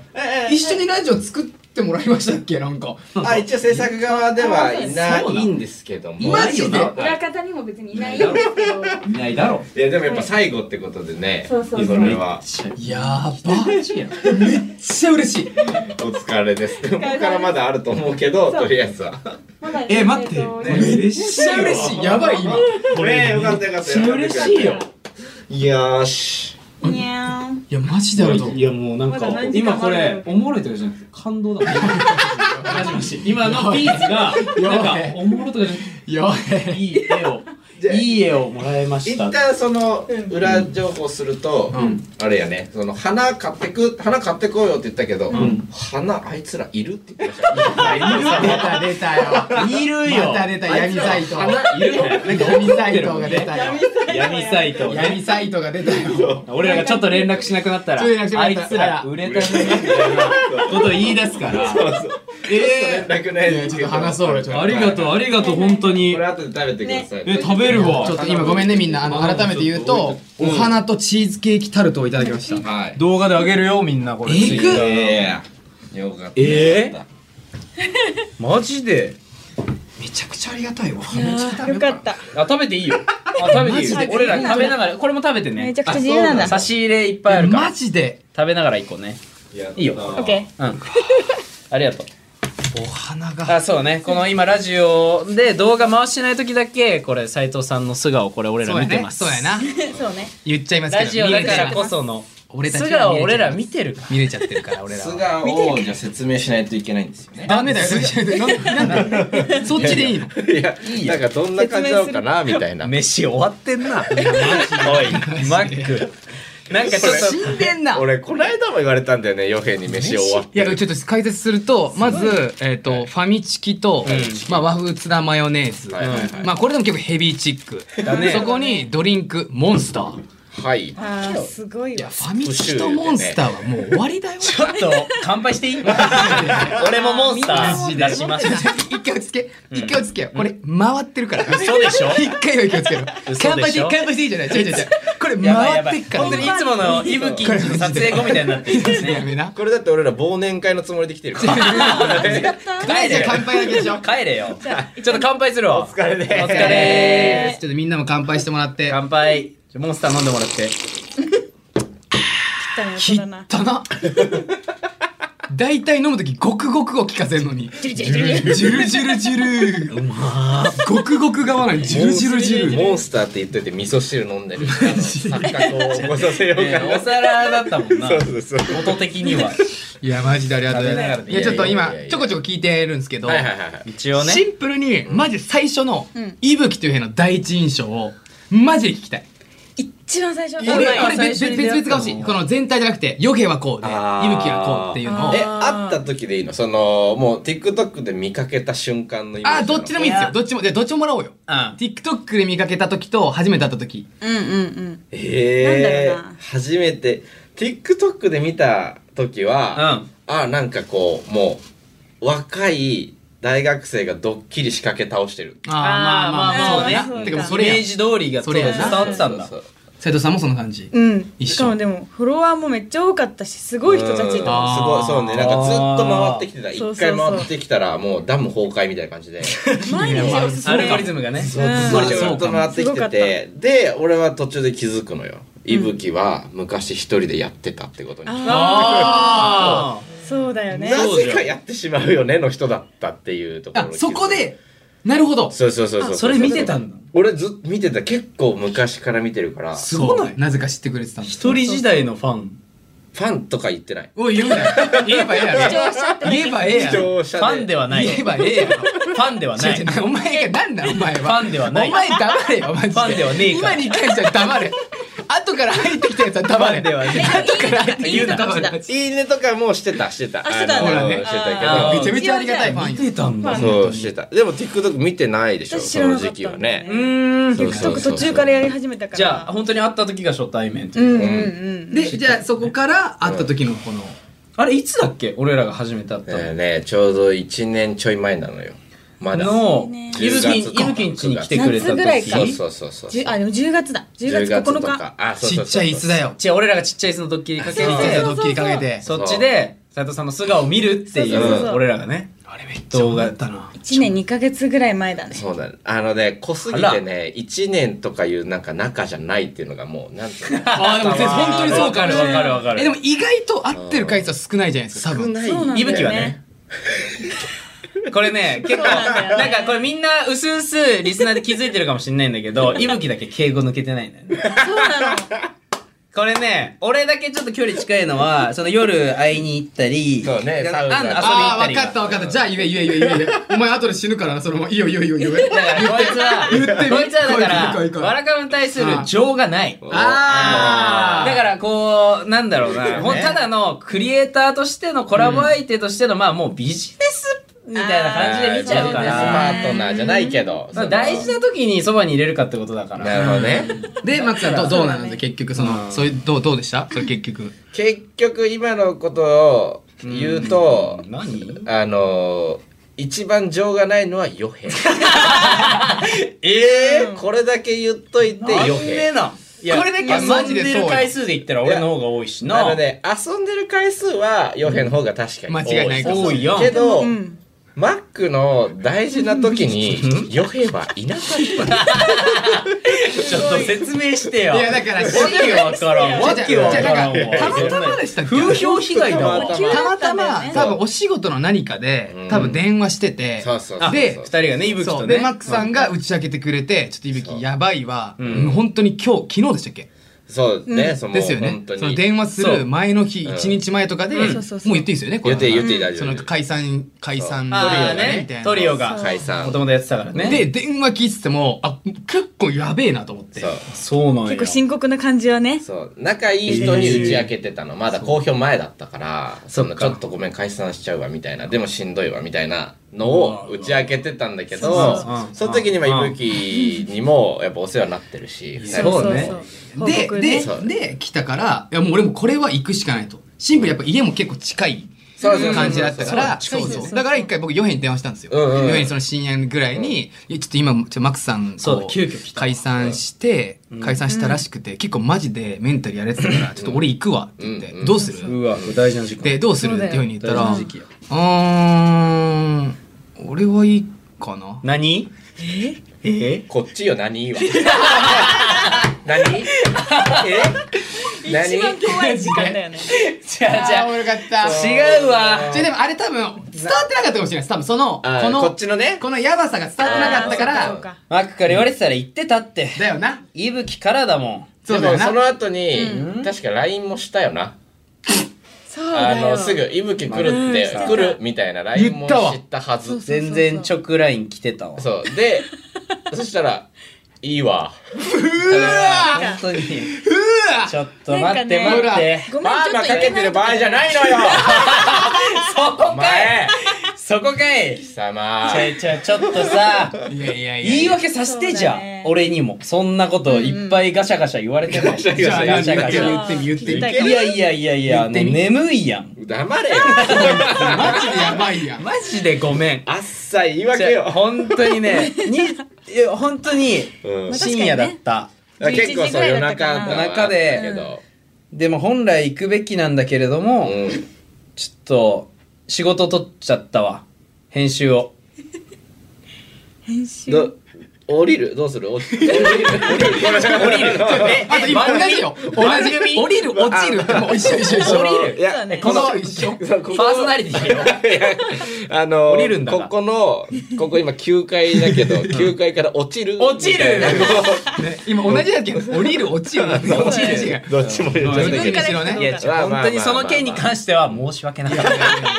Speaker 1: 一緒にラジオ作ってもらいましたっけなんか
Speaker 7: あ一応制作側ではいな
Speaker 1: そう
Speaker 7: い
Speaker 1: だ
Speaker 7: んですけども
Speaker 1: マジで
Speaker 8: 裏方にも別にいないんですけど。
Speaker 2: いないだろ
Speaker 7: いやでもやっぱ最後ってことでね
Speaker 8: そうそうそう
Speaker 7: これは
Speaker 1: やばめっちゃ嬉しい
Speaker 7: お疲れですここからまだあると思うけど
Speaker 8: そう
Speaker 7: とりあえずは
Speaker 8: まだ
Speaker 1: え待って
Speaker 8: と
Speaker 1: めっちゃ嬉しいやばい今
Speaker 7: これよかったよかったよかった
Speaker 2: 嬉しいよ
Speaker 7: よーし
Speaker 8: にゃーん。
Speaker 1: いやマジであると思う
Speaker 2: やもうなん
Speaker 8: まだ何時間
Speaker 2: 今
Speaker 8: も
Speaker 2: こ
Speaker 8: ある
Speaker 2: れおもろいとかじゃなくて感動だマジマジ今のビーズがなんかおもろいとかじゃなく
Speaker 1: や
Speaker 2: ていい絵をいい絵をもらいま
Speaker 7: 一
Speaker 2: した
Speaker 7: 旦その裏情報すると、
Speaker 1: ん
Speaker 7: あれやねその花買ってく花買ってこうよって言ったけど、
Speaker 2: ん
Speaker 7: 花あいつらいるって言ってましたいる
Speaker 1: 出た出たよ
Speaker 2: いるよ
Speaker 1: また出た闇サイト
Speaker 7: 花いるよ
Speaker 1: 闇サイトが出たよ
Speaker 2: 闇サイト
Speaker 1: 闇サイトが出たよ
Speaker 2: 俺らがちょっと連絡しなくなったら
Speaker 1: ちょっと連絡しな
Speaker 2: あ
Speaker 1: く
Speaker 2: い
Speaker 1: なった
Speaker 2: つら売れたねみたいなことを言い出すから
Speaker 7: ええ連絡ない
Speaker 1: いやちょっと話そうよちょっと
Speaker 2: ありがとうありがとう本当に
Speaker 7: これ後で食べてください、
Speaker 2: え食べるわ
Speaker 1: ちょっと今ごめんねみんなあの改めて言うとお花とチーズケーキタルトをいただきました
Speaker 7: はい
Speaker 2: 動画であげるよみんなこれ
Speaker 1: えぐっ
Speaker 7: ええよかった
Speaker 2: えー
Speaker 7: よかっ
Speaker 2: マジで
Speaker 1: めちゃくちゃありがたいわ
Speaker 8: よかった。
Speaker 2: あ食べていいよあ食べていいよ
Speaker 1: マジで
Speaker 2: 俺ら食べながらこれも食べてね
Speaker 8: めちゃくちゃ自由なんだ
Speaker 2: あそう差し入れいっぱいあるから
Speaker 1: マジで
Speaker 2: 食べながら行こうね
Speaker 7: たやった
Speaker 2: いいよ
Speaker 8: オッケ
Speaker 2: うん ありがとう
Speaker 1: お花が
Speaker 2: あそうねこの今ラジオで動画回してない時だけこれ斎藤さんの素顔これ俺ら
Speaker 1: そうや
Speaker 2: 見て
Speaker 1: ね
Speaker 2: ます
Speaker 1: そうやな
Speaker 8: ー。そうね。
Speaker 1: 言っちゃいますけど
Speaker 2: ラジオだからこその
Speaker 1: 俺たち
Speaker 2: 素
Speaker 1: が
Speaker 2: 顔
Speaker 1: 見れちゃいます
Speaker 2: 俺ら見てるから
Speaker 1: 見れちゃってるから俺らは
Speaker 7: 素顔をじゃあ説明しないといけないんですよね
Speaker 1: ダメだよなんでなんでそっちでいいの
Speaker 7: いやいいなんかどんな感じなのかなみたいな
Speaker 2: 飯終わってんなおいマックなんかちょっと
Speaker 1: 死んでんな
Speaker 7: 俺この間も言われたんだよねヨヘイに飯終わっ
Speaker 1: い
Speaker 7: て
Speaker 1: やちょっと解説するとまず、えー、とファミチキと、まあ、和風ツナマヨネーズ、
Speaker 7: はいはいはい
Speaker 1: まあ、これでも結構ヘビーチック
Speaker 2: だね
Speaker 1: そこにドリンクモンスター
Speaker 7: はい
Speaker 8: あー、すごいわ。
Speaker 1: ファミチキとモンスターはもう終わりだよ
Speaker 2: ちょっと乾杯していい俺もモンスター出しました
Speaker 1: 一回落ち着け一回落ち着けよこれ回ってるから
Speaker 2: 嘘でしょ
Speaker 1: 一回は一回落ち着けよ
Speaker 2: 嘘
Speaker 1: 乾
Speaker 2: で
Speaker 1: 杯し
Speaker 2: してょ
Speaker 1: 乾杯していいじゃない違う違う違うこれ
Speaker 2: やばいや
Speaker 1: 回っ
Speaker 2: ば
Speaker 1: て
Speaker 2: い
Speaker 1: っから
Speaker 2: 本当にいつもの伊吹んちの撮影後みたいになってるから
Speaker 1: や
Speaker 2: ね
Speaker 1: めな
Speaker 7: これだって俺ら忘年会のつもりで来てるから
Speaker 1: 大丈夫乾杯だけでしょ
Speaker 2: 帰れよちょっと乾杯するわお疲
Speaker 7: れです
Speaker 2: お疲れ
Speaker 1: ちょっとみんなも乾杯してもらって
Speaker 2: 乾杯じゃあモンスター飲んでもらって
Speaker 8: 汚い
Speaker 1: きっ
Speaker 8: 音だな。
Speaker 1: たな大体飲む時ごくごくを聞かせるのにジュルジュルジュル
Speaker 2: うまー
Speaker 1: ごくごくが合わないジュルジュルジュル
Speaker 7: モンスターって言っといて味噌汁飲んでるみたいな錯覚を起こさせようか
Speaker 2: ねお
Speaker 7: な
Speaker 2: 皿だったもんな
Speaker 7: そうそうそう
Speaker 2: 音的にはい
Speaker 1: やマジでありがとうございますい
Speaker 2: 食べながらでいい
Speaker 1: やちょっと
Speaker 7: いや
Speaker 1: 今
Speaker 7: いやいや
Speaker 1: ちょこちょこ聞いてるんですけど、
Speaker 7: はいはいはいはい
Speaker 2: 一応ね
Speaker 1: シンプルにマジ最初の
Speaker 8: うん
Speaker 1: 伊吹という兵の第一印象をマジで聞きたい
Speaker 8: 一番最初
Speaker 2: いや
Speaker 1: 俺
Speaker 2: まあ
Speaker 1: これ
Speaker 2: 最
Speaker 1: 別
Speaker 2: 初に
Speaker 1: 別々が欲し
Speaker 2: 出会った
Speaker 1: い
Speaker 2: の
Speaker 1: この全体じゃなくてヨゲはこうで伊
Speaker 7: あー
Speaker 1: 吹はこうっていうのを
Speaker 7: え
Speaker 1: え
Speaker 7: 会った時でいいのそのもう TikTok で見かけた瞬間のイメージ
Speaker 1: あーどっちでもいいですよどっちもでどっちももらおうよ
Speaker 2: うん
Speaker 1: TikTok で見かけた時と初めて会った時
Speaker 8: うんうんうん
Speaker 7: え
Speaker 8: なんだろ
Speaker 7: ー
Speaker 8: うな、
Speaker 7: 初めて TikTok で見た時は、
Speaker 2: うん
Speaker 7: あなんかこうもう若い大学生がドッキリ仕掛け倒してる
Speaker 1: あー
Speaker 2: あーまあまあ
Speaker 1: そう
Speaker 8: そう
Speaker 1: ね
Speaker 8: ね
Speaker 1: てかもうそ
Speaker 2: イ
Speaker 1: れ
Speaker 2: メ
Speaker 1: や
Speaker 2: ージ通りが
Speaker 1: それやな
Speaker 2: 伝わってたんだ
Speaker 7: そうそう
Speaker 1: 斉藤さんもそんな感じ
Speaker 8: うん
Speaker 1: 一緒
Speaker 8: しかもでもフォロワーもめっちゃ多かったしすごい人たちいた
Speaker 1: あ
Speaker 8: もん
Speaker 7: すごいそうねなんかずっと回ってきてた
Speaker 8: そ
Speaker 7: 一
Speaker 8: うそうそ
Speaker 7: 回
Speaker 8: う
Speaker 7: 回ってきたらもうダム崩壊みたいな感じ でずっ
Speaker 8: 毎日おすす
Speaker 2: アルゴリ
Speaker 8: め
Speaker 2: ズムがね
Speaker 8: うん
Speaker 7: とずっと回ってき
Speaker 8: すごか
Speaker 7: て
Speaker 8: って
Speaker 7: で俺は途中で気づくのよいぶきは昔一人でやってたってことに、
Speaker 8: あ
Speaker 2: あ
Speaker 8: ーそうだよね
Speaker 7: なぜかやってしまうよねの人だったっていうところ
Speaker 1: あ
Speaker 7: に気づく
Speaker 1: そこでなるほど
Speaker 7: そうそうそうそう
Speaker 2: あそれ見てたんだ
Speaker 7: 俺ずっと見てた結構昔から見てるからフ
Speaker 1: すごないなぜか知ってくれてたんです
Speaker 2: 一人時代のファン
Speaker 7: ァンとか言ってない
Speaker 1: おい言うなよ言えばええやろ
Speaker 8: 視聴者って
Speaker 1: 言えばええや
Speaker 7: 視
Speaker 1: ろ
Speaker 7: 聴
Speaker 2: フ
Speaker 7: 者
Speaker 2: ァンではない
Speaker 1: 言え
Speaker 2: フ
Speaker 1: ばええやろ
Speaker 2: ァンではな
Speaker 1: 違
Speaker 2: いう
Speaker 1: 違うお前が何だお前は
Speaker 2: ファンではない
Speaker 1: お前黙れよマジで
Speaker 2: ファンではねえから
Speaker 1: 今に関しては黙れ後から入ってきたやつは黙れ
Speaker 2: ファンではねえ
Speaker 1: 後から入ってきたやつは黙れ
Speaker 8: いい
Speaker 7: いいねとかもうしてたしてた
Speaker 8: あしてたん
Speaker 1: だ
Speaker 7: あの
Speaker 1: ほらね
Speaker 7: してた
Speaker 2: あ
Speaker 1: めちゃめちゃありがたいファン
Speaker 2: 見
Speaker 1: よ
Speaker 2: てたんだ
Speaker 7: けどそうしてたでも TikTok 見てないでしょ
Speaker 8: 私知
Speaker 7: そ
Speaker 8: ら
Speaker 7: の
Speaker 8: なか
Speaker 7: 時
Speaker 8: っ
Speaker 7: 期
Speaker 8: た
Speaker 7: は
Speaker 8: んだよ
Speaker 7: ね
Speaker 8: ね
Speaker 2: うーん
Speaker 7: そうそうそうそう
Speaker 8: 途中からやり始めたから
Speaker 2: じゃあ本当に会った時が初対面と
Speaker 8: う
Speaker 2: いうん
Speaker 8: うんうん
Speaker 1: でじゃあそこから会った時のこの
Speaker 2: あれいつだっけ俺らが初めて会った
Speaker 7: だから
Speaker 2: の
Speaker 7: ねちょうど1年ちょい前なのよまだ
Speaker 2: の
Speaker 8: 10
Speaker 2: いぶきんい
Speaker 7: 月とか
Speaker 2: ぶきんちに来てくれた
Speaker 8: 夏ぐらい
Speaker 2: 時
Speaker 8: か
Speaker 7: そうそうそうそう
Speaker 8: じゅあでも10月だ10
Speaker 7: 10
Speaker 8: 月
Speaker 7: 月と
Speaker 8: 9
Speaker 7: か
Speaker 8: 日
Speaker 7: あそう
Speaker 1: ち
Speaker 7: そ
Speaker 1: っ
Speaker 7: うそう
Speaker 1: ちゃい椅子だよ
Speaker 2: 違う俺らがちっちゃい椅子のドッキリかけ
Speaker 1: ちっちゃい
Speaker 2: て
Speaker 1: ドッキリかけて
Speaker 2: そっちで斉藤さんの素顔を見るってい
Speaker 7: そうそう
Speaker 8: そうう
Speaker 2: 俺らがね
Speaker 1: あれめっちゃ
Speaker 2: 動
Speaker 1: 多
Speaker 2: 画
Speaker 1: か
Speaker 2: や
Speaker 1: っ
Speaker 2: ったた
Speaker 1: な
Speaker 2: な
Speaker 8: 1年2ヶ月ぐらい前だね
Speaker 7: そうだねあのね濃すぎてね1年とかいうなんか仲じゃないっていうのがもうなんていうの
Speaker 1: あーでも先生本当にそうかもしれない
Speaker 2: わかるわかる
Speaker 1: えでも意外と会ってる回数は少ないじゃないですか多
Speaker 7: 少
Speaker 1: 分
Speaker 7: ない
Speaker 8: そうなんだよね
Speaker 2: いぶきはねこれね結構
Speaker 8: そうなんだよ
Speaker 2: な
Speaker 8: ね
Speaker 2: んかこれみんなうすうすリスナーで気づいてるかもしれないんだけ どいぶきだけ敬語抜けてないんだよね
Speaker 8: そうなの
Speaker 2: これね俺だけちょっと距離近いのはその夜会いに行ったり
Speaker 7: そうねサウナ
Speaker 2: あん遊びに
Speaker 1: あ
Speaker 2: 行っ
Speaker 1: あ
Speaker 2: た
Speaker 1: 分
Speaker 2: り
Speaker 1: かった分かったじゃあ言え言え言え言えお前後で死ぬからなそれもいいよいいよいいよ言え
Speaker 2: だからこいつは
Speaker 1: 言ってみ
Speaker 2: こいつはだから
Speaker 1: こいこいこいこい
Speaker 2: わらかむに対する情がない
Speaker 1: あー
Speaker 2: だからこうなんだろうな、ほんただのクリエイターとしてのコラボ相手としての、まあもうビジネスみたいな感じで見ちゃうか
Speaker 7: あービジネスパー
Speaker 2: ら、
Speaker 7: トナーじゃないけど
Speaker 2: まあ大事な時にそばに入れるかってことだか
Speaker 7: なる
Speaker 2: ら
Speaker 7: ほどね
Speaker 1: でマックさんどうどうなの
Speaker 8: そうだね
Speaker 1: 結局そのそういうどうどうでしたそれ結局
Speaker 7: 結局今のことを言うと、
Speaker 2: 何
Speaker 7: あの一番情がないのはヨヘ
Speaker 2: え
Speaker 7: えこれだけ言っといてヨヘ
Speaker 2: いや
Speaker 1: これだけはマジでそう
Speaker 2: 遊んる回数で言ったら俺の方が多いしな
Speaker 7: あのね遊んでる回数はヨヘの方が確かに多い
Speaker 1: 間違いないか
Speaker 2: 多いよ
Speaker 7: けど、
Speaker 8: うん
Speaker 7: マックの大事な時にヨヘはいなかった
Speaker 2: ちょっと説明してよ
Speaker 1: いやだから
Speaker 2: わけわからんわけわからん
Speaker 1: じゃあじゃあなんかたまたまでしたっけ
Speaker 2: 風評被害だわ
Speaker 7: たまた
Speaker 1: たまたま
Speaker 8: そう
Speaker 1: 多分お仕事の何か
Speaker 7: う
Speaker 1: で
Speaker 7: ん
Speaker 1: 多分電話してて
Speaker 7: そうそうそうそう
Speaker 1: で
Speaker 2: 二人がねいぶき
Speaker 1: そ
Speaker 2: と
Speaker 1: う
Speaker 2: ね
Speaker 1: でマックさんが打ち明けてくれてちょっといぶ
Speaker 7: そう
Speaker 1: きやばいわ
Speaker 2: うん
Speaker 1: もう本当に今日昨日でしたっけ
Speaker 7: そうね、
Speaker 8: うん
Speaker 7: その
Speaker 1: ですよね
Speaker 7: 本当に
Speaker 1: その電話す
Speaker 2: そう
Speaker 1: る前の日
Speaker 7: うん
Speaker 1: 1日前とかでも
Speaker 8: う
Speaker 1: うん言
Speaker 8: そう
Speaker 1: って
Speaker 8: そうそう
Speaker 1: いいですよねこれ
Speaker 7: 言っ
Speaker 1: は
Speaker 7: て言っていい大丈
Speaker 1: そ
Speaker 7: 夫
Speaker 1: の解散解散
Speaker 2: あー
Speaker 1: トリオがみたいな
Speaker 2: トリオが
Speaker 7: 解散
Speaker 2: もともとやってたからね
Speaker 1: で電話聞いててもあ結構やべえなと思って
Speaker 7: そう
Speaker 2: そうなんや
Speaker 8: 結構深刻な感じはね
Speaker 7: そう仲いい人に打ち明けてたの、まだ公表前だったからそんなち
Speaker 2: そっ
Speaker 7: ょ
Speaker 2: か
Speaker 7: っとごめん解散しちゃうわみたいなでもしんどいわみたいなのを
Speaker 2: うわ
Speaker 7: 打ち明けてたんだけ
Speaker 8: そう
Speaker 7: ど
Speaker 8: そう
Speaker 2: そう
Speaker 7: その時にま
Speaker 2: う
Speaker 7: あ
Speaker 2: ん
Speaker 7: いぶきにもやっぱお世話になってるし
Speaker 2: そうね
Speaker 8: 報
Speaker 1: で、
Speaker 8: 告ね
Speaker 7: そう
Speaker 1: で、で、来たから、いやもう俺もこれは行くしかないと。シンプルやっぱ家も結構近い
Speaker 7: そうそう
Speaker 1: 感じだったから、
Speaker 8: そうそうそう
Speaker 1: だから一回僕、ヨヘに電話したんですよ。
Speaker 7: うんうんうん
Speaker 1: ヨヘにその深夜ぐらいに、いやちょっと今、ちょっとマックさん、こ
Speaker 2: そうだ急遽来た
Speaker 1: 解散して、解散したらしくて、結構マジでメンタルやれてたから、ちょっと俺行くわって言って、
Speaker 7: うんうん
Speaker 1: どうする
Speaker 2: うわ大事な時間
Speaker 1: で、どうするっ
Speaker 8: そうだ
Speaker 1: て
Speaker 8: よ
Speaker 1: いうふうに言ったら、
Speaker 2: 大
Speaker 1: う
Speaker 2: 事な時期や
Speaker 1: ーん、俺はいいかな。
Speaker 2: 何ええ
Speaker 7: こっちよ何言いわ何え
Speaker 2: 何
Speaker 8: 一番怖い時間だよね。
Speaker 2: じゃあじ
Speaker 1: あー、お
Speaker 2: ゃ
Speaker 1: もろかった。
Speaker 2: あ違うわ
Speaker 1: じゃあでもあれ多分、伝わってなかったかもしれないです。多分その、
Speaker 7: あー
Speaker 1: この、
Speaker 7: こっちのね
Speaker 1: このヤバさが伝わってなかったか
Speaker 8: あーそう
Speaker 1: ら、
Speaker 8: か
Speaker 2: マックから言われてたら言ってたって
Speaker 1: だよな。
Speaker 2: いぶきからだもん
Speaker 1: そうだよ
Speaker 7: でもその
Speaker 1: な。
Speaker 7: 後に、
Speaker 2: うん
Speaker 7: 確か LINE もしたよな、
Speaker 8: そう
Speaker 7: あ
Speaker 8: だよ。
Speaker 7: のすぐ「いぶき来る」って、
Speaker 2: うん
Speaker 7: 来るみたいな LINE
Speaker 1: 言
Speaker 7: も
Speaker 1: ったわ
Speaker 7: したはず
Speaker 8: そう
Speaker 7: そ
Speaker 8: そう
Speaker 2: 全然直ライン来てたわ
Speaker 7: でそしたら「いいわ
Speaker 1: うわ
Speaker 2: 本当に
Speaker 1: うわ
Speaker 2: ちょっと待って
Speaker 8: なん
Speaker 2: 待
Speaker 8: かね
Speaker 2: って
Speaker 8: ごめん
Speaker 7: バーバ
Speaker 8: ちょっと
Speaker 7: ーか
Speaker 8: 行け
Speaker 7: けて
Speaker 8: ない
Speaker 7: る場合じゃないのよ
Speaker 2: そこ
Speaker 7: お
Speaker 2: かい
Speaker 7: 前
Speaker 2: そこかい
Speaker 7: 貴様
Speaker 2: ちょいちょいちょっとさ
Speaker 1: いやいやいや。
Speaker 2: 言い訳させてじゃ
Speaker 8: そうだね
Speaker 2: ん俺にもそんなこといっぱいガシャガシャ言われても
Speaker 7: ガシャガシ
Speaker 1: じゃあ、
Speaker 7: ガ
Speaker 1: 言っ
Speaker 7: シャ
Speaker 1: て
Speaker 7: ガ
Speaker 1: み
Speaker 7: シ
Speaker 1: 言
Speaker 7: ャ
Speaker 1: ってみ言ってみ。
Speaker 8: ガシャガシャ
Speaker 1: マ
Speaker 2: いやいやいやいやあの
Speaker 1: 言ってみ
Speaker 2: 眠いやん
Speaker 7: 黙れよ
Speaker 1: ジでやばいやん。
Speaker 2: マジでごめん
Speaker 7: あっさい言い訳よ
Speaker 2: 本当にねにいや本当に
Speaker 7: うん
Speaker 8: ま
Speaker 2: 深夜だった、
Speaker 8: 11
Speaker 7: 結構そう夜中だったわ
Speaker 2: 夜中で
Speaker 7: だけど、
Speaker 2: でも本来行くべきなんだけれども、
Speaker 7: うん
Speaker 2: ちょっと仕事取っちゃったわ編集を
Speaker 8: 編集。
Speaker 7: ど降りるどうする降りる降りる
Speaker 1: あと今同じよ。同じ。降りる、落ちるってもう一緒一緒一緒。
Speaker 7: いや
Speaker 8: そうだね
Speaker 1: この一緒。
Speaker 2: パーソナリティよ
Speaker 7: あの
Speaker 2: 降りるんだ
Speaker 7: こ
Speaker 2: な
Speaker 7: このここ今9階だけど9階から落ちる
Speaker 2: 落ちる
Speaker 7: みたいな
Speaker 1: ね今同じだけど、降りる、 落ちる。落ちる違う。
Speaker 7: どっちも言っちゃった
Speaker 1: 自
Speaker 7: け
Speaker 1: 分
Speaker 7: ど
Speaker 1: から言ったの
Speaker 2: いや
Speaker 8: か
Speaker 2: ちょ
Speaker 7: まあまあ
Speaker 2: 本当にその件に関しては申し訳なかっ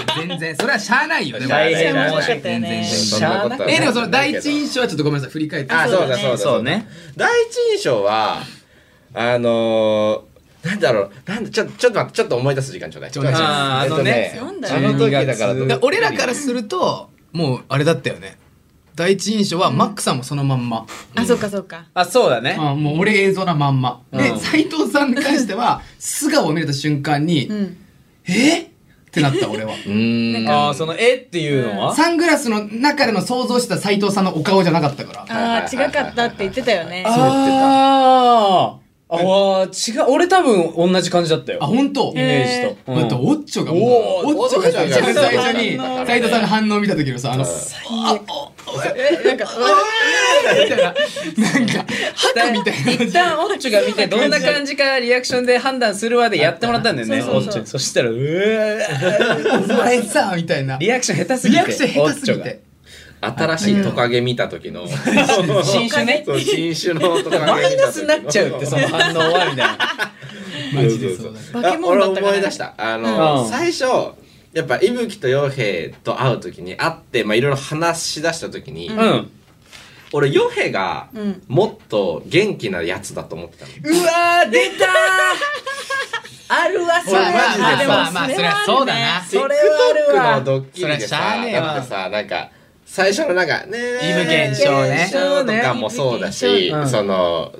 Speaker 2: た
Speaker 1: 全然、それはしゃあないよ。でも
Speaker 2: 大変
Speaker 8: 面
Speaker 2: 申
Speaker 8: 白
Speaker 2: し
Speaker 8: かっ
Speaker 2: 訳
Speaker 8: たよね。
Speaker 7: そんなことはない
Speaker 1: え、でもその第一印象はちょっとごめんなさい、振り返って。
Speaker 7: あそうだそうだ
Speaker 2: そうね
Speaker 7: 第一印象はあのーなんだろうなんだちょちょっと待ってちょっと思い出す時間ちょうだい
Speaker 1: ちょうだい
Speaker 2: あーあのね
Speaker 7: えっと
Speaker 8: なんだ
Speaker 7: あ
Speaker 8: ろう
Speaker 7: の時だから
Speaker 2: 12
Speaker 1: だから俺らからするともうあれだったよね第一印象はマックさんもそのまんま、
Speaker 8: あ、そうかそうか。
Speaker 2: あそうだね、
Speaker 1: あもう俺映像なまんま、
Speaker 2: う
Speaker 1: で
Speaker 2: ん
Speaker 1: 斎藤さんに関しては素顔を見れた瞬間に、
Speaker 8: うん。
Speaker 1: えってなった俺は
Speaker 7: うーん
Speaker 2: あーその絵っていうのは、
Speaker 1: サングラスの中での想像してた斎藤さんのお顔じゃなかったから
Speaker 8: ああ、違かったって言ってたよね。
Speaker 2: あーあわー違う俺多分同じ感じだったよ
Speaker 1: あ本当
Speaker 2: イメージと、
Speaker 1: だってオッチョがもう
Speaker 7: おー
Speaker 1: オッチョがさ
Speaker 7: オッ
Speaker 1: 一
Speaker 7: チョが
Speaker 1: 番最初に
Speaker 7: 反応
Speaker 1: 斎藤さんの反応を見た時のさあの
Speaker 8: え、なんか、
Speaker 1: みたいななんかハクみたいな
Speaker 2: 一旦オッチョが見てどんな感じかリアクションで判断するまでやってもらったんだよね
Speaker 8: そうそうそう
Speaker 2: オッチョそしたらうー
Speaker 1: お前さみたいなリ
Speaker 2: リアクション下手すぎて
Speaker 1: アクション下手すぎて
Speaker 7: 新しいトカゲ見た時の
Speaker 2: オッチョが新種ね
Speaker 7: そう新種のトカゲ見た時の
Speaker 2: マイナスになっちゃうってその反応はみたいな
Speaker 1: マジでそうだね
Speaker 8: 化け物だった
Speaker 7: あ俺
Speaker 8: からね
Speaker 7: 思い出したあの、
Speaker 2: うん
Speaker 7: 最初やっぱ伊吹と洋平と会う時に会ってまあいろいろ話し出した時に、
Speaker 2: うん
Speaker 7: 俺洋平が
Speaker 8: うん
Speaker 7: もっと元気なやつだと思ってたの、
Speaker 2: うわー出たーあるわそれ
Speaker 1: まあまあ
Speaker 2: は
Speaker 1: まあ
Speaker 2: でも
Speaker 1: まあまあそりゃそうだな
Speaker 2: それはあ
Speaker 7: TikTok の
Speaker 2: るわ
Speaker 7: ドッキリで
Speaker 1: そりゃしゃあ
Speaker 7: さ
Speaker 1: ねえわ
Speaker 7: やっぱさなんか最初のなんか「ね
Speaker 1: イ
Speaker 7: え」
Speaker 1: ブ現象ね
Speaker 7: 現象とかもそうだし、
Speaker 2: イブ現象
Speaker 7: その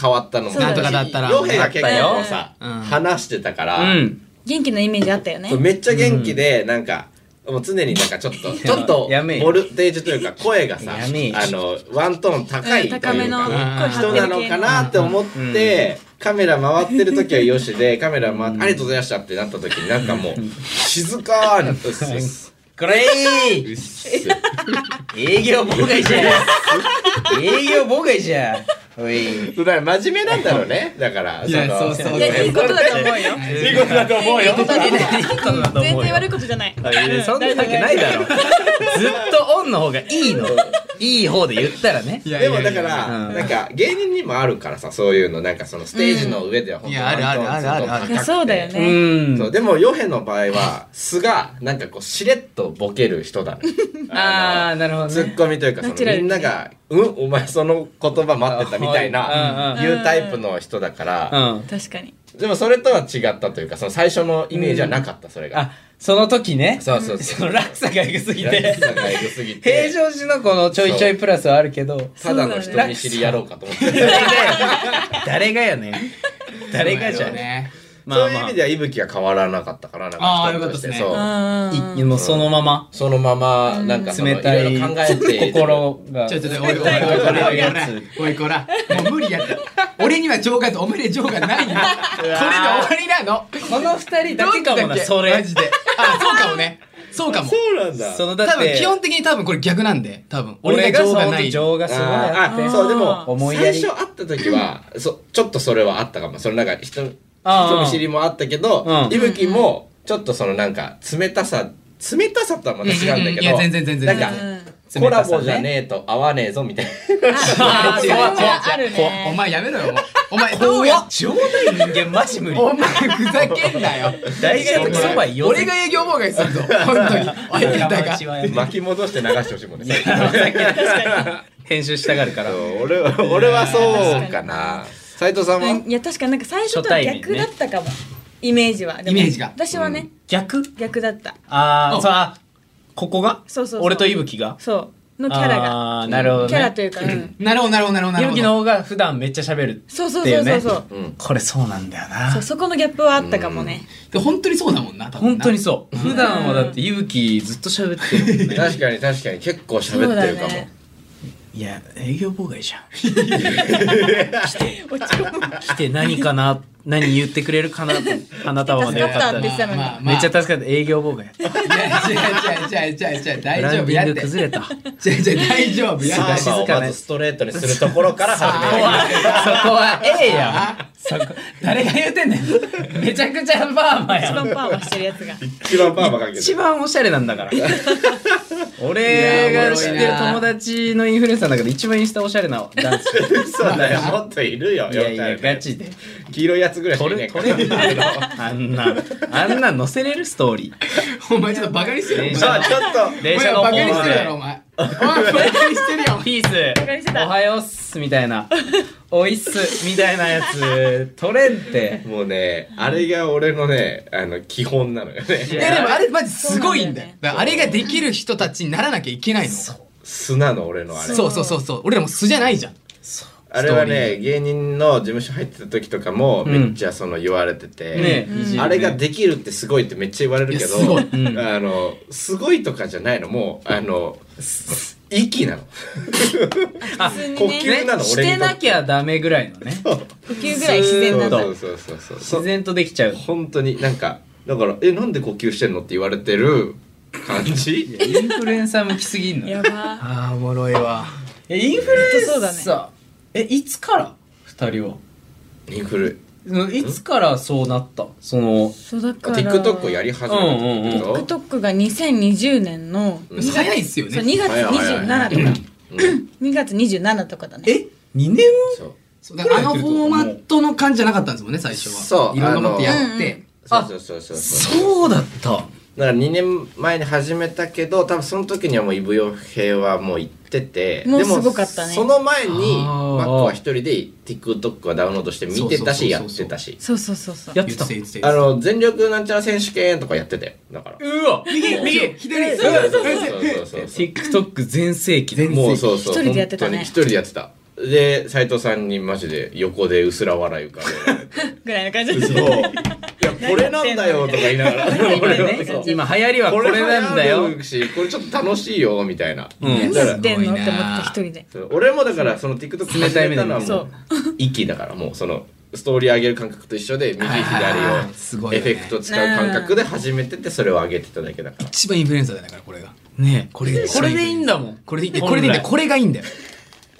Speaker 7: 変わったのも
Speaker 8: なんとか
Speaker 1: だったら
Speaker 7: 洋平が結構
Speaker 8: だ
Speaker 7: さ、
Speaker 1: ようん
Speaker 7: 話してたから、
Speaker 2: うん
Speaker 8: 元気なイメージあったよね
Speaker 7: そう。めっちゃ元気で、なんか、もう常になんかちょっと、ちょっと、
Speaker 2: やめえ
Speaker 7: ボルテージというか、声がさ、あ
Speaker 2: やめえ
Speaker 7: の、ワントーン高いと
Speaker 8: 高
Speaker 7: い
Speaker 8: め
Speaker 7: う
Speaker 8: の
Speaker 7: か、
Speaker 8: 声
Speaker 7: 人なのかなって思っ
Speaker 2: うんうん
Speaker 7: て、カメラ回ってる時はよしで、カメラ回って、ありがとうございましたってなった時になんかもう、静かに、うっすうっす
Speaker 2: これー
Speaker 7: うっす
Speaker 2: 営業妨害じゃん営業妨害じゃんおい
Speaker 7: そうだから真面目なんだろうね。だから、
Speaker 1: いや
Speaker 7: の
Speaker 1: そうそう
Speaker 8: いや、いいことだと思うよ。
Speaker 7: いいことだと思うよ。
Speaker 2: いいことだと思
Speaker 8: 全
Speaker 2: うよ
Speaker 8: 然悪いことじゃない。
Speaker 2: いやいやそんなわけないだろずっとオンの方がいいのいい方で言ったらね
Speaker 1: いやい
Speaker 7: で
Speaker 1: やい
Speaker 7: も
Speaker 1: や
Speaker 7: だから、
Speaker 2: うん
Speaker 7: なんか芸人にもあるからさそういうのなんかそのステージの上では本当
Speaker 1: うんいやあるあるあるあるある
Speaker 7: 高く
Speaker 8: い
Speaker 7: て
Speaker 8: やそうだよ
Speaker 2: う
Speaker 8: ね。
Speaker 2: ん
Speaker 7: そうでもヨヘの場合は素がなんかこうしれっとボケる人だね
Speaker 2: ああなるほ
Speaker 7: の
Speaker 2: ど
Speaker 7: ツ
Speaker 2: ね
Speaker 7: ッコミというかそ
Speaker 8: ナチュラ
Speaker 7: の
Speaker 8: ル
Speaker 7: みんなが「うんお前その言葉待ってた」みたい
Speaker 2: あ
Speaker 7: な
Speaker 8: はいうんうん
Speaker 7: いうタイプの人だから
Speaker 2: うん
Speaker 8: 確かに。
Speaker 7: でもそれとは違ったというかその最初のイメージはなかったそれが
Speaker 2: あその時ね
Speaker 7: そうそう
Speaker 2: そ
Speaker 7: そう
Speaker 2: の落差がエグすぎ
Speaker 7: ラ
Speaker 2: て
Speaker 7: ッサがエグすぎて
Speaker 2: 平常時のこのちょいちょいプラスはあるけど
Speaker 7: ただの人見知りやろうかと思ってる
Speaker 2: 誰がやねん誰がじゃね
Speaker 1: ね
Speaker 2: ま
Speaker 7: そ
Speaker 2: あ
Speaker 7: ういう意
Speaker 2: ま
Speaker 7: 味では伊吹は変わらなかったからなんか人として
Speaker 1: あーよかったですね
Speaker 7: そう
Speaker 8: あ
Speaker 2: あいもうそのまま
Speaker 7: そのままなんかその
Speaker 2: 冷たい
Speaker 7: ろろ考えて
Speaker 2: 心が
Speaker 1: ちょちょちょ、おいおいおいこらおいこらおいこらもう無理やって俺には情がおめで情がないよこれで終わりなの
Speaker 2: この二人だけかもなそ
Speaker 1: マ
Speaker 2: れ
Speaker 1: ジであそうかもねそうかも
Speaker 7: そうなんだ
Speaker 2: そのだ
Speaker 1: 多
Speaker 2: って
Speaker 1: 分基本的に多分これ逆なんで多分
Speaker 2: 俺が
Speaker 1: 情
Speaker 2: そ
Speaker 1: が
Speaker 2: の
Speaker 1: ない
Speaker 2: 情がすごいあ
Speaker 7: あ
Speaker 2: っ
Speaker 7: ー
Speaker 2: て
Speaker 7: あそうで
Speaker 8: あ
Speaker 7: も
Speaker 2: ー思いや
Speaker 7: 最
Speaker 2: り
Speaker 7: 初会った時はそちょっとそれはあったかもそのなんか人
Speaker 2: ああ
Speaker 7: 人見知りもあったけど、
Speaker 2: うん
Speaker 7: いぶきもちょっとそのなんか冷たさ冷たさとはまた違うんだけど、
Speaker 1: いや全然全然
Speaker 7: なん
Speaker 8: う
Speaker 7: か
Speaker 8: ん
Speaker 7: コラボじゃねえと合わねえぞみたいな
Speaker 8: あーそれはある
Speaker 1: こお
Speaker 8: ね
Speaker 1: 前やめろよもうお 前どうや
Speaker 2: 冗談人間マジ無理
Speaker 1: お前ふざけんなよ
Speaker 2: 大学の時そば言おう
Speaker 1: 俺が営業妨害す るぞ本当に相手だが
Speaker 7: 巻き戻して流してほしいもんね
Speaker 2: 編集したがるから
Speaker 7: そう俺は俺はそうかな斉藤さんは、
Speaker 8: うんいや確かになんか最初とは逆だったかもイメージはでも
Speaker 1: イメージが
Speaker 8: 私はね
Speaker 2: 逆
Speaker 8: 逆だった
Speaker 2: あ
Speaker 1: う
Speaker 2: あ
Speaker 1: ん
Speaker 2: そうあここが
Speaker 8: そうそうそう
Speaker 2: 俺と伊吹が
Speaker 8: そうのキャラが
Speaker 2: あーなるほどね
Speaker 8: キャラというかうん
Speaker 1: なるほどなるほどなるほどな
Speaker 2: 伊
Speaker 1: るほ
Speaker 2: 吹
Speaker 1: ど
Speaker 2: の方が普段めっちゃ喋るっていうね
Speaker 8: そうそうそうそうそう
Speaker 7: うん、
Speaker 2: これそうなんだよな
Speaker 8: そうそこのギャップはあったかもね
Speaker 1: で本当にそうだもんな多分
Speaker 2: 本
Speaker 1: な
Speaker 2: 当にそう普段はだって伊吹ずっと喋ってるもんね
Speaker 7: 確かに確かに結構喋ってるかも、
Speaker 8: そうだね
Speaker 2: いや営業妨害じゃん
Speaker 8: 落ち込む
Speaker 2: 来て何かな何言ってくれるかなと花束までよかった
Speaker 8: 助かったって言
Speaker 2: ね
Speaker 8: ってたのに
Speaker 1: まあまあ
Speaker 2: めっちゃ助かった営業妨
Speaker 1: い
Speaker 2: 害
Speaker 1: や違う違う違う違う違う大
Speaker 2: ブラ
Speaker 1: 丈
Speaker 2: ン
Speaker 1: 夫
Speaker 2: ディ
Speaker 1: や
Speaker 2: ン
Speaker 1: っ
Speaker 2: グ
Speaker 1: て
Speaker 2: 崩れた
Speaker 1: 違う違う大丈夫や
Speaker 7: サ
Speaker 1: っ
Speaker 7: ー
Speaker 1: て
Speaker 2: 静かね
Speaker 7: バをまずストレートにするところから始める
Speaker 2: そこはええやんそこ誰が言うてんねんめちゃくちゃパーマや
Speaker 8: 一
Speaker 2: ん
Speaker 8: 番パーマしてるやつが
Speaker 7: 一番パーマかけて
Speaker 2: 一
Speaker 7: る
Speaker 2: 番おしゃれなんだから俺が知ってる友達のインフルエンサーの中で一番インスタおしゃれなダンス
Speaker 7: 嘘だよもっといるよ
Speaker 2: いやいやガチで
Speaker 7: 黄色いやつぐらいしかいねえから
Speaker 2: 取れ取れあんなあんな載せれるスト ーリー
Speaker 1: お前ちょっとバカにしてるよ
Speaker 2: 電
Speaker 1: お
Speaker 2: 車
Speaker 1: 前
Speaker 7: まあちょっと
Speaker 2: 電
Speaker 1: お
Speaker 2: 車
Speaker 1: 前
Speaker 2: の
Speaker 1: バ
Speaker 2: ホ
Speaker 1: カに
Speaker 2: ーム
Speaker 1: してるやろお前お
Speaker 2: で
Speaker 1: 前バカにしてるよ
Speaker 2: ピー
Speaker 8: にして
Speaker 2: ス
Speaker 8: た
Speaker 2: おはようっすみたいなおいっすみたいなやつ取れんって
Speaker 7: もうねあれが俺のねあの基本なのよね
Speaker 1: いやでもあれマジすごいんだよだからあれができる人たちにならなきゃいけないのそう
Speaker 7: 素なの俺のあれ
Speaker 1: そうそうそう俺らもう素じゃないじゃん
Speaker 7: あれはね芸人の事務所入ってた時とかも
Speaker 2: うん
Speaker 7: めっちゃその言われてて、
Speaker 2: ね
Speaker 8: うん
Speaker 2: いじるね
Speaker 7: あれができるってすごいってめっちゃ言われるけど
Speaker 1: いやすごい
Speaker 2: うん
Speaker 7: あのすごいとかじゃないのもうあのす息なの
Speaker 2: あ
Speaker 8: 普通
Speaker 7: 呼
Speaker 8: にね
Speaker 7: 吸なの
Speaker 2: し
Speaker 7: 俺
Speaker 2: て
Speaker 7: にと
Speaker 2: な
Speaker 7: って
Speaker 2: きゃダメぐらいのね
Speaker 8: 呼吸ぐらい自然なんだ
Speaker 7: そうそうそうそう
Speaker 2: 自
Speaker 7: そう
Speaker 2: 然とできちゃう
Speaker 7: 本当になんかだから「えなんで呼吸してんの?」って言われてる感じ
Speaker 2: インフルエンサー向きすぎんの
Speaker 8: や
Speaker 2: い
Speaker 8: ば
Speaker 1: ああおもろいわ
Speaker 2: やインフルエンサー
Speaker 8: 本当そう
Speaker 2: えいつから二人は
Speaker 7: インフル
Speaker 2: うんいつからそうなったその
Speaker 8: そうだから
Speaker 7: TikTok をやり始めたってこと
Speaker 8: TikTok が2020年の
Speaker 7: うん
Speaker 1: 早いっすよ
Speaker 8: そう
Speaker 1: ね
Speaker 8: 2月27とか
Speaker 7: うん
Speaker 8: 2月27とかだね
Speaker 2: え二年
Speaker 7: そう
Speaker 1: そうだからあのフォーマットの感じじゃなかったんですもんね最初は
Speaker 7: そう
Speaker 1: いろんなことやって
Speaker 7: そうそうそうそう
Speaker 2: そうだった
Speaker 7: だから2年前に始めたけど多分その時にはもうイブヨ平はもう行ってて
Speaker 8: もう
Speaker 7: でも
Speaker 8: すごかったね
Speaker 7: その前に
Speaker 2: あ
Speaker 7: マ
Speaker 2: ー
Speaker 7: ックは一人で TikTok はダウンロードして見てたし
Speaker 1: そ
Speaker 7: や
Speaker 1: うそうそうそう
Speaker 7: ってたし
Speaker 8: そうそうそうそう
Speaker 2: やっ
Speaker 1: 言
Speaker 2: て
Speaker 1: って
Speaker 2: た
Speaker 1: た言ってた
Speaker 7: あの全力なんちゃら選手権とかやってたよだから
Speaker 2: うわ
Speaker 1: 右右左
Speaker 7: そうそうそうそうそう
Speaker 2: TikTok 全盛期で
Speaker 7: もうそうそう
Speaker 8: 一人でやってたね
Speaker 7: 本当に一人でやってたで斉藤さんにマジで横でうすら笑い浮か
Speaker 8: ぐらいの感じ
Speaker 7: べそう いやこれなんだよとか言いながら
Speaker 2: これ
Speaker 8: ね
Speaker 2: ね今流行りはこれなんだ
Speaker 7: こ
Speaker 2: よ
Speaker 7: れ流行るしこれちょっと楽しいよみたいな、
Speaker 2: うん
Speaker 8: 何やってんの
Speaker 1: う
Speaker 8: っ
Speaker 1: ん
Speaker 8: て思って一人で
Speaker 7: そう俺もだからその TikTok
Speaker 2: 冷
Speaker 7: 始
Speaker 2: たい目
Speaker 7: め
Speaker 2: で
Speaker 7: た
Speaker 2: 見
Speaker 7: の
Speaker 2: る
Speaker 7: はもう息だからもうそのストーリー上げる感覚と一緒で右
Speaker 1: はいはいす
Speaker 7: 左
Speaker 1: ご
Speaker 7: を
Speaker 1: い
Speaker 7: エ
Speaker 1: よ
Speaker 7: フ
Speaker 1: ね
Speaker 7: ェクト使う感覚で始めててそれを上げてただけだから
Speaker 1: 一番インフルエンサーだよだからこれが
Speaker 2: ねえこれ
Speaker 1: こ
Speaker 2: こ
Speaker 1: れ
Speaker 2: れ
Speaker 1: で
Speaker 2: で
Speaker 1: い
Speaker 2: い
Speaker 1: い
Speaker 2: い
Speaker 1: ん
Speaker 2: んだもん
Speaker 1: これでいいんだよこれでいいんだよこれがいいんだよ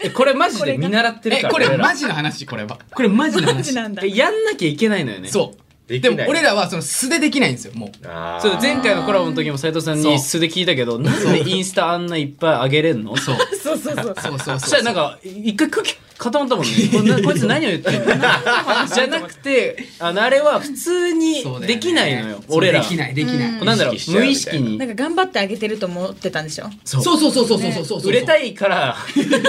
Speaker 2: えこれマジで見習ってる
Speaker 1: え
Speaker 2: から
Speaker 1: これマ
Speaker 2: ジ
Speaker 1: ジの話これはこれマジの
Speaker 8: マジ
Speaker 1: 話
Speaker 8: なんだ
Speaker 2: やんなきゃいけないのよねう
Speaker 1: そう
Speaker 7: でき
Speaker 1: で
Speaker 7: ない
Speaker 1: も俺らはその素でできないんですよもう
Speaker 7: あー
Speaker 2: そう前回のコラボの時も斉藤さん
Speaker 1: そう
Speaker 2: に素で聞いたけどなんでインスタあんないっぱい上げれんの
Speaker 1: そう
Speaker 8: そうそうそう
Speaker 1: そうそうそう
Speaker 2: そした らなんか一回空気固まったもんねこんなこいつ何を言 ってんのじゃなくてあのあれは普通に
Speaker 1: そうだよね
Speaker 2: できないのよ
Speaker 1: そう
Speaker 2: 俺ら
Speaker 1: できないできない
Speaker 2: なんだろう
Speaker 7: 意識しちゃう
Speaker 2: 無意識に
Speaker 8: なんか頑張ってあげてると思ってたんでしょ
Speaker 1: そうそうそうそうそうそうそう
Speaker 2: 売れた
Speaker 1: い
Speaker 2: いから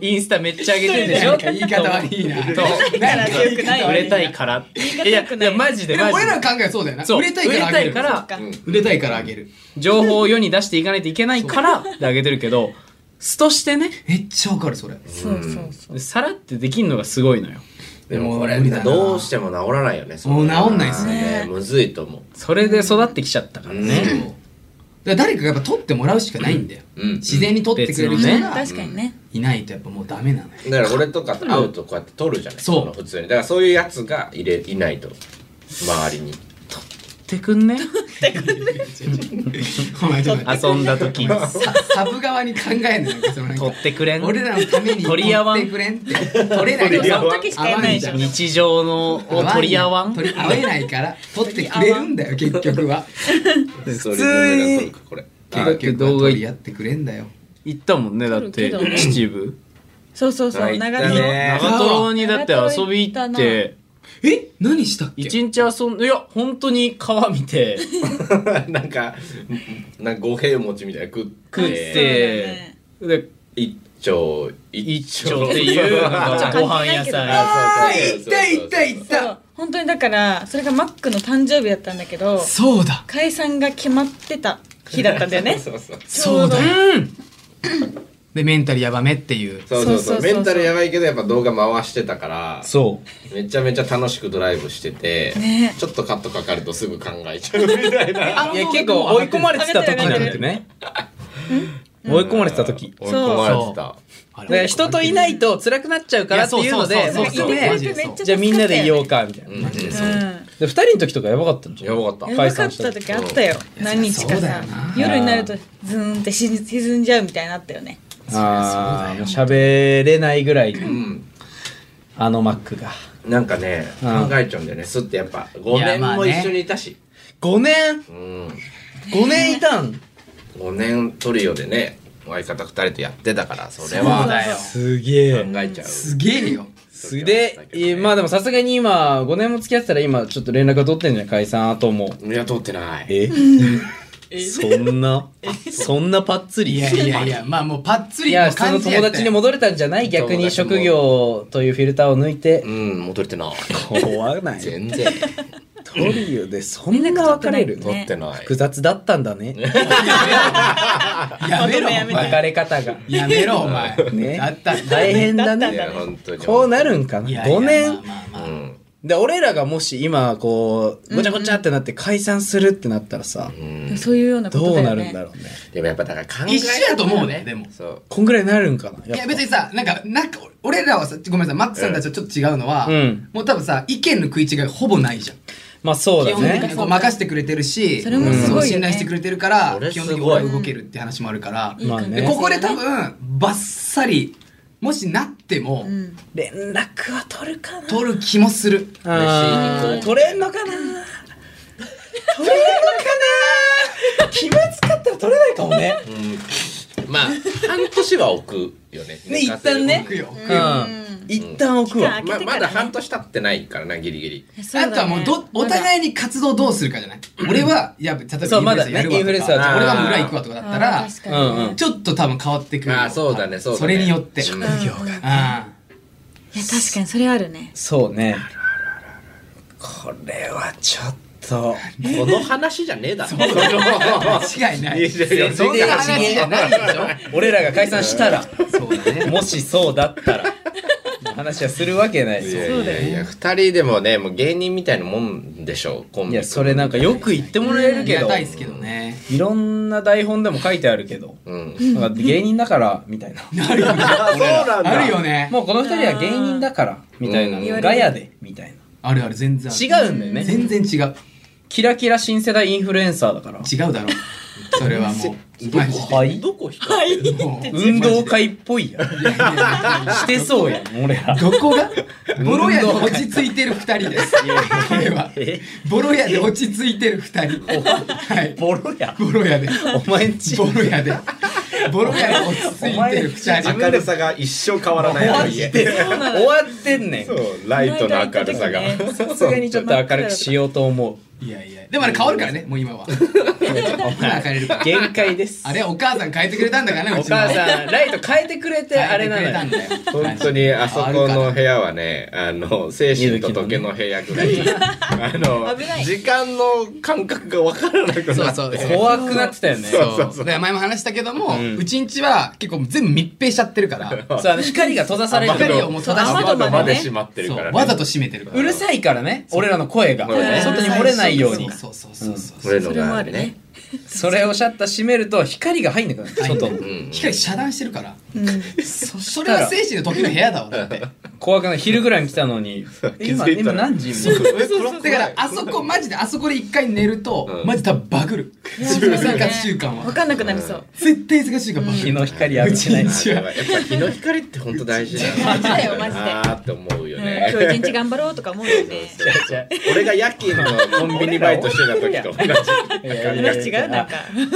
Speaker 2: インスタめっちゃ上げてるでしょ
Speaker 1: 言い方悪いな
Speaker 2: と
Speaker 8: から良くないよ
Speaker 2: 売れたいからいや
Speaker 8: 良く
Speaker 2: い
Speaker 8: ない
Speaker 2: やマジ
Speaker 1: で
Speaker 2: で
Speaker 1: も
Speaker 2: マ
Speaker 1: 俺
Speaker 2: ジ
Speaker 1: らの
Speaker 2: で
Speaker 1: 考えはそうだよな
Speaker 2: そう
Speaker 1: 売れたいからあげる
Speaker 2: 売れたいから
Speaker 8: そっか
Speaker 7: うん
Speaker 1: 売れたいからあげる
Speaker 2: 情報を世に出していかないといけないからで上げてるけど素としてね
Speaker 1: めっちゃわかるそれ
Speaker 8: そうそうそう
Speaker 2: さらってできんのがすごいのよ
Speaker 7: でも
Speaker 1: もう
Speaker 7: これ
Speaker 1: 無理だな
Speaker 7: どうしても治らないよね
Speaker 1: もう治んないっす
Speaker 8: ね
Speaker 7: ねむずいと思
Speaker 2: それで育ってきちゃったから
Speaker 1: そう
Speaker 2: ね
Speaker 1: だから誰かがやっぱ取ってもらうしかないんだよ
Speaker 7: う、うん、
Speaker 1: 自然に取ってくれる人
Speaker 2: 別
Speaker 1: が
Speaker 8: 確かにね
Speaker 1: いないとやっぱもうダメな のよ
Speaker 7: だから俺とかと会うとこうやって撮るじゃない
Speaker 1: そう
Speaker 7: の普通にだからそういうやつがいれいないと周りに
Speaker 2: 取ってくんね
Speaker 1: お前ちょっと待って
Speaker 2: 遊んだ時に
Speaker 1: さサブ側に考えんのよそのなんか
Speaker 2: 取ってくれん
Speaker 1: 俺らのために
Speaker 2: 取り合わん
Speaker 1: 取ってくれんって取れない
Speaker 8: でも
Speaker 7: 取り合
Speaker 8: そ
Speaker 7: わ
Speaker 8: の
Speaker 7: ん
Speaker 8: 時しかやんないじゃん。
Speaker 2: 日常のを取り合わん
Speaker 1: 取り合えないから取ってくれるんだよ結局 は
Speaker 7: 普通にこれ
Speaker 1: 結局は取り合ってくれんだよ
Speaker 2: 行ったもんねだって
Speaker 8: 取るけどね
Speaker 2: 秩父
Speaker 8: そうそうそう、
Speaker 7: 行った
Speaker 8: 長年。
Speaker 7: ね
Speaker 2: 長瀞にだって遊び行って
Speaker 1: え何したっけ
Speaker 2: 一日遊んでいや本当に川見て
Speaker 7: なんかなんか五平餅みたいな食って
Speaker 2: 食っ
Speaker 8: そうだよ
Speaker 2: て
Speaker 8: ね
Speaker 2: で
Speaker 7: 一丁
Speaker 2: 一丁って いうご飯屋さん
Speaker 1: あ
Speaker 2: や
Speaker 1: ー行った行った行っ
Speaker 8: そ
Speaker 1: た
Speaker 8: う本当にだからそれがマックの誕生日だったんだけど
Speaker 1: そうだ
Speaker 8: 解散が決まってた日だったんだよね
Speaker 7: そうそう
Speaker 8: ちょ
Speaker 1: そう
Speaker 8: うど
Speaker 1: だでメンタルやばめっていう
Speaker 7: そうそう
Speaker 8: そうそうそうそう
Speaker 7: メンタルやばいけどやっぱ動画回してたから
Speaker 2: そ
Speaker 7: めちゃめちゃ楽しくドライブしてて、
Speaker 8: ね
Speaker 7: ちょっとカットかかるとすぐ考えちゃうみたいな
Speaker 2: ういや結構追い込まれてた時なんだよね追い込まれてた時
Speaker 7: 追い込まれてた
Speaker 1: あれ
Speaker 2: で人といないと辛くなっちゃうからっていうの
Speaker 1: いや
Speaker 2: で
Speaker 1: そう
Speaker 2: もう
Speaker 1: そうそ
Speaker 2: 一
Speaker 1: う
Speaker 2: 人
Speaker 1: マ
Speaker 2: で
Speaker 1: ジでそう
Speaker 2: じゃあみんなでいようかみたいな
Speaker 7: うんうん
Speaker 8: うん
Speaker 2: で2人の時とかやばかったんじゃ
Speaker 7: や
Speaker 2: ん
Speaker 7: ばかった
Speaker 8: やばかった時あったよ何日か
Speaker 1: そうだよ
Speaker 8: さ
Speaker 1: な
Speaker 8: 夜になるとズーンって沈んじゃうみたいになったよね
Speaker 2: ああもう喋れないぐらい
Speaker 7: うん
Speaker 2: あのマックが
Speaker 7: なんかね
Speaker 2: うん
Speaker 7: 考えちゃうんだよねすってやっぱ5
Speaker 1: いや
Speaker 7: 年
Speaker 1: まあ
Speaker 7: も
Speaker 1: ね
Speaker 7: 一緒にいたし、
Speaker 2: 5年
Speaker 7: うん
Speaker 2: 5年いたん
Speaker 7: 5年トリオでね相方2人とやってたからそれは
Speaker 8: そうだ
Speaker 7: 考
Speaker 8: よ
Speaker 2: すげ
Speaker 7: えちゃう
Speaker 1: すげえよ
Speaker 7: す
Speaker 2: で、えーまあでもさすがに今5年も付き合ってたら今ちょっと連絡が取ってんじゃん解散後も
Speaker 7: いや通ってない
Speaker 2: え そんなそんなパッツリ
Speaker 1: いやいやいやまあもうパッツ
Speaker 2: い
Speaker 1: リ
Speaker 2: や
Speaker 1: の
Speaker 2: 普通の
Speaker 1: 感じ
Speaker 2: 友
Speaker 1: やった
Speaker 2: 達に
Speaker 1: よ
Speaker 2: 戻れたんじゃない逆に職業というフィルターを抜いて
Speaker 7: うん戻れてない
Speaker 2: 怖ない
Speaker 7: 全然
Speaker 2: トリオでそんな別れる
Speaker 8: ね
Speaker 7: 通ってない
Speaker 2: 複雑だったんだね
Speaker 1: やめろお
Speaker 8: まと
Speaker 1: 前
Speaker 2: 別れ方が
Speaker 1: やめろお前
Speaker 2: ね
Speaker 1: だった
Speaker 2: 大変だ
Speaker 7: い
Speaker 2: ね
Speaker 7: や本当に
Speaker 2: こうなるんかな
Speaker 1: 5
Speaker 2: 5年
Speaker 7: うん
Speaker 2: で俺らがもし今こうごちゃごちゃってなって解散するってなったらさ
Speaker 7: うん
Speaker 8: そういうようなこと
Speaker 2: ど
Speaker 8: だ
Speaker 2: う
Speaker 8: よ
Speaker 2: なるん
Speaker 8: ね
Speaker 2: だろうね
Speaker 7: でもやっぱだから考え
Speaker 1: 一緒やと思うねでも
Speaker 7: そう
Speaker 2: こんぐらいなるんかない
Speaker 1: や別にさなんかなんか俺らはさごめんなさいマックさんたちとちょっと違うのは、
Speaker 2: うん
Speaker 1: もう多分さ意見の食い違いほぼないじゃん
Speaker 2: まあそうだ
Speaker 1: 基本的
Speaker 2: ね
Speaker 1: にこう任せてくれてるし
Speaker 8: それも
Speaker 2: す
Speaker 1: そ
Speaker 2: ご
Speaker 1: う
Speaker 8: いよ
Speaker 1: 信
Speaker 8: ね
Speaker 1: 頼してくれてるから
Speaker 7: それ
Speaker 1: 基
Speaker 7: す
Speaker 1: 本
Speaker 7: ごい
Speaker 1: 的に俺は動けるって話もあるから、
Speaker 8: いい関係性
Speaker 2: まあね
Speaker 1: でここで多分バッサリもしなっても、
Speaker 8: うん
Speaker 2: 連絡は取るかな
Speaker 1: 取る気もする
Speaker 2: あー取れんのかな取れんのかな気まずかったら取れないかもね
Speaker 7: まあ半年は置くよね
Speaker 2: ね一旦ね
Speaker 1: 行くよ、
Speaker 2: うん一旦置くわ
Speaker 8: う
Speaker 7: ままだ半年経ってないからなギリギリ
Speaker 8: そ
Speaker 1: あ
Speaker 8: うだね
Speaker 1: とはもうど、お互いに活動どうするかじゃない、俺はやっぱ例えば
Speaker 2: そう
Speaker 1: インフルエンサーやるわ
Speaker 2: まだねインフルエン
Speaker 1: と
Speaker 2: サ
Speaker 1: か、
Speaker 2: ー
Speaker 7: じゃん
Speaker 1: 俺は村行くわとかだった
Speaker 8: あ
Speaker 1: ら
Speaker 8: ー確かにね
Speaker 2: うんうん
Speaker 1: ちょっと多分変わってくるよ
Speaker 7: あーそうだねそうだね
Speaker 1: それによって
Speaker 7: 職
Speaker 1: 業が
Speaker 8: いや確かにそれあるね
Speaker 2: そうねこれはちょっと
Speaker 7: この話じゃねえだ ろ
Speaker 1: 間違いない
Speaker 7: いやいや
Speaker 1: そんな話じゃないでし
Speaker 2: 俺らが解散したら
Speaker 1: ょそうだね
Speaker 2: もしそうだったら話はするわけない
Speaker 7: い
Speaker 2: い
Speaker 7: や
Speaker 2: や
Speaker 7: いやいや二人でもねもう芸人みたいなもんでしょコンビ
Speaker 2: いやそれなんかよく言ってもらえる
Speaker 1: い
Speaker 2: け
Speaker 1: や
Speaker 2: ど
Speaker 1: 大好きどね
Speaker 2: いろんな台本でも書いてあるけど
Speaker 7: うん
Speaker 2: なんか芸人だからみたいな
Speaker 1: なるよね
Speaker 7: あそうなんだ
Speaker 1: あるよね
Speaker 2: もうこの二人は芸人だからみたいな
Speaker 7: うん言わ
Speaker 8: れる
Speaker 2: ガヤでみたいな
Speaker 1: あるある全然ある
Speaker 2: 違うんだよね
Speaker 1: 全然違う
Speaker 2: キラキラ新世代インフルエンサーだから
Speaker 1: 違うだろそれはも うマジで
Speaker 2: はい
Speaker 7: どこ光ってる
Speaker 1: もう
Speaker 2: 運動会っぽいやんしてそうやん俺ら
Speaker 1: どこがボロ屋で落ち 着いてる二人ですこれは
Speaker 2: え
Speaker 1: ボロ屋で落ち着いてる二人はい
Speaker 2: ボロや
Speaker 1: ボロ屋で
Speaker 2: お前んち
Speaker 1: ボロ屋でボロ屋で落ち着いてる二人
Speaker 7: 明るさが一生変わらないあの家
Speaker 2: 終わってんねん
Speaker 7: そうライトの明るさが
Speaker 8: この間行った時ね
Speaker 2: さすがにちょっと明るくしようと思う
Speaker 1: いやいやでもあれ変わるからねもう今は
Speaker 2: お前
Speaker 1: 明るいから
Speaker 2: 限界です
Speaker 1: あれお母さん変えてくれたんだからね
Speaker 2: お
Speaker 1: うちの
Speaker 2: 母さんライト変えてくれてあれなのよ
Speaker 1: 変えてくれたんだよ
Speaker 7: 本当にあそこの部屋はねあの精神と時計の部屋ぐらいあの
Speaker 8: 危ない
Speaker 7: 時間の感覚が分からなく
Speaker 1: そ
Speaker 7: な
Speaker 1: う
Speaker 7: っ
Speaker 1: そう
Speaker 7: て
Speaker 1: そう
Speaker 2: 怖くなってたよね
Speaker 7: そう
Speaker 1: そうだから前も話したけども、
Speaker 2: う
Speaker 1: うんちんちは結構全部密閉しちゃってる から
Speaker 2: そうあの光が閉ざされる
Speaker 1: 光をもう閉ざして
Speaker 8: 窓
Speaker 7: 窓ま
Speaker 8: まで
Speaker 7: で
Speaker 8: ね
Speaker 7: 閉まってるから
Speaker 1: そう
Speaker 7: ね
Speaker 1: わざと閉めてるから
Speaker 2: うるさいからね俺らの声が
Speaker 7: そう
Speaker 2: 外に漏れないように
Speaker 1: そうそうそううそ
Speaker 2: ん
Speaker 1: うそうそう
Speaker 7: 俺の
Speaker 8: それも
Speaker 7: が
Speaker 8: あ
Speaker 7: あ
Speaker 8: る
Speaker 7: る
Speaker 8: ね
Speaker 7: ね
Speaker 2: それをシャッター閉めると光が入んなくなる
Speaker 1: 入んな
Speaker 2: 外
Speaker 1: い
Speaker 2: に
Speaker 7: うん
Speaker 1: 光遮断してるから
Speaker 8: うん
Speaker 1: そそれは精神の時の部屋だわだって
Speaker 2: 怖くない昼ぐらいに来たのに
Speaker 7: 気づい
Speaker 2: 今
Speaker 7: たら
Speaker 2: 今何時みたいな
Speaker 1: だからあそこマジであそこで一回寝ると、
Speaker 7: うん
Speaker 1: マジ多分バグる
Speaker 8: いや
Speaker 1: 自分の生活習慣
Speaker 8: わ
Speaker 1: は
Speaker 8: かんなくなりそう
Speaker 1: 絶対生活習慣バグ
Speaker 2: 日
Speaker 1: る、
Speaker 2: の光浴びてない
Speaker 1: うん
Speaker 7: あやばいやっぱ日の光って本当大事だ
Speaker 8: 大事だよマジで
Speaker 7: あーって思うよ
Speaker 8: うん
Speaker 7: ね
Speaker 8: 今日一日頑張ろうとか思うよね
Speaker 7: 俺が夜勤のコンビニバイトしてた時と同じ
Speaker 2: いやいやいや
Speaker 8: 話違うなんか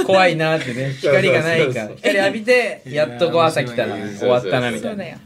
Speaker 2: 怖いなってね光がないか
Speaker 7: そうそうそ
Speaker 2: ら
Speaker 7: う
Speaker 2: 光浴びてやっとこう朝来たら
Speaker 1: いや
Speaker 7: ー
Speaker 2: 終わったなみた
Speaker 8: そ
Speaker 2: いうな
Speaker 8: だよ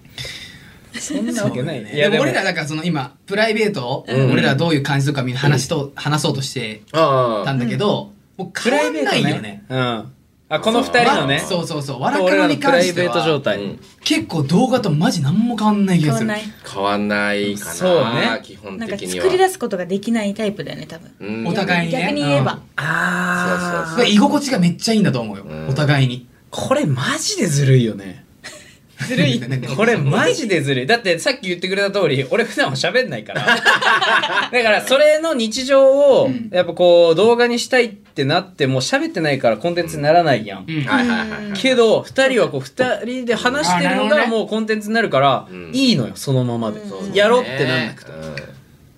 Speaker 2: そんなわけないねい
Speaker 1: で
Speaker 2: や
Speaker 1: も
Speaker 2: でも
Speaker 1: 俺らだからその今プライベートを、
Speaker 7: うん
Speaker 1: 俺らどういう感じとかみんな話しと、話そうとして
Speaker 7: あ
Speaker 1: たんだけど、もう
Speaker 2: プ
Speaker 1: 変
Speaker 2: ラ
Speaker 1: わ
Speaker 2: イベ
Speaker 1: ん
Speaker 2: ート
Speaker 1: ない
Speaker 2: ね
Speaker 1: よね
Speaker 2: うんあこの二人のね
Speaker 1: まあそうそうそうわら
Speaker 2: と
Speaker 1: か
Speaker 2: 俺
Speaker 1: の
Speaker 2: らの
Speaker 1: に
Speaker 2: プラ
Speaker 1: 関
Speaker 2: イ
Speaker 1: して
Speaker 2: ベート状
Speaker 1: は
Speaker 7: あ、う
Speaker 2: 態、
Speaker 7: ん、
Speaker 1: 結構動画とマジ何も変わんない気
Speaker 8: 変
Speaker 1: が
Speaker 8: わ
Speaker 1: す
Speaker 8: ん
Speaker 1: る
Speaker 8: ない
Speaker 7: 変わんないかな
Speaker 2: そうね
Speaker 7: 基本
Speaker 8: なんか
Speaker 7: 的には
Speaker 8: 作り出すことができないタイプだよね多分
Speaker 7: うん
Speaker 1: お互いにね
Speaker 8: 逆に言えば
Speaker 2: あ
Speaker 7: そ
Speaker 2: あ
Speaker 7: うそうそう
Speaker 1: だから居心地がめっちゃいいんだと思うよ、
Speaker 7: うん
Speaker 1: お互いに
Speaker 2: これマジでずるいよね
Speaker 1: ずるいなんか
Speaker 2: これマジでずるいだってさっき言ってくれた通り俺普段は喋んない からだからそれの日常を
Speaker 1: うん
Speaker 2: やっぱこう動画にしたいってなってもう喋ってないからコンテンツにならないやん、
Speaker 1: うん
Speaker 7: はいはいはい、
Speaker 2: けど2人はこう2人で話してる
Speaker 1: あなる
Speaker 2: の
Speaker 1: ほど
Speaker 2: が
Speaker 1: ね
Speaker 2: もうコンテンツになるから
Speaker 7: うん
Speaker 2: いいのよそのままで、
Speaker 8: うん
Speaker 2: やろうってなんなくて、
Speaker 7: うん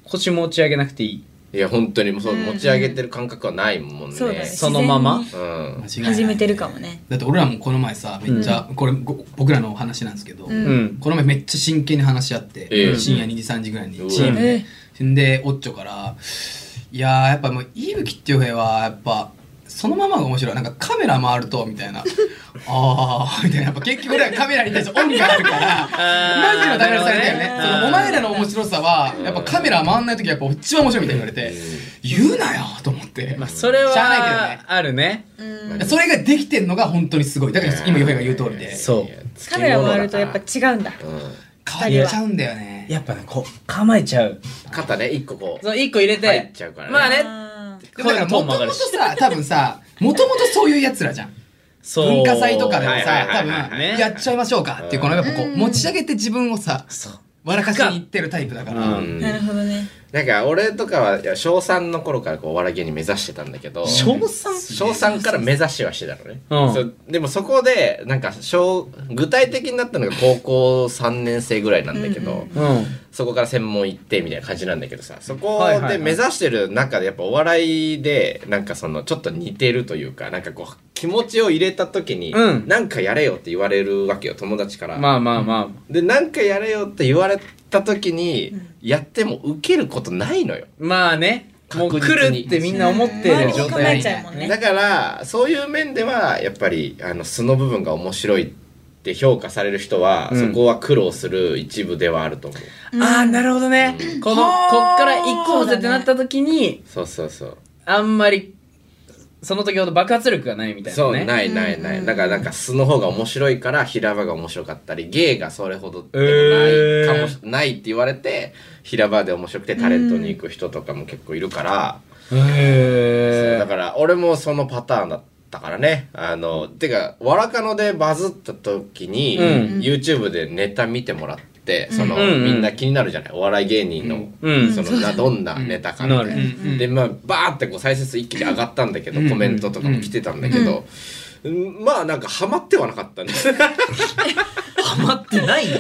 Speaker 2: 腰持ち上げなくていい
Speaker 7: いや本当にもうそう
Speaker 8: うん
Speaker 7: 持ち上げてる感覚はないもんね
Speaker 8: そうだね
Speaker 2: そのまま
Speaker 8: 自
Speaker 7: うん
Speaker 1: 間違い
Speaker 8: 然
Speaker 1: ない
Speaker 8: に始めてるかもね
Speaker 1: だって俺らもこの前さめっちゃ、これご僕らのお話なんですけど、
Speaker 8: う
Speaker 2: うんん
Speaker 1: この前めっちゃ真剣に話し合って、
Speaker 7: ええ
Speaker 1: 深夜2時3時ぐらいに
Speaker 7: うわ
Speaker 1: チーム
Speaker 8: え
Speaker 1: で、ん、でおっちょから「いやーやっぱもう伊吹っていう兵はやっぱそのままが面白いなんかカメラ回ると」みた いな「あー」みたいなやっぱ結局俺はカメラに対してオン があるから
Speaker 2: あー
Speaker 1: マジのダメされたよね
Speaker 2: なるほどね
Speaker 1: そのお前らの面白さはやっぱカメラ回んない時やっぱ一番面白いみたいに言われて「言うなよ」と思って、
Speaker 2: まあそれ
Speaker 1: しゃあないけど
Speaker 2: は
Speaker 1: ね
Speaker 2: あるね
Speaker 8: うん
Speaker 1: それができてんのが本当にすごいだから今ヨヘが言う通りで
Speaker 2: そう
Speaker 8: カメラ回るとやっぱ違うんだ
Speaker 7: うん
Speaker 1: 変わっちゃうんだよね
Speaker 2: やっぱねこう構えちゃう
Speaker 7: 肩ね一個こう
Speaker 2: そう1個入れて
Speaker 7: 入っちゃうからね
Speaker 2: まあね
Speaker 8: あ
Speaker 1: でもだから
Speaker 2: 声
Speaker 1: もと
Speaker 2: のトーンも上
Speaker 1: も
Speaker 2: が
Speaker 1: と
Speaker 2: るし
Speaker 1: さ多分さもともとそういうやつらじゃん
Speaker 2: そう
Speaker 1: 文化祭とかでも
Speaker 7: はい
Speaker 1: さ
Speaker 7: はい
Speaker 1: 多
Speaker 7: はいはい
Speaker 1: 分やっちゃいましょうかっていうこのやっぱこう持ち上げて自分をさ
Speaker 2: そう
Speaker 1: 笑かしにいってるタイプだか
Speaker 2: う
Speaker 1: ら
Speaker 7: うん
Speaker 8: ーなるほどね
Speaker 7: なんか俺とかはいや小三の頃からこうお笑い芸人目指してたんだけど
Speaker 2: 小 3?
Speaker 7: 小3から目指しはしてたのね、
Speaker 2: うん
Speaker 7: そうでもそこでなんか小具体的になったのが高校3年生ぐらいなんだけど、
Speaker 8: うんうん
Speaker 2: うん
Speaker 7: そこから専門行ってみたいな感じなんだけどさそこ
Speaker 2: はいはいはい
Speaker 7: で目指してる中でやっぱお笑いでなんかそのちょっと似てるというかなんかこう気持ちを入れた時に、
Speaker 2: うん
Speaker 7: なんかやれよって言われるわけよ友達から。
Speaker 2: まあまあまあ
Speaker 7: でなんかやれよって言われた時に、
Speaker 8: うん
Speaker 7: やっても受けることないのよ。
Speaker 2: まあねもう来
Speaker 7: 確実
Speaker 2: る
Speaker 7: に
Speaker 2: ってみんな思って
Speaker 8: 周
Speaker 2: る
Speaker 8: り
Speaker 2: 状
Speaker 8: に構え
Speaker 2: 態
Speaker 8: ちゃうもんね
Speaker 7: だからそういう面ではやっぱりあの素の部分が面白いって評価される人は、
Speaker 2: うん
Speaker 7: そこは苦労する一部ではあると思う
Speaker 2: ああなるほどねこのこっから行こうぜってなった時に
Speaker 7: そうそうそう
Speaker 2: あんまりその時ほど爆発力がないみたいな
Speaker 7: そう
Speaker 2: ね
Speaker 7: ないないないだからなんか素の方が面白いから平場が面白かったり芸がそれほどでもないかもし、ないって言われて平場で面白くてタレントに行く人とかも結構いるから、そう
Speaker 2: へ
Speaker 7: だから俺もそのパターンだったからねあのてか「わらかの」でバズった時に、
Speaker 2: うん
Speaker 7: YouTube でネタ見てもらってその、
Speaker 2: うんうん
Speaker 7: みんな気になるじゃないお笑い芸人の、
Speaker 2: うん
Speaker 7: そのなどんなネタかみたいな、
Speaker 2: う
Speaker 1: う
Speaker 2: ん
Speaker 1: ん
Speaker 7: でまあバーってこう再生数一気に上がったんだけど、
Speaker 1: うん
Speaker 7: コメントとかも来てたんだけど、うんまあなんかハマってはなかったねそう
Speaker 2: ハマってないの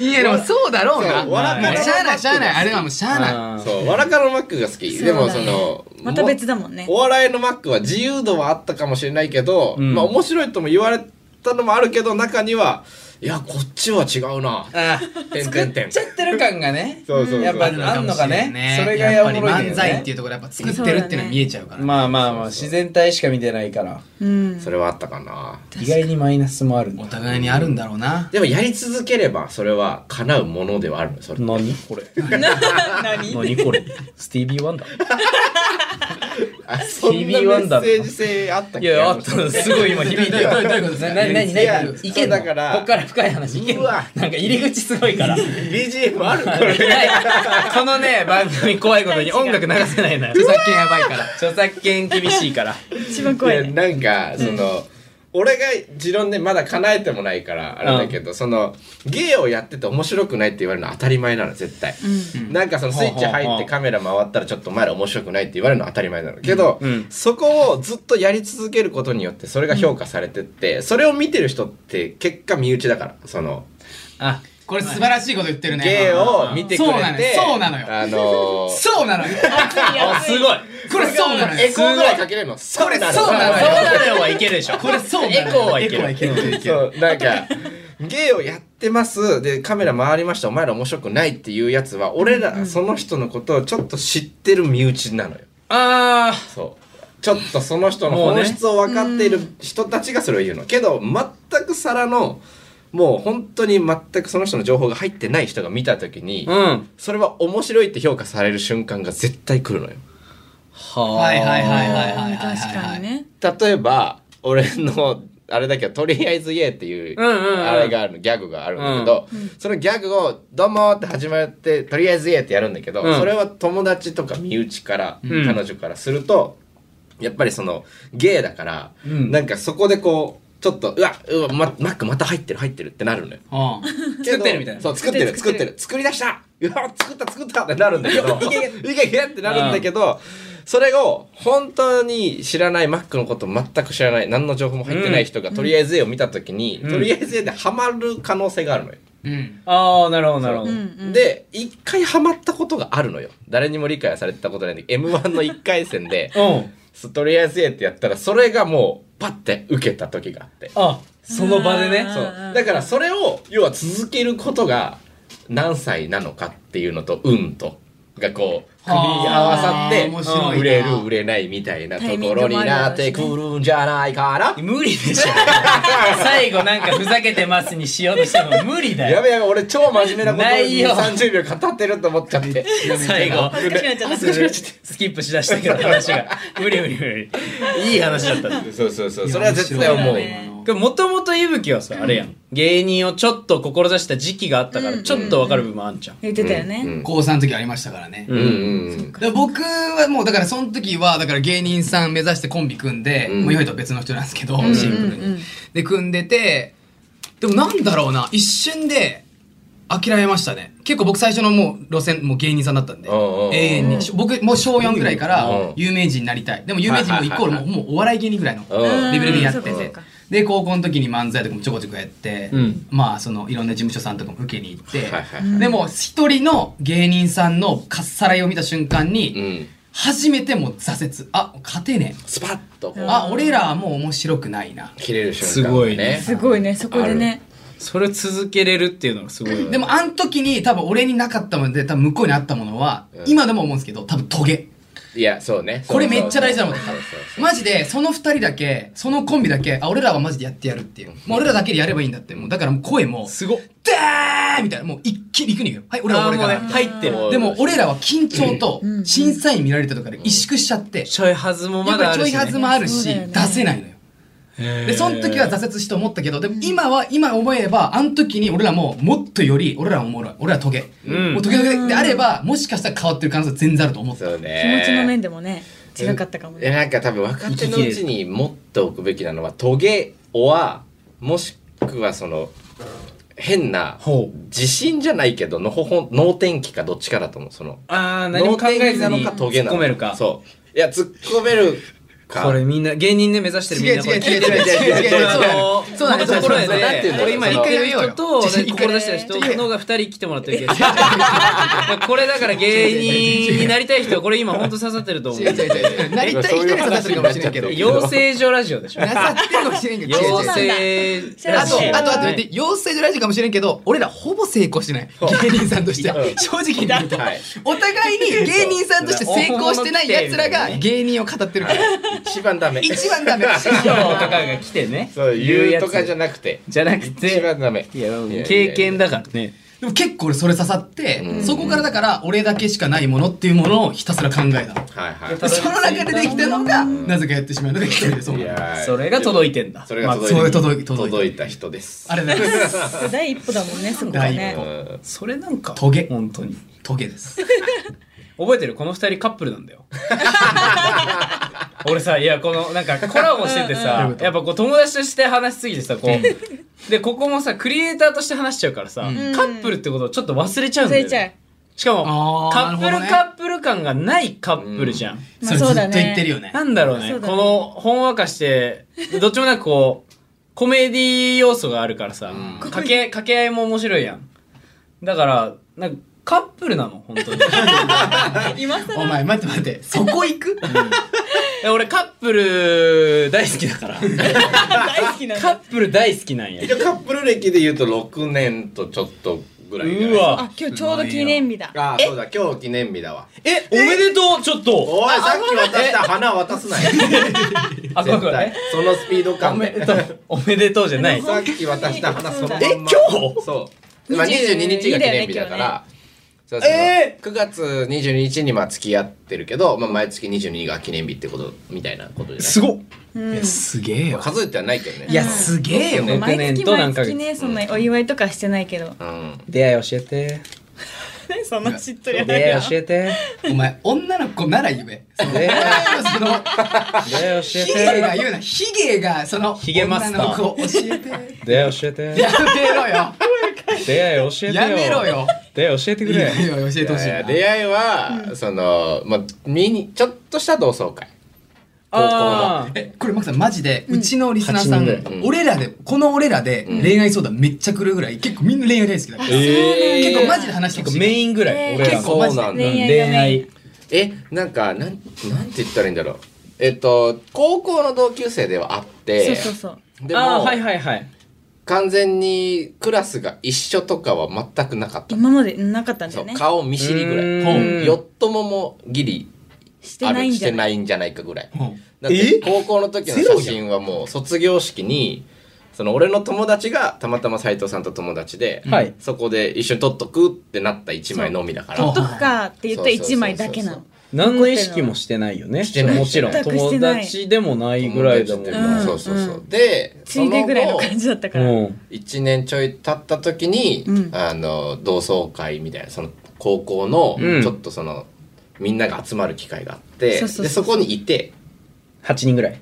Speaker 1: いやでもそうだろうな
Speaker 7: そう笑
Speaker 2: か
Speaker 1: まあ
Speaker 2: ら
Speaker 1: しゃあないしゃあないあれはもうしゃあない
Speaker 2: あー
Speaker 7: そうわらかのマックが好き、
Speaker 8: そうだね
Speaker 7: でもその
Speaker 8: また別だもんね
Speaker 7: お笑いのマックは自由度はあったかもしれないけど、
Speaker 2: うん
Speaker 7: まあ面白いとも言われたのもあるけど中にはいやこっちは違うな
Speaker 2: あ
Speaker 7: て ん
Speaker 2: 作
Speaker 7: て
Speaker 2: っ
Speaker 7: んてん
Speaker 2: ちゃってる感がね
Speaker 7: そうそうそう
Speaker 2: やっぱ
Speaker 1: あるかもしれない
Speaker 2: あんのかねそれが
Speaker 1: やっぱ
Speaker 2: お
Speaker 1: り
Speaker 2: もろいんだよね
Speaker 1: 漫才っていうところやっぱ作ってるっていうのは見えちゃうから
Speaker 2: まあまあまあ自然体しか見てないから
Speaker 8: うん
Speaker 7: それはあったかな
Speaker 2: 意外にマイナスもあるんだ
Speaker 1: お互いにあるんだろうな
Speaker 7: でもやり続ければそれは叶うものではあるのよそれ
Speaker 2: 何これ
Speaker 8: 何
Speaker 2: 何これスティービー・ワンダー
Speaker 7: あそんなメ
Speaker 2: TV ワンダ
Speaker 7: ッ
Speaker 2: ー
Speaker 7: セージ性あったっ
Speaker 2: い
Speaker 7: け
Speaker 2: やあったすごい今響いたよ
Speaker 1: どういうことですか
Speaker 2: なななに
Speaker 7: いや
Speaker 2: なにいけんの
Speaker 7: そうだから
Speaker 2: こっから深い話いけんの
Speaker 7: う
Speaker 2: なん
Speaker 7: わ
Speaker 2: か入り口すごいから
Speaker 7: BGM あるこ
Speaker 2: ない
Speaker 7: れ
Speaker 2: このね番組怖いことに音楽流せないのよ
Speaker 1: 著作権やばいから
Speaker 2: 著作権厳しいから
Speaker 8: 一番
Speaker 7: い
Speaker 8: 怖い
Speaker 7: や
Speaker 8: ね
Speaker 7: なんかその、俺が持論でまだ叶えてもないからあれだけど、その芸をやってて面白くないって言われるのは当たり前なの絶対、なんかそのスイッチ入ってカメラ回ったらちょっとお前ら面白くないって言われるのは当たり前なのけど、
Speaker 2: うんうん
Speaker 7: そこをずっとやり続けることによってそれが評価されてってそれを見てる人って結果身内だからその
Speaker 2: あ
Speaker 1: これ素晴らしいこと言ってるね。
Speaker 7: 芸を見てくれて
Speaker 1: そうなのよ
Speaker 7: あのー
Speaker 1: そうなのよ。
Speaker 2: あすごい
Speaker 1: これそうなのよ。
Speaker 7: エコーぐらいかけれるのそうなの
Speaker 1: そうなのよ
Speaker 2: のよはいけるでしょ
Speaker 1: これそうなのよ。
Speaker 2: エコーはいけ
Speaker 1: エコー
Speaker 2: る
Speaker 1: はいける。いける
Speaker 7: そうなんか芸をやってますでカメラ回りましたお前ら面白くないっていうやつは俺らその人のことをちょっと知ってる身内なのよ
Speaker 2: あー
Speaker 7: そうちょっとその人の本質を分かっている人たちがそれを言うのけど全く皿のもう本当に全くその人の情報が入ってない人が見た時に、
Speaker 2: うん
Speaker 7: それは面白いって評価される瞬間が絶対来るのよ
Speaker 2: はあ
Speaker 1: はいはいはいはいはいはいはい。
Speaker 8: 確かに。ね。
Speaker 7: 例えば俺のあれだけどとりあえず言えっていう
Speaker 2: うんうんうん
Speaker 7: あれがあるのギャグがあるんだけど、そのギャグを「どうも」って始まって「とりあえず言え」ってやるんだけど、
Speaker 2: うん
Speaker 7: それは友達とか身内から、
Speaker 2: ん
Speaker 7: 彼女からするとやっぱりそのゲイだから、
Speaker 2: うん
Speaker 7: なんかそこでこうちょっと「うわうわママックまた入ってる入ってる」ってなるのよ。
Speaker 1: うん
Speaker 7: けど
Speaker 2: 作ってるみたいな
Speaker 7: そう作ってる
Speaker 8: 作
Speaker 7: 作
Speaker 8: っ
Speaker 7: ってて
Speaker 8: る
Speaker 7: る作り出したうわ作った作ったってなるんだけど いけいけいけいけってなるんだけどそれを本当に知らないマックのこと全く知らない何の情報も入ってない人がとりあえず絵を見た時に、
Speaker 2: うん
Speaker 7: とりあえず絵でハマる可能性があるのよ、
Speaker 1: うん。
Speaker 2: あーなるほどなるほど、
Speaker 8: うんうん。
Speaker 7: で一回ハマったことがあるのよ誰にも理解はされてたことないんだけど m 1の1回戦で
Speaker 2: うん
Speaker 7: そうとりあえず絵ってやったらそれがもうパッて受けた時があって
Speaker 2: あその場でね
Speaker 8: あー
Speaker 7: そうだからそれを要は続けることが何歳なのかっていうのと運とがこう組み合わさっ
Speaker 1: はあ
Speaker 7: て
Speaker 1: 面白いな
Speaker 7: うん売れる売れないみたいなところになってくるんじゃないかな。
Speaker 2: 無理でしょ最後なんかふざけてますにしようとしても無理だ
Speaker 7: や
Speaker 2: よ
Speaker 7: べやべ俺超真面目なことを
Speaker 2: ないよ
Speaker 7: 30秒語ってると思っちゃって。
Speaker 2: 最後
Speaker 8: 恥ずかしくなっちゃった。
Speaker 2: スキップしだしたけど話が 無理無理無理いい話だった
Speaker 7: そうそうそうそれは絶対思う。
Speaker 2: でもともと伊吹はさ、あれやん芸人をちょっと志した時期があったから、
Speaker 8: うん
Speaker 2: ちょっと分かる部分あんじゃん、
Speaker 8: 言ってたよね。
Speaker 1: 高3の時ありましたからね。
Speaker 7: うんうんうん
Speaker 1: だから僕はもうだからその時はだから芸人さん目指してコンビ組んで、
Speaker 7: うん
Speaker 1: もういわゆる別の人なんですけど、
Speaker 7: うん
Speaker 1: シンプルに、
Speaker 8: うんうん
Speaker 1: で組んでてでもなんだろうな一瞬で諦めましたね結構僕最初のもう路線もう芸人さんだったんで
Speaker 7: うんうんうん
Speaker 1: 永遠にし僕もう小4ぐらいか
Speaker 7: うん
Speaker 1: ら有名人になりたいでも有名人もイコールもうもうお笑い芸人ぐらいの
Speaker 7: うん
Speaker 1: レベルでやって
Speaker 8: うんそう
Speaker 1: て
Speaker 8: かそうか
Speaker 1: で高校の時に漫才とかもちょこちょこやって、
Speaker 2: うん
Speaker 1: まあそのいろんな事務所さんとかも受けに行って、
Speaker 7: はいはいは
Speaker 1: でも一人の芸人さんのかっさらいを見た瞬間に、
Speaker 7: うん
Speaker 1: 初めてもう挫折あ勝てね
Speaker 7: スパッとこ
Speaker 1: え
Speaker 7: う
Speaker 1: あ俺らはもう面白くないな
Speaker 7: 切れる瞬間がね。
Speaker 8: すごいね、そこでね。
Speaker 2: それ続けれるっていうのがすごいよね
Speaker 1: でもあの時に多分俺になかったもので多分向こうにあったものは、
Speaker 7: うん
Speaker 1: 今でも思うんですけど多分トゲ
Speaker 7: いやそうね。
Speaker 1: これめっちゃ大事だもん
Speaker 7: そうそうそう
Speaker 1: マジでその2人だけそのコンビだけあ俺らはマジでやってやるっていうもう俺らだけでやればいいんだってもうだからもう声も
Speaker 2: すごっ
Speaker 1: 「ダー!」みたいなもう一気に行くによはい俺らは俺か
Speaker 2: あー
Speaker 1: ら
Speaker 2: もうね入ってる
Speaker 1: でも俺らは緊張と
Speaker 8: うん
Speaker 1: 審査員見られたとかで萎縮しちゃって、
Speaker 2: ちょいはずも
Speaker 1: や
Speaker 2: ま
Speaker 1: っぱ
Speaker 2: だあ
Speaker 1: りちょ
Speaker 2: る
Speaker 1: い
Speaker 2: し、ね、
Speaker 1: はずもある
Speaker 8: そう
Speaker 1: し、
Speaker 8: だよね
Speaker 1: 出せないのよでその時は挫折して思ったけどでも今は今思えばあの時に俺らももっとより俺らおもろい俺らトゲ、
Speaker 2: うん
Speaker 1: もうトゲトゲであればもしかしたら変わってる可能性は全然あると思ってた
Speaker 7: そうね。
Speaker 8: 気持ちの面でもね、違かったかも
Speaker 7: いや
Speaker 8: ね。
Speaker 7: なんか多分若手のうちにもっとおくべきなのはトゲはもしくはその変な
Speaker 2: ほう
Speaker 7: 自信じゃないけどのほほん能天気かどっちかだと思うその
Speaker 2: ああ何も考えず
Speaker 7: 能
Speaker 2: に
Speaker 7: 天気なのかトゲ
Speaker 2: 突っ
Speaker 7: なの
Speaker 2: 込めるか
Speaker 7: そういや突っ込めるか
Speaker 2: これみんな芸人ね目指してるみんなこれ聞いてる
Speaker 1: 違う違う違う違う
Speaker 2: これあの
Speaker 1: 違うそうなの
Speaker 2: 本当これ
Speaker 1: そうなの
Speaker 2: ね
Speaker 1: なんて言うんだろう
Speaker 2: これ今言ってる人と
Speaker 1: その
Speaker 2: 志出してる人の方が二人来てもらってるけどこれだから芸人になりたい人はこれ今本当刺さってると思う
Speaker 1: 違う違う違うなりたい人には刺さってるかもしれないけど
Speaker 7: そういう話になっちゃうよ
Speaker 2: 養成所ラジオでしょ
Speaker 1: 刺さってるかもしれんけど違う違う
Speaker 2: 養
Speaker 1: 違う
Speaker 2: 成
Speaker 1: あ
Speaker 2: ラジ
Speaker 1: と
Speaker 2: オ
Speaker 1: あとあと待って養成所ラジオかもしれんけど俺らほぼ成功して ない芸人さんとしては正直に言うと
Speaker 7: はい
Speaker 1: お互いに芸人さんとして成功してない奴ら が芸人を語ってるから
Speaker 7: 一番ダメ
Speaker 1: 一番ダメ
Speaker 2: 師匠とかが来てね
Speaker 7: そう言うとかじゃ
Speaker 2: な
Speaker 7: なくて
Speaker 2: じゃなく
Speaker 7: 一
Speaker 2: て
Speaker 7: 番ダメ
Speaker 2: いやもう
Speaker 7: いやいやいや
Speaker 2: 経験だからね
Speaker 1: でも結構俺それ刺さって、
Speaker 7: うん
Speaker 1: そこからだから俺だけしかないものっていうものをひたすら考えた
Speaker 7: はいはい
Speaker 2: いや
Speaker 1: その中でできたのが、なぜかやってしまうのが一人でそう
Speaker 7: い
Speaker 1: なの
Speaker 7: やー
Speaker 2: それが届いてんだ
Speaker 7: それが
Speaker 2: まあ
Speaker 7: 届い
Speaker 1: まあそれ
Speaker 7: た
Speaker 1: 届い届いた
Speaker 7: 届いた人です
Speaker 1: あれだよ
Speaker 8: 第一歩だもんね、そこは
Speaker 1: 第一
Speaker 8: ね
Speaker 1: 歩。
Speaker 7: うん
Speaker 2: それなんか
Speaker 1: トゲ
Speaker 2: 本当に
Speaker 1: トゲです
Speaker 2: 覚えてるこの二人カップルなんだよ覚 俺さいやこのなんかコラボしてて
Speaker 1: うん
Speaker 2: さ
Speaker 1: うん
Speaker 2: やっぱこう友達として話しすぎてさこうでここもさクリエイターとして話しちゃうからさ、
Speaker 1: うん
Speaker 2: カップルってことをちょっと忘れちゃうん
Speaker 8: 忘
Speaker 2: だよね、
Speaker 8: れちゃう。
Speaker 2: しかも
Speaker 1: あー
Speaker 2: カップ
Speaker 1: なるほ
Speaker 2: ル
Speaker 1: どね
Speaker 2: カップル感がないカップルじゃん、
Speaker 8: ま
Speaker 1: そ
Speaker 8: あ
Speaker 1: れず
Speaker 8: そう
Speaker 1: っ
Speaker 8: だ
Speaker 1: と
Speaker 8: ね。
Speaker 1: 言ってるよね
Speaker 2: なんだろうね
Speaker 8: そうだね
Speaker 2: このほんわかしてどっちもなんかこうコメディ要素があるからさ、
Speaker 7: ん
Speaker 2: 掛け掛け合いも面白いやんだからなんかカップルなの本当に
Speaker 8: 今更
Speaker 1: お前待って待ってそこ行く
Speaker 2: え俺カップル大好きだから
Speaker 8: 大好 きなん
Speaker 2: カ
Speaker 8: だ。
Speaker 2: ップル大好きなんや
Speaker 7: 一応カップル歴で言うと6年とちょっとぐらいじゃないう
Speaker 2: わ
Speaker 8: あ、今日ちょうど記念日だ。
Speaker 7: あそうだ今日記念日だわ
Speaker 2: えおめでとうちょっと
Speaker 7: おいさっき渡した花渡すなよ
Speaker 2: あごめんごめ
Speaker 7: 絶
Speaker 2: ん
Speaker 7: 対
Speaker 2: え
Speaker 7: そのスピード
Speaker 2: お
Speaker 7: 感
Speaker 2: め
Speaker 7: で
Speaker 2: でとうおめでとうじゃない
Speaker 7: さっき渡した花そのまんま
Speaker 2: え今日
Speaker 7: そうまあ22日が記念日だからそうそう
Speaker 2: え
Speaker 7: 9月22日にまあ付き合ってるけど、まあ、毎月22が記念日ってことみたいなことじ
Speaker 2: すごっ
Speaker 8: うん。
Speaker 1: えすげえ
Speaker 7: ゃない
Speaker 1: よ
Speaker 7: 数えてはないけどね
Speaker 2: いやすげえよ
Speaker 7: うん
Speaker 2: 6
Speaker 8: 毎
Speaker 2: 年
Speaker 8: 月
Speaker 2: と何
Speaker 8: 毎
Speaker 2: ヶ
Speaker 8: 月
Speaker 2: 月
Speaker 8: ね、そんなお祝いとかしてないけど。
Speaker 7: うん
Speaker 2: 出会い教えて
Speaker 8: ねそのしっとり
Speaker 2: 出
Speaker 8: 話
Speaker 2: 会い教えて
Speaker 1: お前女の子なら言えその
Speaker 2: ね
Speaker 1: その
Speaker 2: 出会い教え
Speaker 1: ヒゲが
Speaker 2: て
Speaker 1: 言うなヒゲがその
Speaker 2: ヒゲマスター
Speaker 1: 女の子教えて
Speaker 2: 出会い教えて
Speaker 1: やめろよ
Speaker 2: 出会い教えてよ
Speaker 1: やめろよ
Speaker 2: 出会い教えてく
Speaker 1: い
Speaker 2: れ
Speaker 1: やいや教えてほしい
Speaker 7: いや
Speaker 1: ない
Speaker 7: や出会いは、その、まあ、ミニちょっとした同窓会
Speaker 2: あ
Speaker 1: えこれマキさんマジでうちのリスナーさん、
Speaker 2: 八人
Speaker 7: ぐらいうん
Speaker 1: 俺らでこの俺らで恋愛相談めっちゃ来るぐらい結構みんな恋愛大好きだから、
Speaker 2: え
Speaker 1: 結構マジで話してほしい
Speaker 2: メインぐらい
Speaker 8: えー
Speaker 2: 俺ら
Speaker 1: 結構マジで
Speaker 7: そうなんだ
Speaker 8: 恋愛
Speaker 2: 恋
Speaker 8: がメイ
Speaker 2: 愛
Speaker 8: ン
Speaker 7: えなんかなんなんて言ったらいいんだろうえっと高校の同級生ではあって
Speaker 8: そうそうそう。
Speaker 7: でも、
Speaker 2: あーはいはいはい
Speaker 7: 完全にクラスが一緒とかは全くなかった、
Speaker 8: 今までなかったんだ
Speaker 7: そ
Speaker 8: よ
Speaker 7: う
Speaker 8: ね。
Speaker 7: 顔見知りぐ
Speaker 2: う
Speaker 7: ら
Speaker 2: ーん
Speaker 7: いよっとももギリ
Speaker 8: して
Speaker 7: あ
Speaker 8: ない
Speaker 7: る
Speaker 8: ん
Speaker 7: し
Speaker 8: じゃ
Speaker 7: て
Speaker 8: ない
Speaker 7: ないんじゃないかぐらい
Speaker 1: うん
Speaker 7: だって高校の時の写真はもう卒業式にその俺の友達がたまたま斉藤さんと友達で、
Speaker 2: はい
Speaker 7: そこで一緒に撮っとくってなった1枚のみだから
Speaker 8: 取っとくかって言ったら一枚だけな
Speaker 7: そう
Speaker 8: の。
Speaker 2: 何の意識もしてないよね
Speaker 7: してない
Speaker 2: もちろん
Speaker 8: 全くし
Speaker 2: 友
Speaker 8: てない
Speaker 2: 達でもないぐらいだもん
Speaker 7: 友
Speaker 8: う
Speaker 7: 達で
Speaker 8: ん
Speaker 7: そうそうそう、で
Speaker 8: ついでぐらいの感じだったから。
Speaker 2: うん
Speaker 7: 1年ちょい経った時に、
Speaker 8: うん
Speaker 7: あの同窓会みたいなその高校の
Speaker 2: うん
Speaker 7: ちょっとその、みんなが集まる機会があって
Speaker 8: そうそうそう
Speaker 7: でそこにいて
Speaker 2: 8人ぐらい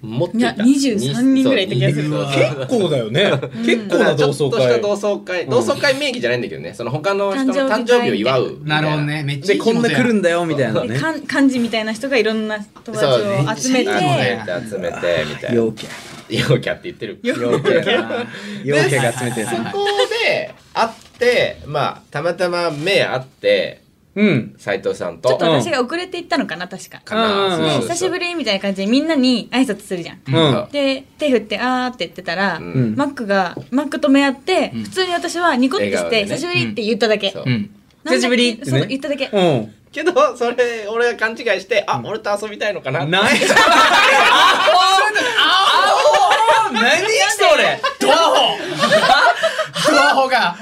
Speaker 7: もっといた
Speaker 8: いや23人ぐらいいた気がする
Speaker 7: そう
Speaker 1: うわ
Speaker 2: 結構だよね結構
Speaker 7: ただ
Speaker 2: な
Speaker 7: ちょ
Speaker 2: 同
Speaker 7: っ
Speaker 2: 窓
Speaker 7: とした
Speaker 2: 会
Speaker 7: 同窓会同窓会名義じゃないんだけどねその他の人の誕
Speaker 8: 誕
Speaker 7: 生
Speaker 8: 生
Speaker 7: 日
Speaker 8: 日
Speaker 7: を祝
Speaker 8: 会
Speaker 7: うみた
Speaker 1: ないるほどねめっちゃ
Speaker 2: で
Speaker 1: いい
Speaker 2: こんな来るんだよみたいな
Speaker 8: で、
Speaker 2: ね
Speaker 8: かん漢字みたいな人がいろんな友達
Speaker 7: そうね
Speaker 8: を集め
Speaker 1: そうね
Speaker 8: て、
Speaker 7: 集めてみたいな
Speaker 2: 陽キャ
Speaker 7: 陽キャって言ってる
Speaker 2: 陽キャが陽キャが集めてる
Speaker 7: そこで会ってまあたまたま目合って
Speaker 2: うん
Speaker 7: 斉藤さん
Speaker 8: ちょ
Speaker 7: と
Speaker 8: っと私が遅れて行ったのかな、確か。
Speaker 7: かな
Speaker 2: うんうんうん
Speaker 7: そうそうそう
Speaker 8: 久しぶりみたいな感じでみんなに挨拶するじゃん。
Speaker 2: うん
Speaker 8: で、手振って、あーって言ってたら、
Speaker 7: うん
Speaker 2: うん
Speaker 8: マックが、マックと目合って、普通に私はニコってし
Speaker 7: 笑顔
Speaker 8: て、
Speaker 7: でね
Speaker 8: 久しぶりって言っただけ。
Speaker 7: そう
Speaker 1: うん
Speaker 8: なん
Speaker 2: 久し
Speaker 8: だっけ
Speaker 2: ぶりってね
Speaker 8: そう、言っただけ。
Speaker 2: うん
Speaker 7: けどそれ俺が勘違いしてあ、俺と遊びたいのかなって
Speaker 2: ないあおあお何それ
Speaker 1: ドアホドアホが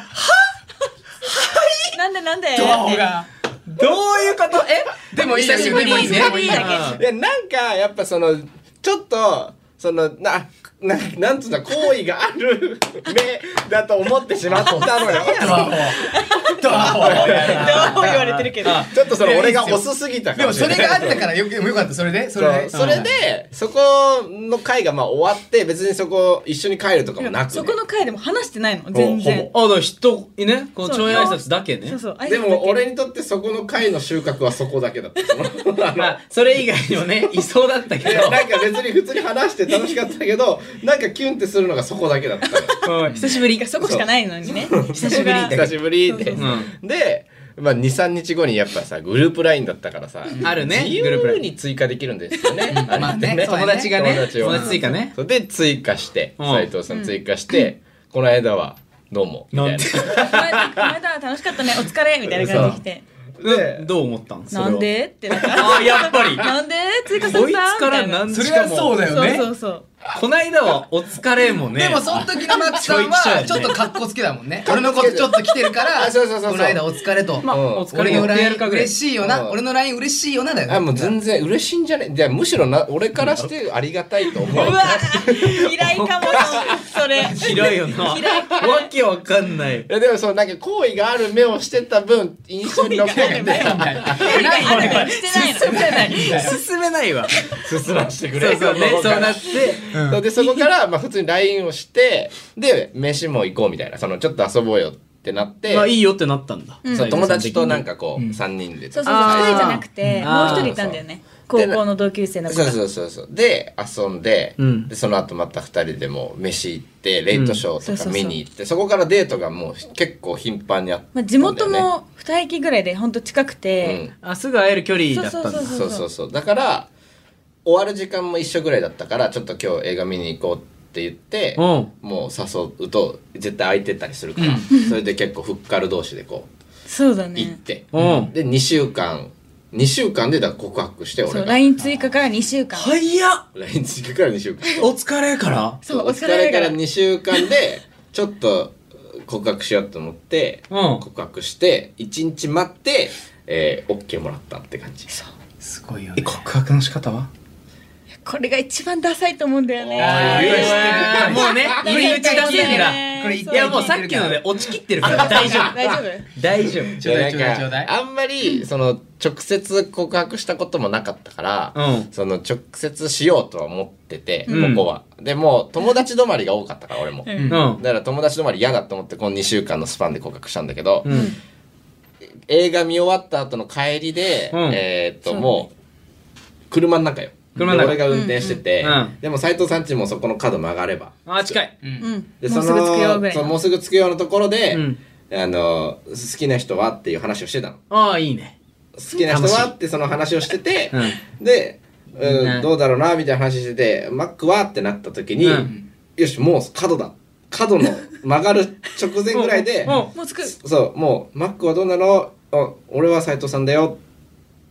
Speaker 8: なんでなんで
Speaker 1: ドアホが
Speaker 2: どういうことえ
Speaker 1: でもいいですよでもいいね
Speaker 8: 久しぶりだ
Speaker 7: い
Speaker 8: け
Speaker 7: やなんかやっぱそのちょっとそのなななんつうんだ好意がある目だと思ってしまったのよ
Speaker 1: ドアホドアホや
Speaker 8: どう言われてるけど。
Speaker 7: ちょっとその俺が遅すぎた
Speaker 1: なでも
Speaker 7: かもし
Speaker 1: そ
Speaker 7: れな
Speaker 1: れ
Speaker 7: い
Speaker 1: があったからよくよかったそれでそ
Speaker 7: そ
Speaker 1: れ
Speaker 7: れ
Speaker 1: で
Speaker 7: それでそこの会がまあ終わって別にそこ一緒に帰るとかもなく、ね、
Speaker 8: そこの回でも話してないの、全
Speaker 7: ほ
Speaker 8: 然。
Speaker 2: あだから人ねこのち
Speaker 8: そ
Speaker 2: ょ
Speaker 8: う
Speaker 2: い挨拶だけね
Speaker 8: そうそう、挨拶だけ
Speaker 7: でも俺にとってそこの会の収穫はそこだけだった そのあの
Speaker 2: まあそれ以外にもねいそうだったけ
Speaker 7: い
Speaker 2: ど
Speaker 7: やなんか別に普通に話して楽しかったけどなんかキュンってするのがそこだけだったから
Speaker 2: うん久しぶり
Speaker 8: そこしかないのにね。久し ぶり
Speaker 7: 久しぶりで、
Speaker 8: そう
Speaker 2: そう
Speaker 7: で、まあ、23日後にやっぱさグループ LINE だったからさ
Speaker 2: あるね
Speaker 7: 自
Speaker 2: グループ
Speaker 7: 由
Speaker 2: LINE
Speaker 7: に追加できるんですよねあれ
Speaker 1: まあ
Speaker 7: って
Speaker 1: ねそうだ
Speaker 2: 友達がね
Speaker 7: 友達を
Speaker 2: 友達追加ね
Speaker 7: そうで追加して
Speaker 2: うん
Speaker 7: 斉藤さん追加して、この間はどうもみたい
Speaker 8: この間この間は楽しかったね、お疲れみたいな感じで来て。
Speaker 7: なで
Speaker 2: どう思ったんそれは
Speaker 8: なんでってなんか。
Speaker 2: あやっぱり
Speaker 8: なんで追加さ
Speaker 2: こ
Speaker 8: れ
Speaker 2: いつ
Speaker 8: た
Speaker 2: から
Speaker 8: みたい
Speaker 2: なん
Speaker 1: それはそうだよね
Speaker 8: そうそうそう。
Speaker 2: こないだはお疲れもね
Speaker 1: でもその時のマックさんはちょっとカッコつけだもんね俺のことちょっと来てるから
Speaker 7: あそうそうそうそう
Speaker 1: この間お疲れと、
Speaker 2: まあ
Speaker 7: うん
Speaker 2: お疲
Speaker 1: 俺
Speaker 2: れ
Speaker 1: の
Speaker 2: もや
Speaker 1: LINE
Speaker 2: るかぐらい
Speaker 1: 嬉しいよな
Speaker 7: うん
Speaker 1: 俺の LINE 嬉しいよなだよ
Speaker 7: あもう全然嬉しいんじゃねじゃあむしろな俺からしてありがたいと思う
Speaker 8: うわ嫌いかもそれ
Speaker 2: 広いよなわ
Speaker 8: 嫌い
Speaker 2: けわかんない
Speaker 7: いやでもそのなんか好意がある目をしてた分印象に残って
Speaker 1: ないない
Speaker 8: してないの
Speaker 2: 進めないわ
Speaker 7: 進ましてく
Speaker 2: そうそうねそうなって
Speaker 7: そうでそこからまあ普通に LINE をしてで飯も行こうみたいなそのちょっと遊ぼうよってなっ て、
Speaker 2: まあいいよってなったんだ
Speaker 7: そう友達となん
Speaker 2: か
Speaker 7: かこ
Speaker 1: うん
Speaker 7: う三人で
Speaker 8: そうそうそう
Speaker 2: あー
Speaker 8: 一人じゃなくて
Speaker 2: あ
Speaker 8: もう
Speaker 2: ー
Speaker 8: 一人いたんだよね高校の同級生の子
Speaker 7: そう
Speaker 8: が
Speaker 7: そうそうそうで遊んで,、
Speaker 2: うん
Speaker 7: でその後また二人でもう飯行ってレイトショ
Speaker 8: うん
Speaker 7: ーと
Speaker 8: そうそうそ
Speaker 7: か
Speaker 8: う
Speaker 7: 見に行って、そこからデートがもう結構頻繁にあった
Speaker 8: まあ
Speaker 7: んだよね、
Speaker 8: 地元も二駅ぐらいでほんと近くて
Speaker 2: あすぐ会える距離だったんだ
Speaker 8: そうそう
Speaker 7: そうそうそうだから終わる時間も一緒ぐらいだったからちょっと今日映画見に行こうって言って、
Speaker 2: うん
Speaker 7: もう誘うと絶対空いてたりするから、それで結構フッカル同士でこ
Speaker 8: そうだ
Speaker 7: う行っ
Speaker 8: ね
Speaker 7: て、
Speaker 2: うん
Speaker 7: で2週間2週間でだから告白して
Speaker 8: そ
Speaker 7: 俺
Speaker 8: う
Speaker 7: が
Speaker 8: LINE 追加から2週間
Speaker 2: 早っ
Speaker 7: LINE 追加から2週間
Speaker 2: お疲れから
Speaker 8: そう
Speaker 7: お
Speaker 8: お
Speaker 7: 疲
Speaker 8: 疲
Speaker 7: れ
Speaker 8: れ
Speaker 7: か
Speaker 8: からら
Speaker 7: 2週間でちょっと告白しようと思って、
Speaker 2: うん
Speaker 7: 告白して1日待って、えー、OK もらったって感じ
Speaker 1: すごいよ
Speaker 2: え
Speaker 1: ね
Speaker 2: 告白の仕方は
Speaker 8: これが一番ダサいと思うんだよ
Speaker 1: あー
Speaker 8: ね
Speaker 1: 言うわ
Speaker 2: もうね入り口出せんだ
Speaker 1: これ言っ
Speaker 2: い
Speaker 1: て
Speaker 2: やもうさっきので落ちきってるから大
Speaker 8: 大
Speaker 2: 丈
Speaker 8: 丈
Speaker 2: 夫
Speaker 8: 夫大丈夫
Speaker 2: 大丈夫
Speaker 1: ちょうだいちょうだい
Speaker 7: でなんか
Speaker 1: ちょうだい
Speaker 7: あんまりその直接告白したこともなかったから、
Speaker 2: うん
Speaker 7: その直接しようとは思ってて、
Speaker 2: うん
Speaker 7: ここはでも友達止まりが多かったから俺も、
Speaker 8: うん
Speaker 2: うん
Speaker 7: だから友達止まり嫌だと思ってこの2週間のスパンで告白したんだけど、
Speaker 2: うん
Speaker 7: 映画見終わった後の帰りで、
Speaker 2: うん
Speaker 7: えーっと
Speaker 8: そう
Speaker 7: もう車の中よ
Speaker 2: 車の中
Speaker 7: で俺が運転してて、
Speaker 2: うんうん
Speaker 7: でも斎藤さんちもそこの角曲がれば
Speaker 2: あ近い
Speaker 8: うん
Speaker 7: で
Speaker 8: も
Speaker 7: そ
Speaker 8: うす
Speaker 7: の
Speaker 8: ぐ着くよぐらい
Speaker 7: そうもうすぐ着くよのところで、
Speaker 2: うん
Speaker 7: あの好きな人はっていう話をしてたの
Speaker 2: ああいいね
Speaker 7: 好きな人はってその話をしてて、
Speaker 2: うん
Speaker 7: で、うん
Speaker 2: ね
Speaker 7: どうだろうなみたいな話しててマックはってなった時に、
Speaker 2: うん
Speaker 7: よしもう角だ角の曲がる直前ぐらいで、
Speaker 2: うん
Speaker 8: もう着く
Speaker 7: そう、もう、マックはどうなのあ俺は斎藤さんだよ。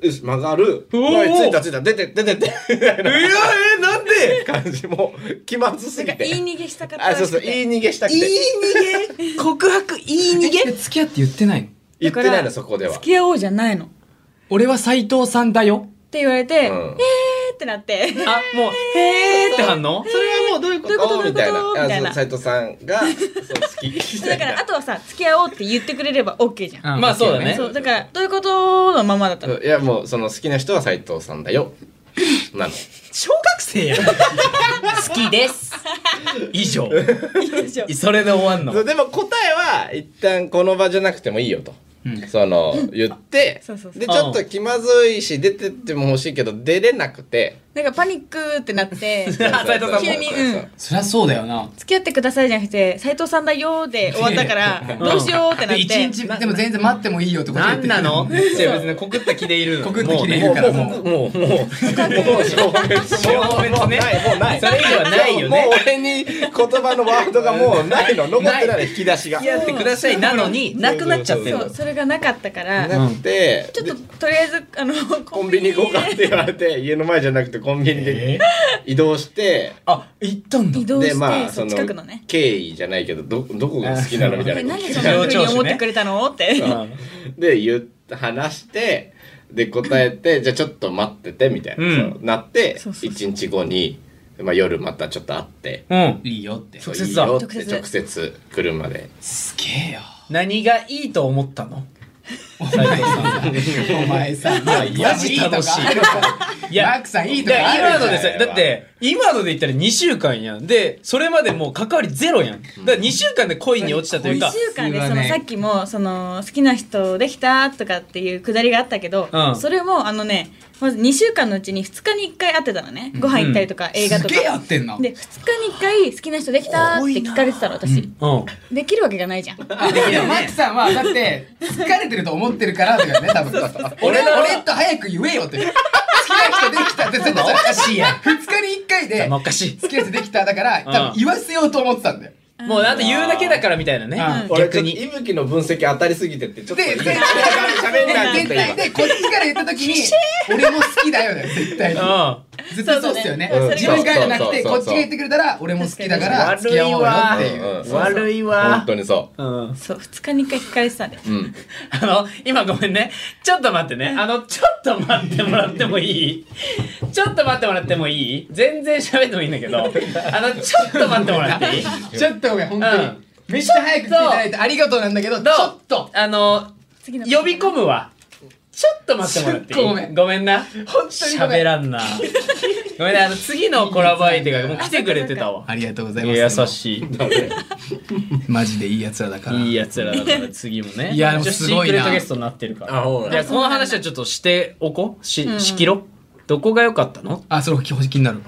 Speaker 7: よし、曲がる。
Speaker 2: おー
Speaker 7: おい、ついたついた、出て、出てって。みたいな
Speaker 2: えなんで
Speaker 7: 感じも、気まずす
Speaker 8: なん
Speaker 7: ぎ
Speaker 8: か
Speaker 7: て。
Speaker 8: 言い逃げしたかった
Speaker 7: あ、
Speaker 8: らし
Speaker 7: そう
Speaker 8: く
Speaker 7: そ
Speaker 8: て
Speaker 7: う、言い逃げしたくて。
Speaker 2: 逃げ告白いい逃
Speaker 1: え付き合って言ってないの
Speaker 7: 言ってない
Speaker 8: だか
Speaker 7: の、
Speaker 8: ら
Speaker 7: そこでは
Speaker 8: 付。き合おうじゃないのっ
Speaker 1: 俺は斎藤さんだよ
Speaker 8: て言われて、
Speaker 7: うん
Speaker 8: えーってなって
Speaker 2: あもうへーって反応
Speaker 7: それはもうどういう
Speaker 8: どういうこと
Speaker 7: みたいな
Speaker 8: どういうこと。みたいな
Speaker 7: あそう斎藤さんが、そう、好き。みた
Speaker 8: だ
Speaker 7: い
Speaker 8: からあ
Speaker 7: な
Speaker 8: とはさ付き合おうって言ってくれれば OK じゃん、
Speaker 2: まあそうだね
Speaker 8: そうだからどういうことのままだったの
Speaker 7: いや、もう、その、好きな人は斎藤さん だよ。なの。
Speaker 2: 小学生やん好きです以上
Speaker 8: でしょ
Speaker 2: それで終わん
Speaker 7: そう
Speaker 2: の
Speaker 7: でも答えは一旦この場じゃなくてもいいよと、
Speaker 1: うん
Speaker 7: その言って
Speaker 8: そうそうそう
Speaker 7: でちょっと気まずいし出てっても欲しいけど出れなくて
Speaker 8: なんかパニックってなっ て付
Speaker 2: あ斉藤さんも
Speaker 8: 急にうん
Speaker 1: そりゃそうだよな
Speaker 8: き合ってくださいじゃなくて斎藤さんだよーで終わったから どうしようってなっ
Speaker 1: で
Speaker 8: て
Speaker 1: 一日でも全然待ってもいいよってこと言
Speaker 2: な
Speaker 1: っ
Speaker 2: ん
Speaker 1: て
Speaker 2: なのいや別に告った気でいるの
Speaker 1: 告った気でい
Speaker 2: も
Speaker 1: る
Speaker 2: うね
Speaker 1: から
Speaker 7: も
Speaker 1: も
Speaker 7: う
Speaker 1: う
Speaker 7: もうもうもう
Speaker 2: もう別にね
Speaker 7: ないもうない
Speaker 2: それ以上はないよね
Speaker 7: もうもう俺に言葉のワードがもうないの残ってないの引き出しが
Speaker 2: 付き合ってくださいなのになくなっちゃってる
Speaker 8: そうそれがなかったから
Speaker 7: なくて
Speaker 8: ちょっ
Speaker 7: で
Speaker 8: ととりあえずあの
Speaker 7: コンビニ行こうかって言われて家の前じゃなくてコンビニで移動して
Speaker 1: あ行ったんだ
Speaker 8: 移動して、
Speaker 7: でまあ
Speaker 8: そ
Speaker 7: そうの
Speaker 8: 近くのね
Speaker 7: 経緯じゃないけどどどこが好きなのみたい
Speaker 8: え
Speaker 7: な
Speaker 8: なんでそんな風に思ってくれたのって
Speaker 7: で言った話してで答え てじゃあちょっと待っててみたいな、
Speaker 2: うん
Speaker 7: そうなって
Speaker 8: そうそうそう
Speaker 7: 1日後に、まあ、夜またちょっと会って
Speaker 2: うん
Speaker 1: いいよって
Speaker 2: 直接だ
Speaker 7: いいよって
Speaker 8: 直接
Speaker 7: 直接車です
Speaker 1: げえよ
Speaker 2: 何がいいと思ったの
Speaker 1: お前さ
Speaker 2: マジ楽しい
Speaker 1: いやマックさんいいと
Speaker 2: だ
Speaker 1: こ
Speaker 2: から
Speaker 1: あるじ
Speaker 2: 今の
Speaker 1: ゃん
Speaker 2: でさ、だって、今ので言ったら2週間やん。で、それまでもう関わりゼロやん。だから2週間で恋に落ちたという
Speaker 8: 2
Speaker 2: か、
Speaker 8: 週間で
Speaker 1: それは
Speaker 8: その
Speaker 1: ね
Speaker 8: さっきもその好きな人できたとかっていうくだりがあったけど、
Speaker 2: うん
Speaker 8: それもあのねまず2週間のうちに2日に1回会ってたのねご飯行ったりとか映画と
Speaker 1: すげえや
Speaker 8: か。
Speaker 1: ってんな
Speaker 8: で2日に1回好きな人できたって聞かれてたの私、
Speaker 2: うん。
Speaker 8: できるわけがないじゃん
Speaker 1: あでもマックさんはだって疲れてると思ってるからだよね多分俺
Speaker 2: 俺らは
Speaker 1: 俺と早く言えよって好きな人できたって絶対おかしいや2日に1回で
Speaker 2: もうおかし
Speaker 1: 好きな人できただから
Speaker 2: うん
Speaker 1: 多分言わせようと思ってたんだよ
Speaker 2: い。もうあと言うだけだからみたいなね
Speaker 1: う。
Speaker 7: 俺ち
Speaker 2: 逆
Speaker 7: ょっと
Speaker 2: に。
Speaker 7: 伊吹の分析当たりすぎてってちょっと
Speaker 1: で
Speaker 7: 喋
Speaker 1: 全
Speaker 7: ん
Speaker 1: 体
Speaker 7: ない
Speaker 1: で全体でこっちから言った時に俺も好きだよね絶対
Speaker 2: う
Speaker 1: に
Speaker 2: ん。
Speaker 1: ずっとそうっすよね
Speaker 8: そうだね
Speaker 1: 自分からじゃなくて
Speaker 7: そう
Speaker 1: こ
Speaker 7: そうそうそう
Speaker 1: っちが言ってくれたら俺も好きだから付き
Speaker 2: 悪い
Speaker 1: 合おうよ
Speaker 2: わ
Speaker 1: っていう、
Speaker 7: うん
Speaker 2: 悪い
Speaker 7: 本
Speaker 2: わ
Speaker 7: 当にそ
Speaker 2: うん
Speaker 8: そう2日に1回聞かれてたんで
Speaker 7: う。うん。
Speaker 2: あの、今ごめんね。ちょっと待ってね。あの、ちょっと待ってもらってもいいちょっと待ってもらってもいい全然喋ってもいいんだけ ど。あの、ちょっと待ってもらっていい
Speaker 1: ちょっとごめん本当に、
Speaker 2: うん
Speaker 1: めっちゃ早く来ていただいてありがとうなんだけどち
Speaker 2: どう
Speaker 1: ょっと
Speaker 2: あの、
Speaker 8: 次の
Speaker 2: 呼び込むわ。ちょっと待ってもらってい
Speaker 1: すっ
Speaker 2: い
Speaker 1: ごいごめん
Speaker 2: ごめんな。
Speaker 1: 本当にごめん
Speaker 2: 喋らんな。ごめんね。あの、次のコラボ相手がもう来てくれてたわ。
Speaker 1: ありがとうござい
Speaker 2: 優
Speaker 1: ます
Speaker 2: しい。
Speaker 1: マジでいいやつらだから
Speaker 2: いいやつらだから次もね。
Speaker 1: いやでも
Speaker 2: 一応
Speaker 1: すごいな
Speaker 2: シークレットゲストになってるから。
Speaker 7: あ、ほ
Speaker 2: じゃあ
Speaker 7: ら。
Speaker 2: この話はちょっとしておこう
Speaker 8: うんう
Speaker 2: し
Speaker 8: ん
Speaker 2: しきろどこが良かったの
Speaker 1: あそれ気気になる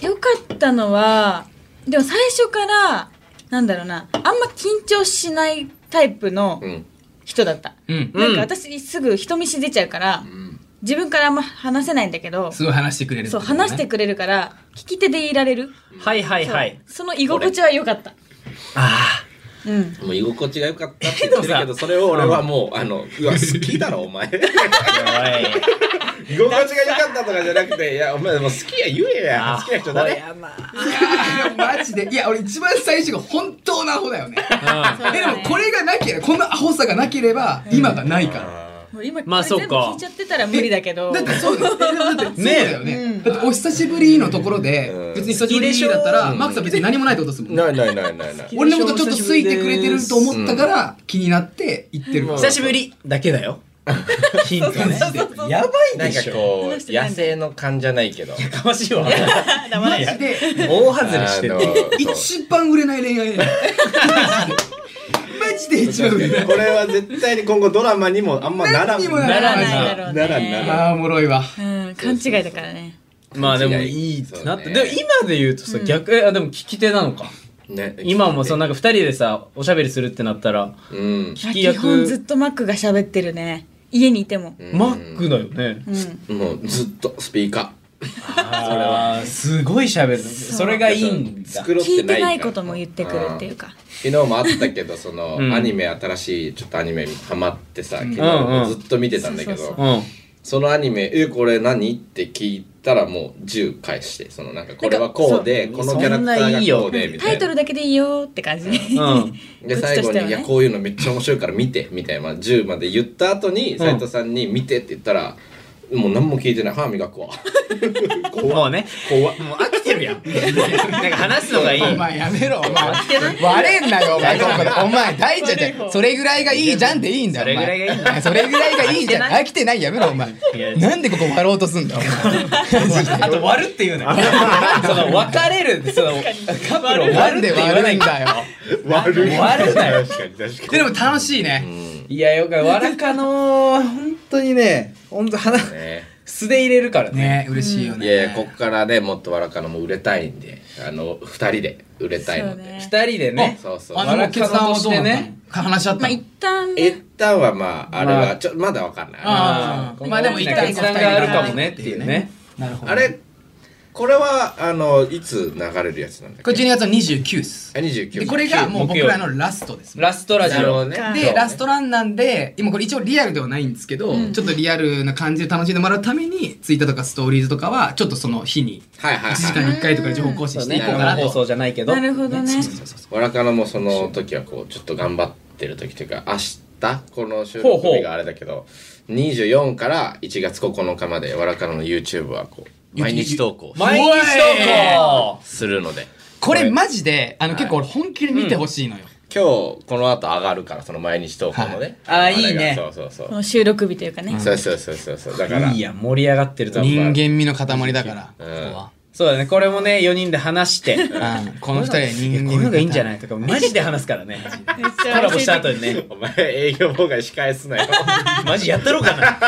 Speaker 8: よかったのはでも最初からなんだろうなあんま緊張しないタイプの
Speaker 7: うん。
Speaker 8: 人だった、
Speaker 1: うん
Speaker 8: なんか私すぐ人見知り出ちゃうから、自分からあんま話せないんだけど、
Speaker 1: すごい話してくれる
Speaker 8: そう話してくれるから聞き手でいられる、
Speaker 2: はいはいはい
Speaker 8: そうその居心地は良かった
Speaker 2: あ
Speaker 8: うん
Speaker 7: もう居心地が良かったって言ってるけ
Speaker 2: でも
Speaker 7: ど、
Speaker 2: さ
Speaker 7: それを俺はもう、あの、うわ、好きだろ、お前。
Speaker 2: あ
Speaker 7: 居心地が良かったとかじゃなくて、いや、お前、もう好きや言えや。好きな人だね。
Speaker 1: いやーマジでいや俺一番最初が本当のアホだよね
Speaker 8: そうだね
Speaker 1: えでもこれがなければこのアホさがなければ今がないから
Speaker 8: もう今
Speaker 2: まあ
Speaker 8: これ全部
Speaker 2: そうか
Speaker 8: 聞いちゃってたら無理だけど
Speaker 1: だってそうだよえでもだってそう
Speaker 2: ね
Speaker 1: だよねだってお久しぶりのところ
Speaker 7: う
Speaker 1: で
Speaker 7: ん
Speaker 1: 別に久しぶりだったら
Speaker 7: うん
Speaker 1: マークさん別に何もないってことですもんね
Speaker 7: ないないないないない。
Speaker 1: 俺のことちょっと好いてくれてると思ったから気になって言ってるから
Speaker 2: 久しぶりだけだよ ヒントねやばい
Speaker 7: なん
Speaker 2: で
Speaker 7: か
Speaker 2: しょ
Speaker 7: こう、野生の感じゃないけど。
Speaker 2: やかましいわ
Speaker 1: マジで
Speaker 2: 大外れしてる
Speaker 7: あのそう
Speaker 1: 一番売れない恋愛だよマジでマジで一番売れない
Speaker 7: これは絶対に今後ドラマにもあんまなら
Speaker 1: 何にもな
Speaker 8: な
Speaker 1: ら
Speaker 8: ら
Speaker 1: な
Speaker 8: ないい
Speaker 1: じゃん
Speaker 8: だろうね
Speaker 7: ならんなら
Speaker 1: ああおもろいわ
Speaker 8: うん勘違いだからね
Speaker 2: まあでも
Speaker 7: 違い
Speaker 2: いいってなって
Speaker 7: そう
Speaker 2: で
Speaker 7: ね
Speaker 2: も今で言うとさ逆えあでも聞き手なのか
Speaker 7: ね
Speaker 2: 今もそのなんか二人でさおしゃべりするってなったら
Speaker 7: うん
Speaker 2: 聞き
Speaker 8: 基本ずっ
Speaker 2: 役
Speaker 8: とマックが喋ってるね家にいても
Speaker 2: マックだよね
Speaker 8: うん
Speaker 7: もうずっとスピーカ
Speaker 2: あーすごい喋るそれがいいん
Speaker 7: ー
Speaker 2: だ
Speaker 7: 作ろうっ
Speaker 8: 聞
Speaker 7: て
Speaker 8: い
Speaker 7: な
Speaker 8: て
Speaker 7: い
Speaker 8: ないことも言ってくるっていうか
Speaker 7: 昨日もあったけどその、
Speaker 2: うん
Speaker 7: アニメ新しいちょっとアニメにハマってさ昨日
Speaker 2: うんうん
Speaker 7: ずっと見てたんだけど、
Speaker 8: そうそう
Speaker 2: うん
Speaker 7: そのアニメ「えこれ何?」って聞いたらもう10返してそのなんかこれはこうで
Speaker 2: なんか
Speaker 7: こ
Speaker 2: そう
Speaker 7: のキャラクタ
Speaker 2: そんないい
Speaker 7: ー
Speaker 2: よ
Speaker 7: がこうでみた
Speaker 8: タ
Speaker 7: い
Speaker 8: イト
Speaker 7: な
Speaker 8: ル。だけでいいよって感じ
Speaker 2: うん
Speaker 7: で最後に、いやこういうのめっちゃ面白いから見て」みたいな10まで言った後に斉藤さんに「見て」って言ったら、もう何も聞いてない歯磨くわ
Speaker 2: もうね、もう飽きてるやん。なんか話すのがいい。
Speaker 1: お前やめろお前割れんなよお前どこでお前大ちゃんじゃんそれぐらいがいいじゃんでいいんだよお前
Speaker 2: それぐらいが
Speaker 1: それぐらい
Speaker 2: いいんだ
Speaker 1: がいいじゃん飽きてないやめろお前
Speaker 2: や
Speaker 1: なんでここ割ろうとすんだお前
Speaker 2: あと割るって言うのよ。その別れる、そのカップルを
Speaker 1: な
Speaker 2: 割る
Speaker 1: ん
Speaker 2: っ
Speaker 1: で
Speaker 2: て言わな
Speaker 1: 割
Speaker 2: い
Speaker 1: るんだよ
Speaker 7: 悪
Speaker 2: 悪いなよ
Speaker 7: 確かに確か
Speaker 1: でも楽しいね
Speaker 7: に、
Speaker 2: いやよかわらかの本当にね、本当
Speaker 7: うん
Speaker 2: 話
Speaker 7: ね
Speaker 2: 素で入れるからね。
Speaker 1: ね嬉しいよね
Speaker 7: いやいやこっからねもっとわらかのも売れたいんであの2人で売れたいので、
Speaker 8: ね
Speaker 2: 二人でね。
Speaker 7: そうそう
Speaker 1: あの決断はどうなった
Speaker 2: わらか
Speaker 1: の話し合っ
Speaker 8: ま
Speaker 1: た
Speaker 8: あ
Speaker 1: の
Speaker 8: 一旦
Speaker 7: 一旦はまああれは、
Speaker 2: まあ
Speaker 7: ちょまだわかんないあ
Speaker 1: あー
Speaker 2: まあでも一回決断があるかもねっていうね。
Speaker 1: なるほど
Speaker 7: れこれはあのいつ流れるやつなんだっけ
Speaker 1: これ12月の29っす
Speaker 7: あ29
Speaker 1: でこれがもう僕らのラストです
Speaker 2: ラストラジ
Speaker 7: なるほ
Speaker 2: オ
Speaker 7: ど。ね
Speaker 1: で、ラストランなんで、今これ一応リアルではないんですけど、ちょっとリアルな感じで楽しんでもらうために、ツイッターとかストーリーズとかは、ちょっとその日に、
Speaker 7: はいはい
Speaker 1: 1時
Speaker 7: は
Speaker 1: 間に1回とかで情報更新していこうかな
Speaker 2: 生放
Speaker 1: と。
Speaker 2: 送じゃないけど。
Speaker 8: なるほどね
Speaker 7: いわらかのもその時はこうちょっと頑張ってる時というか明日この収
Speaker 2: ほう
Speaker 7: 録
Speaker 2: ほう
Speaker 7: 日があれだけど24から1月9日までわらかのの YouTube はこう毎日投稿
Speaker 2: 毎日投稿。
Speaker 7: するのです
Speaker 1: これマジで、あの結構俺本気で見てほしいのよ。
Speaker 7: 今日この後上がるからその毎日投稿のね、
Speaker 2: はいあー
Speaker 7: れが
Speaker 2: いいね
Speaker 7: そうそうそう
Speaker 8: この収録日というかね
Speaker 7: そうそうそうそうそうだから
Speaker 2: いいやん盛り上がってると思う
Speaker 1: 人間味の塊だから、ここ
Speaker 7: うん
Speaker 1: は。
Speaker 2: そうだねこれもね4人で話して
Speaker 1: うんこの二人は人間味の塊
Speaker 2: こういうのがいいんじゃないとかマジで話すからねコラボした後にね
Speaker 7: お前営業妨害仕返す なよ
Speaker 2: マジやったろうかな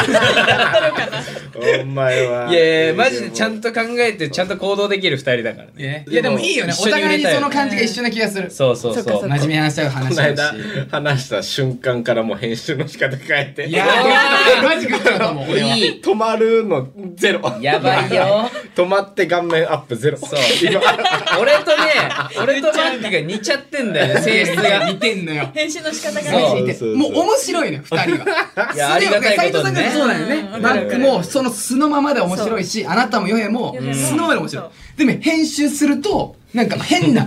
Speaker 7: お前はい
Speaker 2: やいやマジでちゃんと考えてちゃんと行動できる2人だからね
Speaker 1: いやでもいいよね。お
Speaker 2: 一緒に売れたい
Speaker 1: 互いにその感じが一緒な気がする。
Speaker 2: そうそう
Speaker 8: そっか
Speaker 2: そ
Speaker 8: そっ
Speaker 2: う
Speaker 8: か
Speaker 1: 真面目に話し合う
Speaker 7: こ
Speaker 1: 話
Speaker 7: の
Speaker 1: だし
Speaker 7: 間。話した瞬間からもう編集の仕方変え て
Speaker 1: いやー、マジグッドだと思う、俺は。
Speaker 7: いい止まるのゼロ
Speaker 2: やばいよ
Speaker 7: 止まって顔面アップゼロ。
Speaker 2: そう。俺とね、俺とマッキーが似ちゃってんだよね、性質が。
Speaker 1: 似てんのよ。
Speaker 8: 編集の仕方が
Speaker 2: そう
Speaker 8: ね
Speaker 1: 似てもう面白いね、二人は。
Speaker 2: いやありがたいことにね
Speaker 1: 斉藤さんがそうなんよね。バックもその素のままで面白いし、あなたもヨヘも
Speaker 8: ヨヘも
Speaker 1: 素のままで面白
Speaker 8: そ
Speaker 1: い。でも編集すると、なんか変 な、いな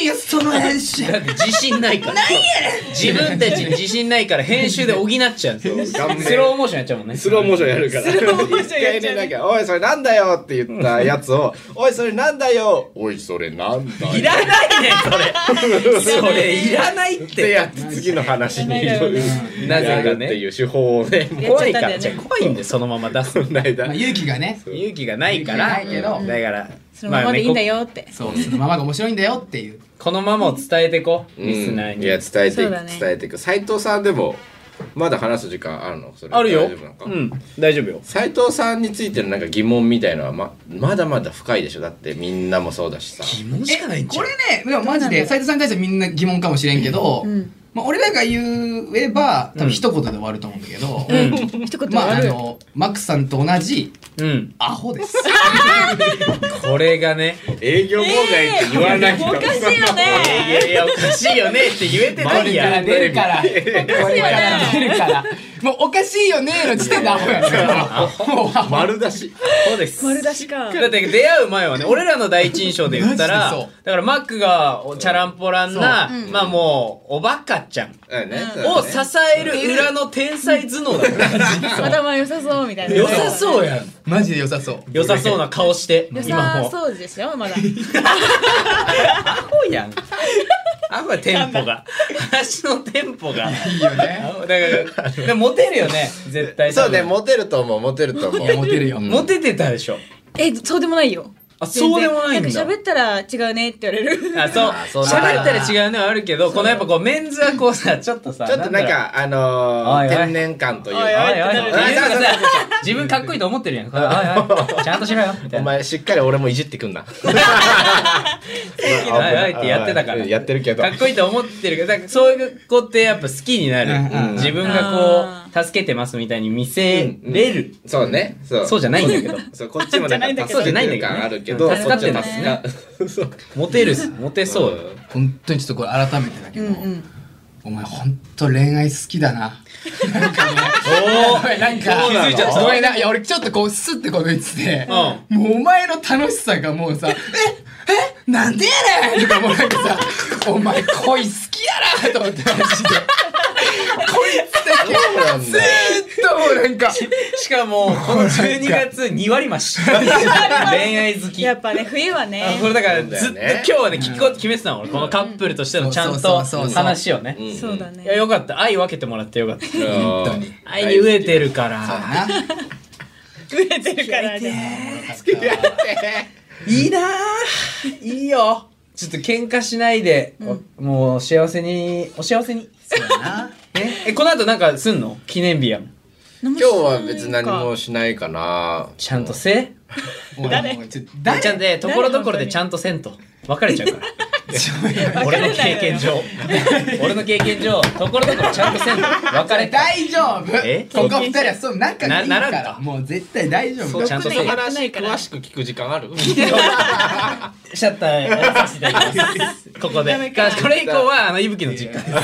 Speaker 1: いよ、その編集。
Speaker 2: だって自信ないから。自分たちに自信ないから編集で補っちゃう。スロ
Speaker 7: 顔面
Speaker 2: ーモーションやっちゃうもんね。
Speaker 7: スローモーションやるから。
Speaker 8: ー
Speaker 7: 一回ね、なんか、おい、それなんだよって言ったやつを、おい、それなんだよおい、それなんだよ
Speaker 2: いらないね、それ。それ、いらないっ
Speaker 7: って
Speaker 2: て。
Speaker 7: やって、次の話にな
Speaker 8: なぜ
Speaker 2: か
Speaker 7: る
Speaker 2: ね
Speaker 7: っていう手法をね、もう
Speaker 2: 怖いから、
Speaker 8: やっち
Speaker 2: じ
Speaker 8: ゃ
Speaker 2: ゃ
Speaker 8: っ
Speaker 2: あ
Speaker 8: たんだよね
Speaker 2: 怖いんで、そのまま出す
Speaker 7: こ。の間
Speaker 1: まあ、、勇気がね、
Speaker 2: 勇気がないから。
Speaker 1: 勇気がないけど
Speaker 2: だから、
Speaker 8: そのままでいいんだ
Speaker 2: よ。
Speaker 8: よって
Speaker 1: そう、素のままで面白いんだよっていう。
Speaker 2: このままを伝えてこう、
Speaker 7: うん
Speaker 2: リスナー
Speaker 7: いや、
Speaker 2: に。
Speaker 7: 伝えてい
Speaker 8: そう
Speaker 7: く、
Speaker 8: だね
Speaker 7: 伝えていく。斉藤さんでも、まだ話す時間あるのそれ
Speaker 2: あるよ
Speaker 7: 大丈夫なの。か
Speaker 2: うん、大丈夫よ。
Speaker 7: 斉藤さんについてのなんか疑問みたいのはままだまだ深いでしょだってみんなもそうだし さ
Speaker 2: 疑問しかないんじゃ
Speaker 1: こ
Speaker 2: ん
Speaker 1: れ。ね、でもマジで、斉藤さんに対してはみんな疑問かもしれんけど、
Speaker 8: うん
Speaker 1: まあ、俺らが言えば、多分一言で終わると思うんだけど、
Speaker 8: 一言
Speaker 1: まあ、
Speaker 8: あ
Speaker 1: あ
Speaker 8: る
Speaker 1: の、マックさんと同じ、
Speaker 2: うん、
Speaker 1: アホ です。
Speaker 2: これがね。
Speaker 7: 営業妨害って言わない人、
Speaker 8: おかしいよ
Speaker 2: い
Speaker 8: ね
Speaker 2: やいや、おかしいよねって言えてないやん。
Speaker 1: 出るから。
Speaker 8: おかしいよね
Speaker 1: 出るから。もうおかしいよねの時点でアホやねもうアホ。
Speaker 7: 丸出し
Speaker 2: そうです。
Speaker 8: 丸出しか
Speaker 2: だって出会う前はね俺らの第一印象で言った
Speaker 1: マ
Speaker 2: ら
Speaker 1: ジでそう
Speaker 2: だからマックがおチャランポランな、まあもうおバカちゃん
Speaker 7: だよねそうだね
Speaker 2: を支える裏の天才頭脳だから
Speaker 8: 頭良さそうみたいな
Speaker 2: 良さそうやん
Speaker 1: マジで良さそう。
Speaker 2: 良さそうな顔して
Speaker 8: 良
Speaker 2: 今
Speaker 8: さ
Speaker 2: も
Speaker 8: そうですよまだ
Speaker 2: アホやんアホやテンポが話のテンポが
Speaker 1: いいよ
Speaker 2: ア
Speaker 1: ね。
Speaker 2: ホだからだからモテるよね絶対
Speaker 7: そうね
Speaker 2: モ
Speaker 7: モテると思うモテると思う
Speaker 1: モテるよ。
Speaker 7: うん
Speaker 2: モテてたでしょ
Speaker 8: えそうでもないよ
Speaker 2: あそうでもないんだ
Speaker 8: 全然なんか喋ったら違うねって言われる
Speaker 2: あそう
Speaker 7: あそうだ
Speaker 2: 喋ったら違うのはあるけどこのやっぱこうメンズはこうさちょっとさ
Speaker 7: ちょっとなんかあ
Speaker 2: おい
Speaker 7: のー、
Speaker 2: おい
Speaker 7: 天然感というか
Speaker 8: おい
Speaker 2: おいおい
Speaker 8: ってなるよね
Speaker 2: おいそうそうそう自分かっこいいと思ってるやん。これおいおいちゃんとしろよ。みた
Speaker 7: お
Speaker 2: いな。
Speaker 7: 前しっかり俺もいじってくん な
Speaker 2: おいおいってやってたから
Speaker 7: うんやってるけど
Speaker 2: かっこいいと思ってるけど、だからそういう子ってやっぱ好きにな
Speaker 1: う
Speaker 2: る。
Speaker 1: ん
Speaker 2: うん自分がこう、助けてますみたいに見せれる。
Speaker 7: そうねそう
Speaker 2: そうじゃないんだけど。
Speaker 7: そうこっちもなんか
Speaker 2: そうじ
Speaker 7: 助
Speaker 2: ゃな
Speaker 7: け
Speaker 2: いん
Speaker 7: て
Speaker 2: だ
Speaker 7: る
Speaker 2: けどねうん
Speaker 7: 感あるけどそっち
Speaker 2: 助か
Speaker 7: は
Speaker 2: って
Speaker 7: 助
Speaker 2: る
Speaker 7: かそう
Speaker 2: モテるっす。モテそうよ。
Speaker 1: 本当にちょっとこれ改めてだけ
Speaker 8: う
Speaker 1: ど、
Speaker 8: んうん
Speaker 1: お前本当恋愛好きだな。 なんかね、
Speaker 2: お
Speaker 1: お前なんか、
Speaker 2: そうなの
Speaker 1: ごめんな、いや俺ちょっとこうスッてこう言ってて、
Speaker 2: う
Speaker 1: もうお前の楽しさがもうさ、ええなんでやねんとかもうなんかさ、お前恋好きやなと思ってマジで。こいつだけ
Speaker 7: そうなんだ
Speaker 1: ずっ
Speaker 7: よ
Speaker 1: ともうなんか、
Speaker 2: しかも、この12月2割増し。恋愛好き。
Speaker 8: やっぱね冬は
Speaker 2: あ
Speaker 8: ね
Speaker 2: これだからずっ
Speaker 7: そう
Speaker 2: と
Speaker 7: だよ
Speaker 2: 今
Speaker 7: ね
Speaker 2: 日はね聞こうって決めてたの俺このカップルとしてのちゃん
Speaker 1: そ
Speaker 2: と
Speaker 1: うそうそうそう
Speaker 2: 話をね
Speaker 7: うん
Speaker 8: そうだ
Speaker 2: いや
Speaker 8: ね
Speaker 2: よかった愛分けてもらってよかった
Speaker 7: 本
Speaker 1: 当に
Speaker 2: 愛に飢えてるから
Speaker 1: な。
Speaker 8: 増えてるからね
Speaker 2: いいなーいいよちょっと喧嘩しないで、おもう幸せにお幸せにええこの後なんかすんの記念日やもん
Speaker 8: 今
Speaker 7: 今日は別に何もしないかな
Speaker 2: ちゃんとせえ
Speaker 1: 誰誰
Speaker 2: ちゃんでところどころでちゃんとせんと別れちゃうから俺の経験上俺の経験上ところどころちゃんとせんと別れた
Speaker 1: 大丈夫
Speaker 2: え
Speaker 1: ここ二人はそう仲がいいか
Speaker 2: なならん
Speaker 1: ら
Speaker 2: か
Speaker 1: もう絶対大丈
Speaker 2: そう
Speaker 1: 夫
Speaker 2: ちゃんとせえ
Speaker 7: 話詳しく聞く時間ある
Speaker 2: シャッターやらさせていただき ます。ここで。
Speaker 8: ダメか
Speaker 2: これ以降は、あの、いぶきの 実家です。
Speaker 8: ま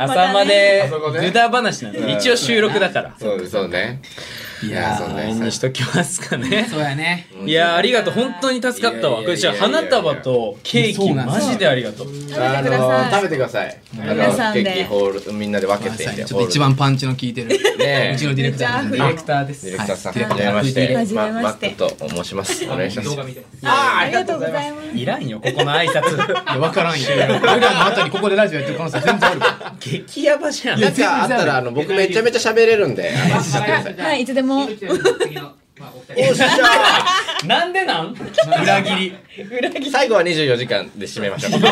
Speaker 2: 朝
Speaker 8: た
Speaker 2: ま
Speaker 8: ね
Speaker 2: で
Speaker 7: あそこ、ね
Speaker 2: 無駄話なんで、一応収録だから。
Speaker 7: そうそうね
Speaker 1: い
Speaker 7: いや
Speaker 1: や
Speaker 7: そう
Speaker 1: ー
Speaker 2: 応
Speaker 7: ね
Speaker 2: 援にしときますかね。
Speaker 1: そうやね
Speaker 2: いやーありがとう。本当に助かったわ。こ
Speaker 7: いや
Speaker 2: れ
Speaker 7: い
Speaker 2: じ
Speaker 7: や
Speaker 2: ゃ
Speaker 7: いやいや
Speaker 2: 花束とケー
Speaker 1: そ
Speaker 2: キ、
Speaker 1: うなんです
Speaker 2: マジでありがとう。
Speaker 8: 食べてく
Speaker 7: あの
Speaker 8: だ
Speaker 7: ー
Speaker 8: さ
Speaker 7: 食べ
Speaker 8: い
Speaker 7: てください。あの
Speaker 8: 皆さんで
Speaker 7: ケーキホールみんなで分
Speaker 1: ごめん
Speaker 7: け
Speaker 1: な
Speaker 7: て
Speaker 1: さい
Speaker 7: ね。
Speaker 1: ちょっと一番パンチの効いてる
Speaker 7: ホールね
Speaker 1: うち
Speaker 7: え。
Speaker 1: のディレクターなんで
Speaker 2: ディレクターで
Speaker 7: ディ
Speaker 2: す
Speaker 7: レ。クターさん、
Speaker 1: はい
Speaker 7: はじめまし
Speaker 8: は
Speaker 7: て。
Speaker 8: じめま
Speaker 7: ま
Speaker 8: して
Speaker 7: マックと申します。お願いします
Speaker 3: 動。画見てます。
Speaker 8: ありがとうございます
Speaker 2: いらんよ、ここの挨拶。
Speaker 1: いや分からんよ俺らの後にここでラジオやってる可能性全然あるから
Speaker 2: 激ヤバじゃん。
Speaker 7: なんかあったら、あの、僕めちゃめちゃ喋れるんで。あのしちゃってください。
Speaker 8: はいいつでも
Speaker 3: 次の、まあ、お二人。
Speaker 2: なんでなん裏切り。
Speaker 7: 最後は24時間で締めましょう。
Speaker 2: なんで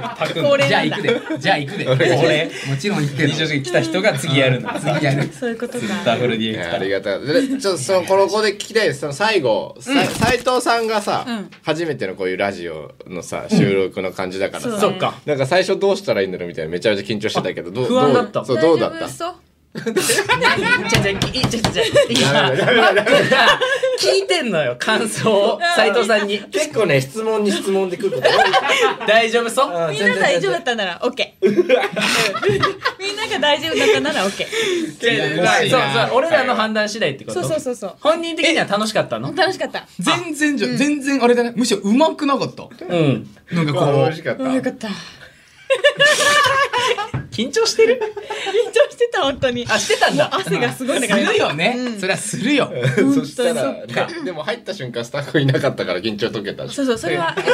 Speaker 2: パクんの
Speaker 8: 恒例
Speaker 1: じゃあ
Speaker 8: なん
Speaker 1: 行
Speaker 8: だ
Speaker 1: くでじゃあ行くで
Speaker 2: 俺
Speaker 1: もちろん行くけど
Speaker 2: 一緒に来た人が次やるんだ。
Speaker 1: 次やる
Speaker 8: そういうことか
Speaker 2: ダブルディ
Speaker 7: い
Speaker 2: レク
Speaker 7: や
Speaker 2: タ
Speaker 7: あり
Speaker 2: ー。
Speaker 7: がたい。でちょっとその、この子で聞きたいです。その最後、斎藤さんがさ
Speaker 8: うん、
Speaker 7: 初めてのこういうラジオのさ、収録の感じだから
Speaker 8: そう
Speaker 7: さ
Speaker 2: そ。っか。
Speaker 7: なんか最初どうしたらいいんだろうみたいなめちゃめちゃ緊張してたけど、どう
Speaker 2: 不安だった
Speaker 7: どうそう、どう だっ
Speaker 8: 大丈夫
Speaker 7: た
Speaker 8: そう
Speaker 2: じゃじゃ、いいじゃじゃ、い
Speaker 7: ダメだダメだ
Speaker 2: 聞聞いてんのよ、感想を。斎藤さんに。
Speaker 7: 結構ね、質問に質問で来ること多い。
Speaker 2: 大丈夫そう
Speaker 8: みんな大丈夫だったなら OK うんみんなが大丈夫だったなら OK
Speaker 1: や
Speaker 2: そう
Speaker 1: 怖
Speaker 2: そう
Speaker 1: いな
Speaker 2: 俺らの判断次第ってこと
Speaker 8: そうそうそうそう
Speaker 2: 本人的には楽しかったの
Speaker 8: 楽しかった
Speaker 1: 全然じゃ、全然あれだね。むしろうまくなかった。
Speaker 2: うん
Speaker 1: なんかこ
Speaker 7: 美味し
Speaker 1: う、
Speaker 7: かっ
Speaker 8: うんよか
Speaker 7: た。
Speaker 8: った 緊
Speaker 2: 緊張してる
Speaker 8: 張してた本当に
Speaker 2: あしてたんだ
Speaker 8: 汗がすごいんだ
Speaker 1: す
Speaker 8: から
Speaker 1: るよね。
Speaker 8: うん
Speaker 1: そりゃするよ。
Speaker 7: そしたら、ねでも入った瞬間スタッフいなかったから緊張解けたし。
Speaker 8: そうそうそれはよかっ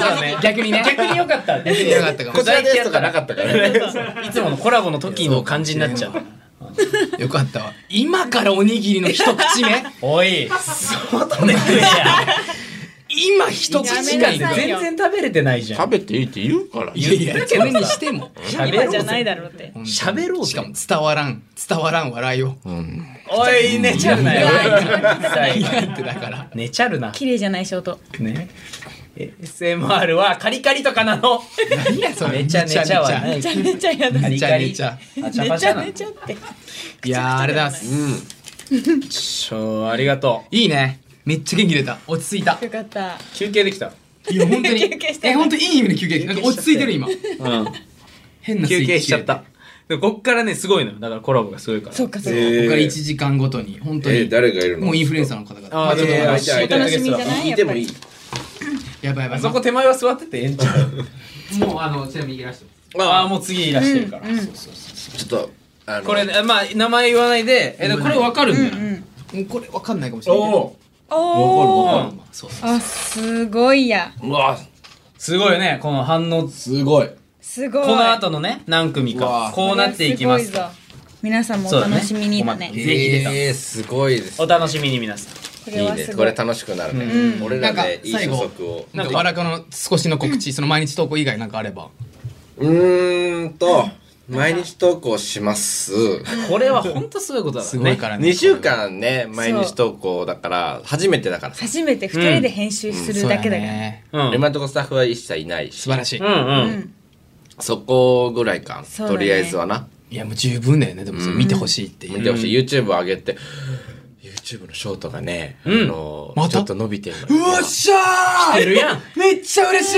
Speaker 8: た
Speaker 2: そうね逆にね逆に良かった逆に
Speaker 1: 良かったかも
Speaker 7: こちらですとかなかったからね。
Speaker 2: いつものコラボの時の感じになっちゃう
Speaker 1: よかったわ。今からおにぎりの一口目
Speaker 2: おい外ね
Speaker 1: 今一口
Speaker 8: やめ
Speaker 1: 目
Speaker 8: なさいよ
Speaker 2: 全然食べれてないじゃん
Speaker 7: べていいって言うから。
Speaker 1: いやいや、それにしても。
Speaker 2: 喋ろう
Speaker 8: 今じゃない
Speaker 2: ぜ
Speaker 8: だろうって
Speaker 2: 喋ろうぜ
Speaker 1: しかも伝わらん、伝わらん笑いを。
Speaker 2: おい寝ちゃうなよ最後
Speaker 1: ってだから。
Speaker 2: 寝ちゃるな
Speaker 8: 綺麗じゃないショ ート
Speaker 2: ね SMR はカリカリとかなの
Speaker 1: 何やそれ。
Speaker 2: めちゃ寝ちゃはな
Speaker 1: め
Speaker 2: い
Speaker 8: めちゃめちゃやだ
Speaker 2: カ
Speaker 8: め
Speaker 2: リ
Speaker 8: ち
Speaker 1: ち
Speaker 2: カ
Speaker 1: ゃ
Speaker 2: リ
Speaker 1: めちゃ。
Speaker 2: あ
Speaker 8: ゃ
Speaker 2: 茶
Speaker 8: め
Speaker 2: 葉
Speaker 8: ち
Speaker 2: じゃ
Speaker 8: ゃ
Speaker 2: ない
Speaker 8: っ
Speaker 1: い
Speaker 8: て
Speaker 1: やーあれだっす。
Speaker 2: しょうありがとう
Speaker 1: いいね。めっちゃ元気出た。落ち着いた。
Speaker 8: よかった
Speaker 2: 休憩できた
Speaker 1: いや本当に
Speaker 8: 休 憩した。ね
Speaker 1: え本当いい意味で休憩。なんか落ち着いてる今。
Speaker 2: うん
Speaker 1: 変なスイッ
Speaker 2: 休
Speaker 1: チ
Speaker 2: 憩しちゃった。でもこっからね、すごいのよ。だからコラボがすごいから。
Speaker 8: そうかそうか
Speaker 1: ここ
Speaker 7: え
Speaker 1: から1
Speaker 7: ー
Speaker 1: 時間ごとに本当に
Speaker 7: えー。誰がいるの
Speaker 1: もうインフルエンサーの方々。
Speaker 2: あーちょっと
Speaker 1: えー
Speaker 2: まだ
Speaker 7: じゃあ
Speaker 8: お楽しみじゃない
Speaker 7: 聞いてもいい
Speaker 1: やばいやば
Speaker 2: あ
Speaker 1: い。
Speaker 2: そこ手前は座っててええんちゃう
Speaker 3: もうあのちなみにいらっしゃいます
Speaker 2: ああ、もう次いらしてるから。
Speaker 8: うん
Speaker 2: そうそうそ
Speaker 7: ちょっと、あ
Speaker 2: う
Speaker 7: の、
Speaker 2: これ、ね、まあ、名前言わないで、え、でこれわかるんだよ。
Speaker 1: もうこれわかんないかもしれないけど。
Speaker 2: おお
Speaker 8: お
Speaker 2: わ
Speaker 8: お
Speaker 2: かるわか
Speaker 1: まあそうそう
Speaker 8: あすごいや
Speaker 7: うわ、
Speaker 2: すごいよね、この反応。
Speaker 7: すごい。
Speaker 8: すごい
Speaker 2: この後のね、何組
Speaker 7: う
Speaker 2: か
Speaker 7: わ、
Speaker 2: こうなっていきます
Speaker 8: これ。はすごいぞ皆さんもお楽しみにだ
Speaker 2: そうだね
Speaker 8: ね
Speaker 2: ぜひ出た
Speaker 7: えー、すごいです。
Speaker 2: お楽しみに皆さん。
Speaker 8: こ
Speaker 7: い
Speaker 8: れ
Speaker 7: い
Speaker 8: は
Speaker 7: ね
Speaker 8: す。ご
Speaker 7: こ
Speaker 8: い
Speaker 7: れ楽しくなるね。俺
Speaker 1: な
Speaker 7: ら
Speaker 1: んか
Speaker 7: でいい
Speaker 1: 最
Speaker 7: 所
Speaker 1: 後
Speaker 7: 属を。
Speaker 1: なんかわらかの少しの告知、その毎日投稿以外なんかあれば。
Speaker 7: うーんと、毎日投稿します。
Speaker 2: これはほんとすごいことだ
Speaker 1: すごいからね。
Speaker 7: 2週間ね、毎日投稿だから、初めてだからさ。
Speaker 8: 初めて二人で編集するだけだから、
Speaker 2: らね。うん。
Speaker 7: 今のところスタッフは一切いないし
Speaker 1: 素、晴らしい。
Speaker 2: うんうん。
Speaker 7: そこぐらいか、
Speaker 8: そうだ
Speaker 7: と
Speaker 8: ね
Speaker 7: りあえずはな。
Speaker 1: いやもう十分だよね。でもそれ見てほしいっていう
Speaker 7: 見てほしい。YouTube 上げて、YouTube のショートがね、あの
Speaker 1: また
Speaker 7: ちょっと伸びてるの
Speaker 1: うわっしゃ
Speaker 2: 来てるやん。
Speaker 1: ーめっちゃ嬉しい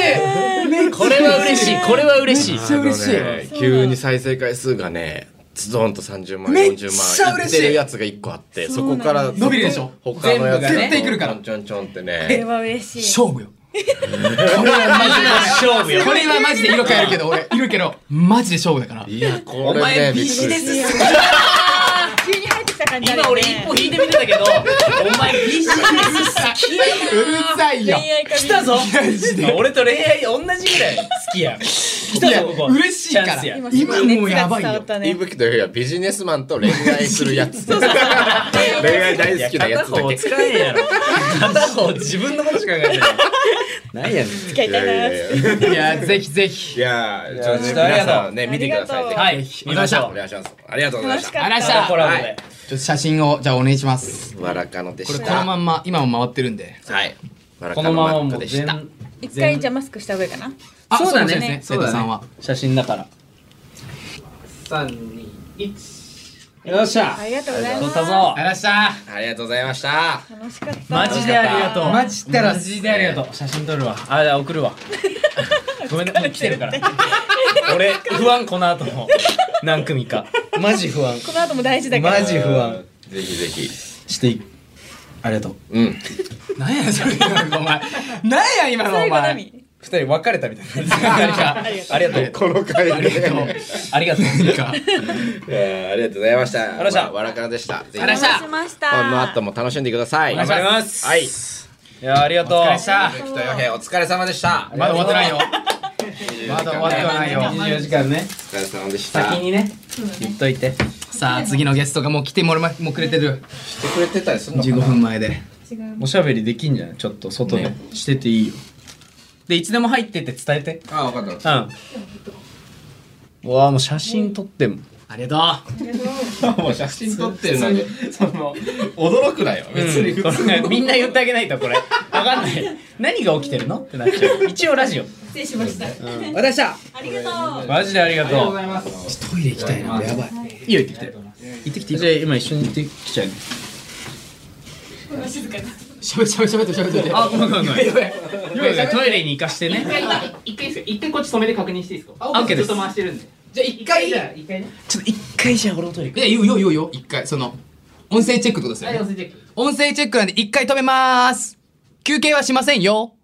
Speaker 1: めっちゃ
Speaker 2: これは嬉しい。これは嬉しい
Speaker 1: めっ。ちゃ嬉しい
Speaker 7: あのね急に再生回数がね、ズドンと30万、40万
Speaker 1: めっちゃ嬉
Speaker 7: いっ
Speaker 1: しい
Speaker 7: てるやつが1個あって、そこから、
Speaker 1: 伸びるでしょ
Speaker 7: 他のや
Speaker 2: 全部
Speaker 7: つ
Speaker 2: がね絶
Speaker 1: 対来るから
Speaker 7: ちょんちょんちょんって
Speaker 8: これ
Speaker 7: ね。
Speaker 8: は嬉しい
Speaker 1: 勝負よこれはマジで
Speaker 2: 勝負よ。
Speaker 1: これはマジで色変えるけど俺いるけどマジで勝負だから
Speaker 7: いや、こ
Speaker 2: お
Speaker 7: れね
Speaker 2: 前、
Speaker 7: びっくり
Speaker 8: ですよ急に入ってきた感じある
Speaker 2: 今
Speaker 8: よ
Speaker 2: 俺
Speaker 8: ね
Speaker 2: 一歩引いてみてたけど、お前ビジネス好きやな
Speaker 1: うるさいよ
Speaker 8: 恋愛か
Speaker 2: 来たぞ俺と恋愛同じぐらい好きや。来たぞ、ここ。
Speaker 1: いや嬉しいから
Speaker 2: チャンスや
Speaker 8: 今すごい
Speaker 1: 今もう
Speaker 8: 熱
Speaker 1: や
Speaker 8: が
Speaker 1: ばいよ
Speaker 8: 伝わった
Speaker 7: い
Speaker 8: ね
Speaker 7: ぶきというよりはビジネスマンと恋愛するやつ。恋 愛大好きなやつだけ。
Speaker 2: 片方使えんやろ。片方自分のことしか考えてない。なんやねん。
Speaker 8: 付き合い
Speaker 7: い
Speaker 8: たいな
Speaker 7: やいやいや
Speaker 1: いやぜひぜひ
Speaker 7: いやー、ちょっとね
Speaker 2: いやー
Speaker 7: 皆さんね、
Speaker 8: あり
Speaker 7: 見てく
Speaker 8: が
Speaker 7: ださい
Speaker 8: とう
Speaker 7: ね。
Speaker 2: はい、見ましょ
Speaker 7: お
Speaker 2: う。
Speaker 7: 願いします。ありがとうございま
Speaker 8: 楽
Speaker 7: し。
Speaker 8: したか
Speaker 1: あ
Speaker 8: っ
Speaker 1: らしたゃ
Speaker 2: コラボで。
Speaker 1: ちょっと写真をじゃあお願いします
Speaker 7: わらかので
Speaker 1: こ
Speaker 7: し
Speaker 1: れ
Speaker 7: た。
Speaker 1: このまんま今も回ってるんで
Speaker 7: はい。わら
Speaker 2: こ
Speaker 7: か
Speaker 2: の
Speaker 7: の
Speaker 2: まま
Speaker 7: マッ
Speaker 2: も
Speaker 7: ク
Speaker 2: う
Speaker 7: でし
Speaker 2: 全
Speaker 7: た。
Speaker 8: 一回じゃあマスクした方がいいかな
Speaker 1: あ
Speaker 2: そうだね
Speaker 1: です生徒さんは
Speaker 2: 写真だから。
Speaker 3: 321
Speaker 2: よっしゃ
Speaker 8: ありがとうござい
Speaker 2: 撮
Speaker 8: ま
Speaker 2: っ
Speaker 8: す
Speaker 2: たぞ。
Speaker 1: らっしゃ
Speaker 7: ありがとうございました。
Speaker 8: 楽しかった
Speaker 2: マジでありがとう。
Speaker 1: マジで
Speaker 2: マジでありがとう。写真撮るわ。あ、じゃあ送るわ。ごめんね、もう来てるから。俺、不安この後も。何組か。マジ不安。
Speaker 8: この後も大事だか
Speaker 2: マ
Speaker 8: ら
Speaker 2: ジ不安。
Speaker 7: ぜひぜひ。
Speaker 2: していありがとう。
Speaker 7: うん。
Speaker 1: 何やそれなんかお前何や今のお
Speaker 8: 最後
Speaker 1: 前
Speaker 8: 何
Speaker 2: 二人別れたみたいな。ありがとう。
Speaker 7: この回で。
Speaker 2: ありが とう。
Speaker 7: えーありがとうございました。
Speaker 2: ありがとうございました
Speaker 7: わわらかのでした。ぜひ
Speaker 1: ありがとうございました
Speaker 8: お邪魔しました
Speaker 7: この後も楽しんでください。
Speaker 2: 頑張ります。
Speaker 7: はい。
Speaker 2: いや、ありがとう。
Speaker 1: お疲れっした
Speaker 7: 鈴木とよへいお疲れ様でした。
Speaker 1: まだ終わってないよまだ終わってはないよ
Speaker 2: 24時間ね。
Speaker 7: お疲れ様でした。
Speaker 2: 先にね。言っといて。
Speaker 1: さあ次のゲストがもう来てもらいもうくれてる
Speaker 7: してくれてたりするのか
Speaker 1: 15
Speaker 7: な。
Speaker 1: 分前で
Speaker 2: おしゃべりできんじゃないちょっと外で。してていいよ。で、いつでも入ってって伝えて。
Speaker 7: あ、わかったわかった。
Speaker 2: うん。うわあもう写真撮っても。
Speaker 1: ありがとう
Speaker 7: もう写真撮ってるのに、その、驚くなよ。別に普通に。
Speaker 2: みんな言ってあげないとこれ。わかんない。何が起きてるのってなっちゃう。一応ラジオ。
Speaker 8: 失礼しました
Speaker 2: 私は。
Speaker 8: ありがとう
Speaker 2: マジでありが
Speaker 3: ありがと
Speaker 2: と
Speaker 3: うご
Speaker 2: う。
Speaker 3: ざいます
Speaker 1: トイレ行きたいなやばいいいよ行ってきて行ってきていい
Speaker 2: じゃあ今一緒に行ってきちゃうね。
Speaker 8: 今静かに
Speaker 1: しゃべしゃべしゃべってしゃべって
Speaker 2: あ、ごめんごめんごめん。
Speaker 1: やばい
Speaker 2: ごめんごめんトイレに行かして
Speaker 3: 一
Speaker 2: ね。
Speaker 3: 回、一回いいですか、一回こっち止めて確認していいですか
Speaker 1: あ OK です
Speaker 3: ずっと回してるんで。
Speaker 1: じゃあ一回
Speaker 3: じゃあ一回ね。
Speaker 2: ちょっと一回じゃあ俺のトイレ行
Speaker 1: いや、言うよ、言うよ、一回、その、音声チェックってことですよ
Speaker 3: はい、
Speaker 1: ね
Speaker 3: 音。声チェック。
Speaker 1: 音声チェックなんで一回止めまーす。休憩はしませんよ。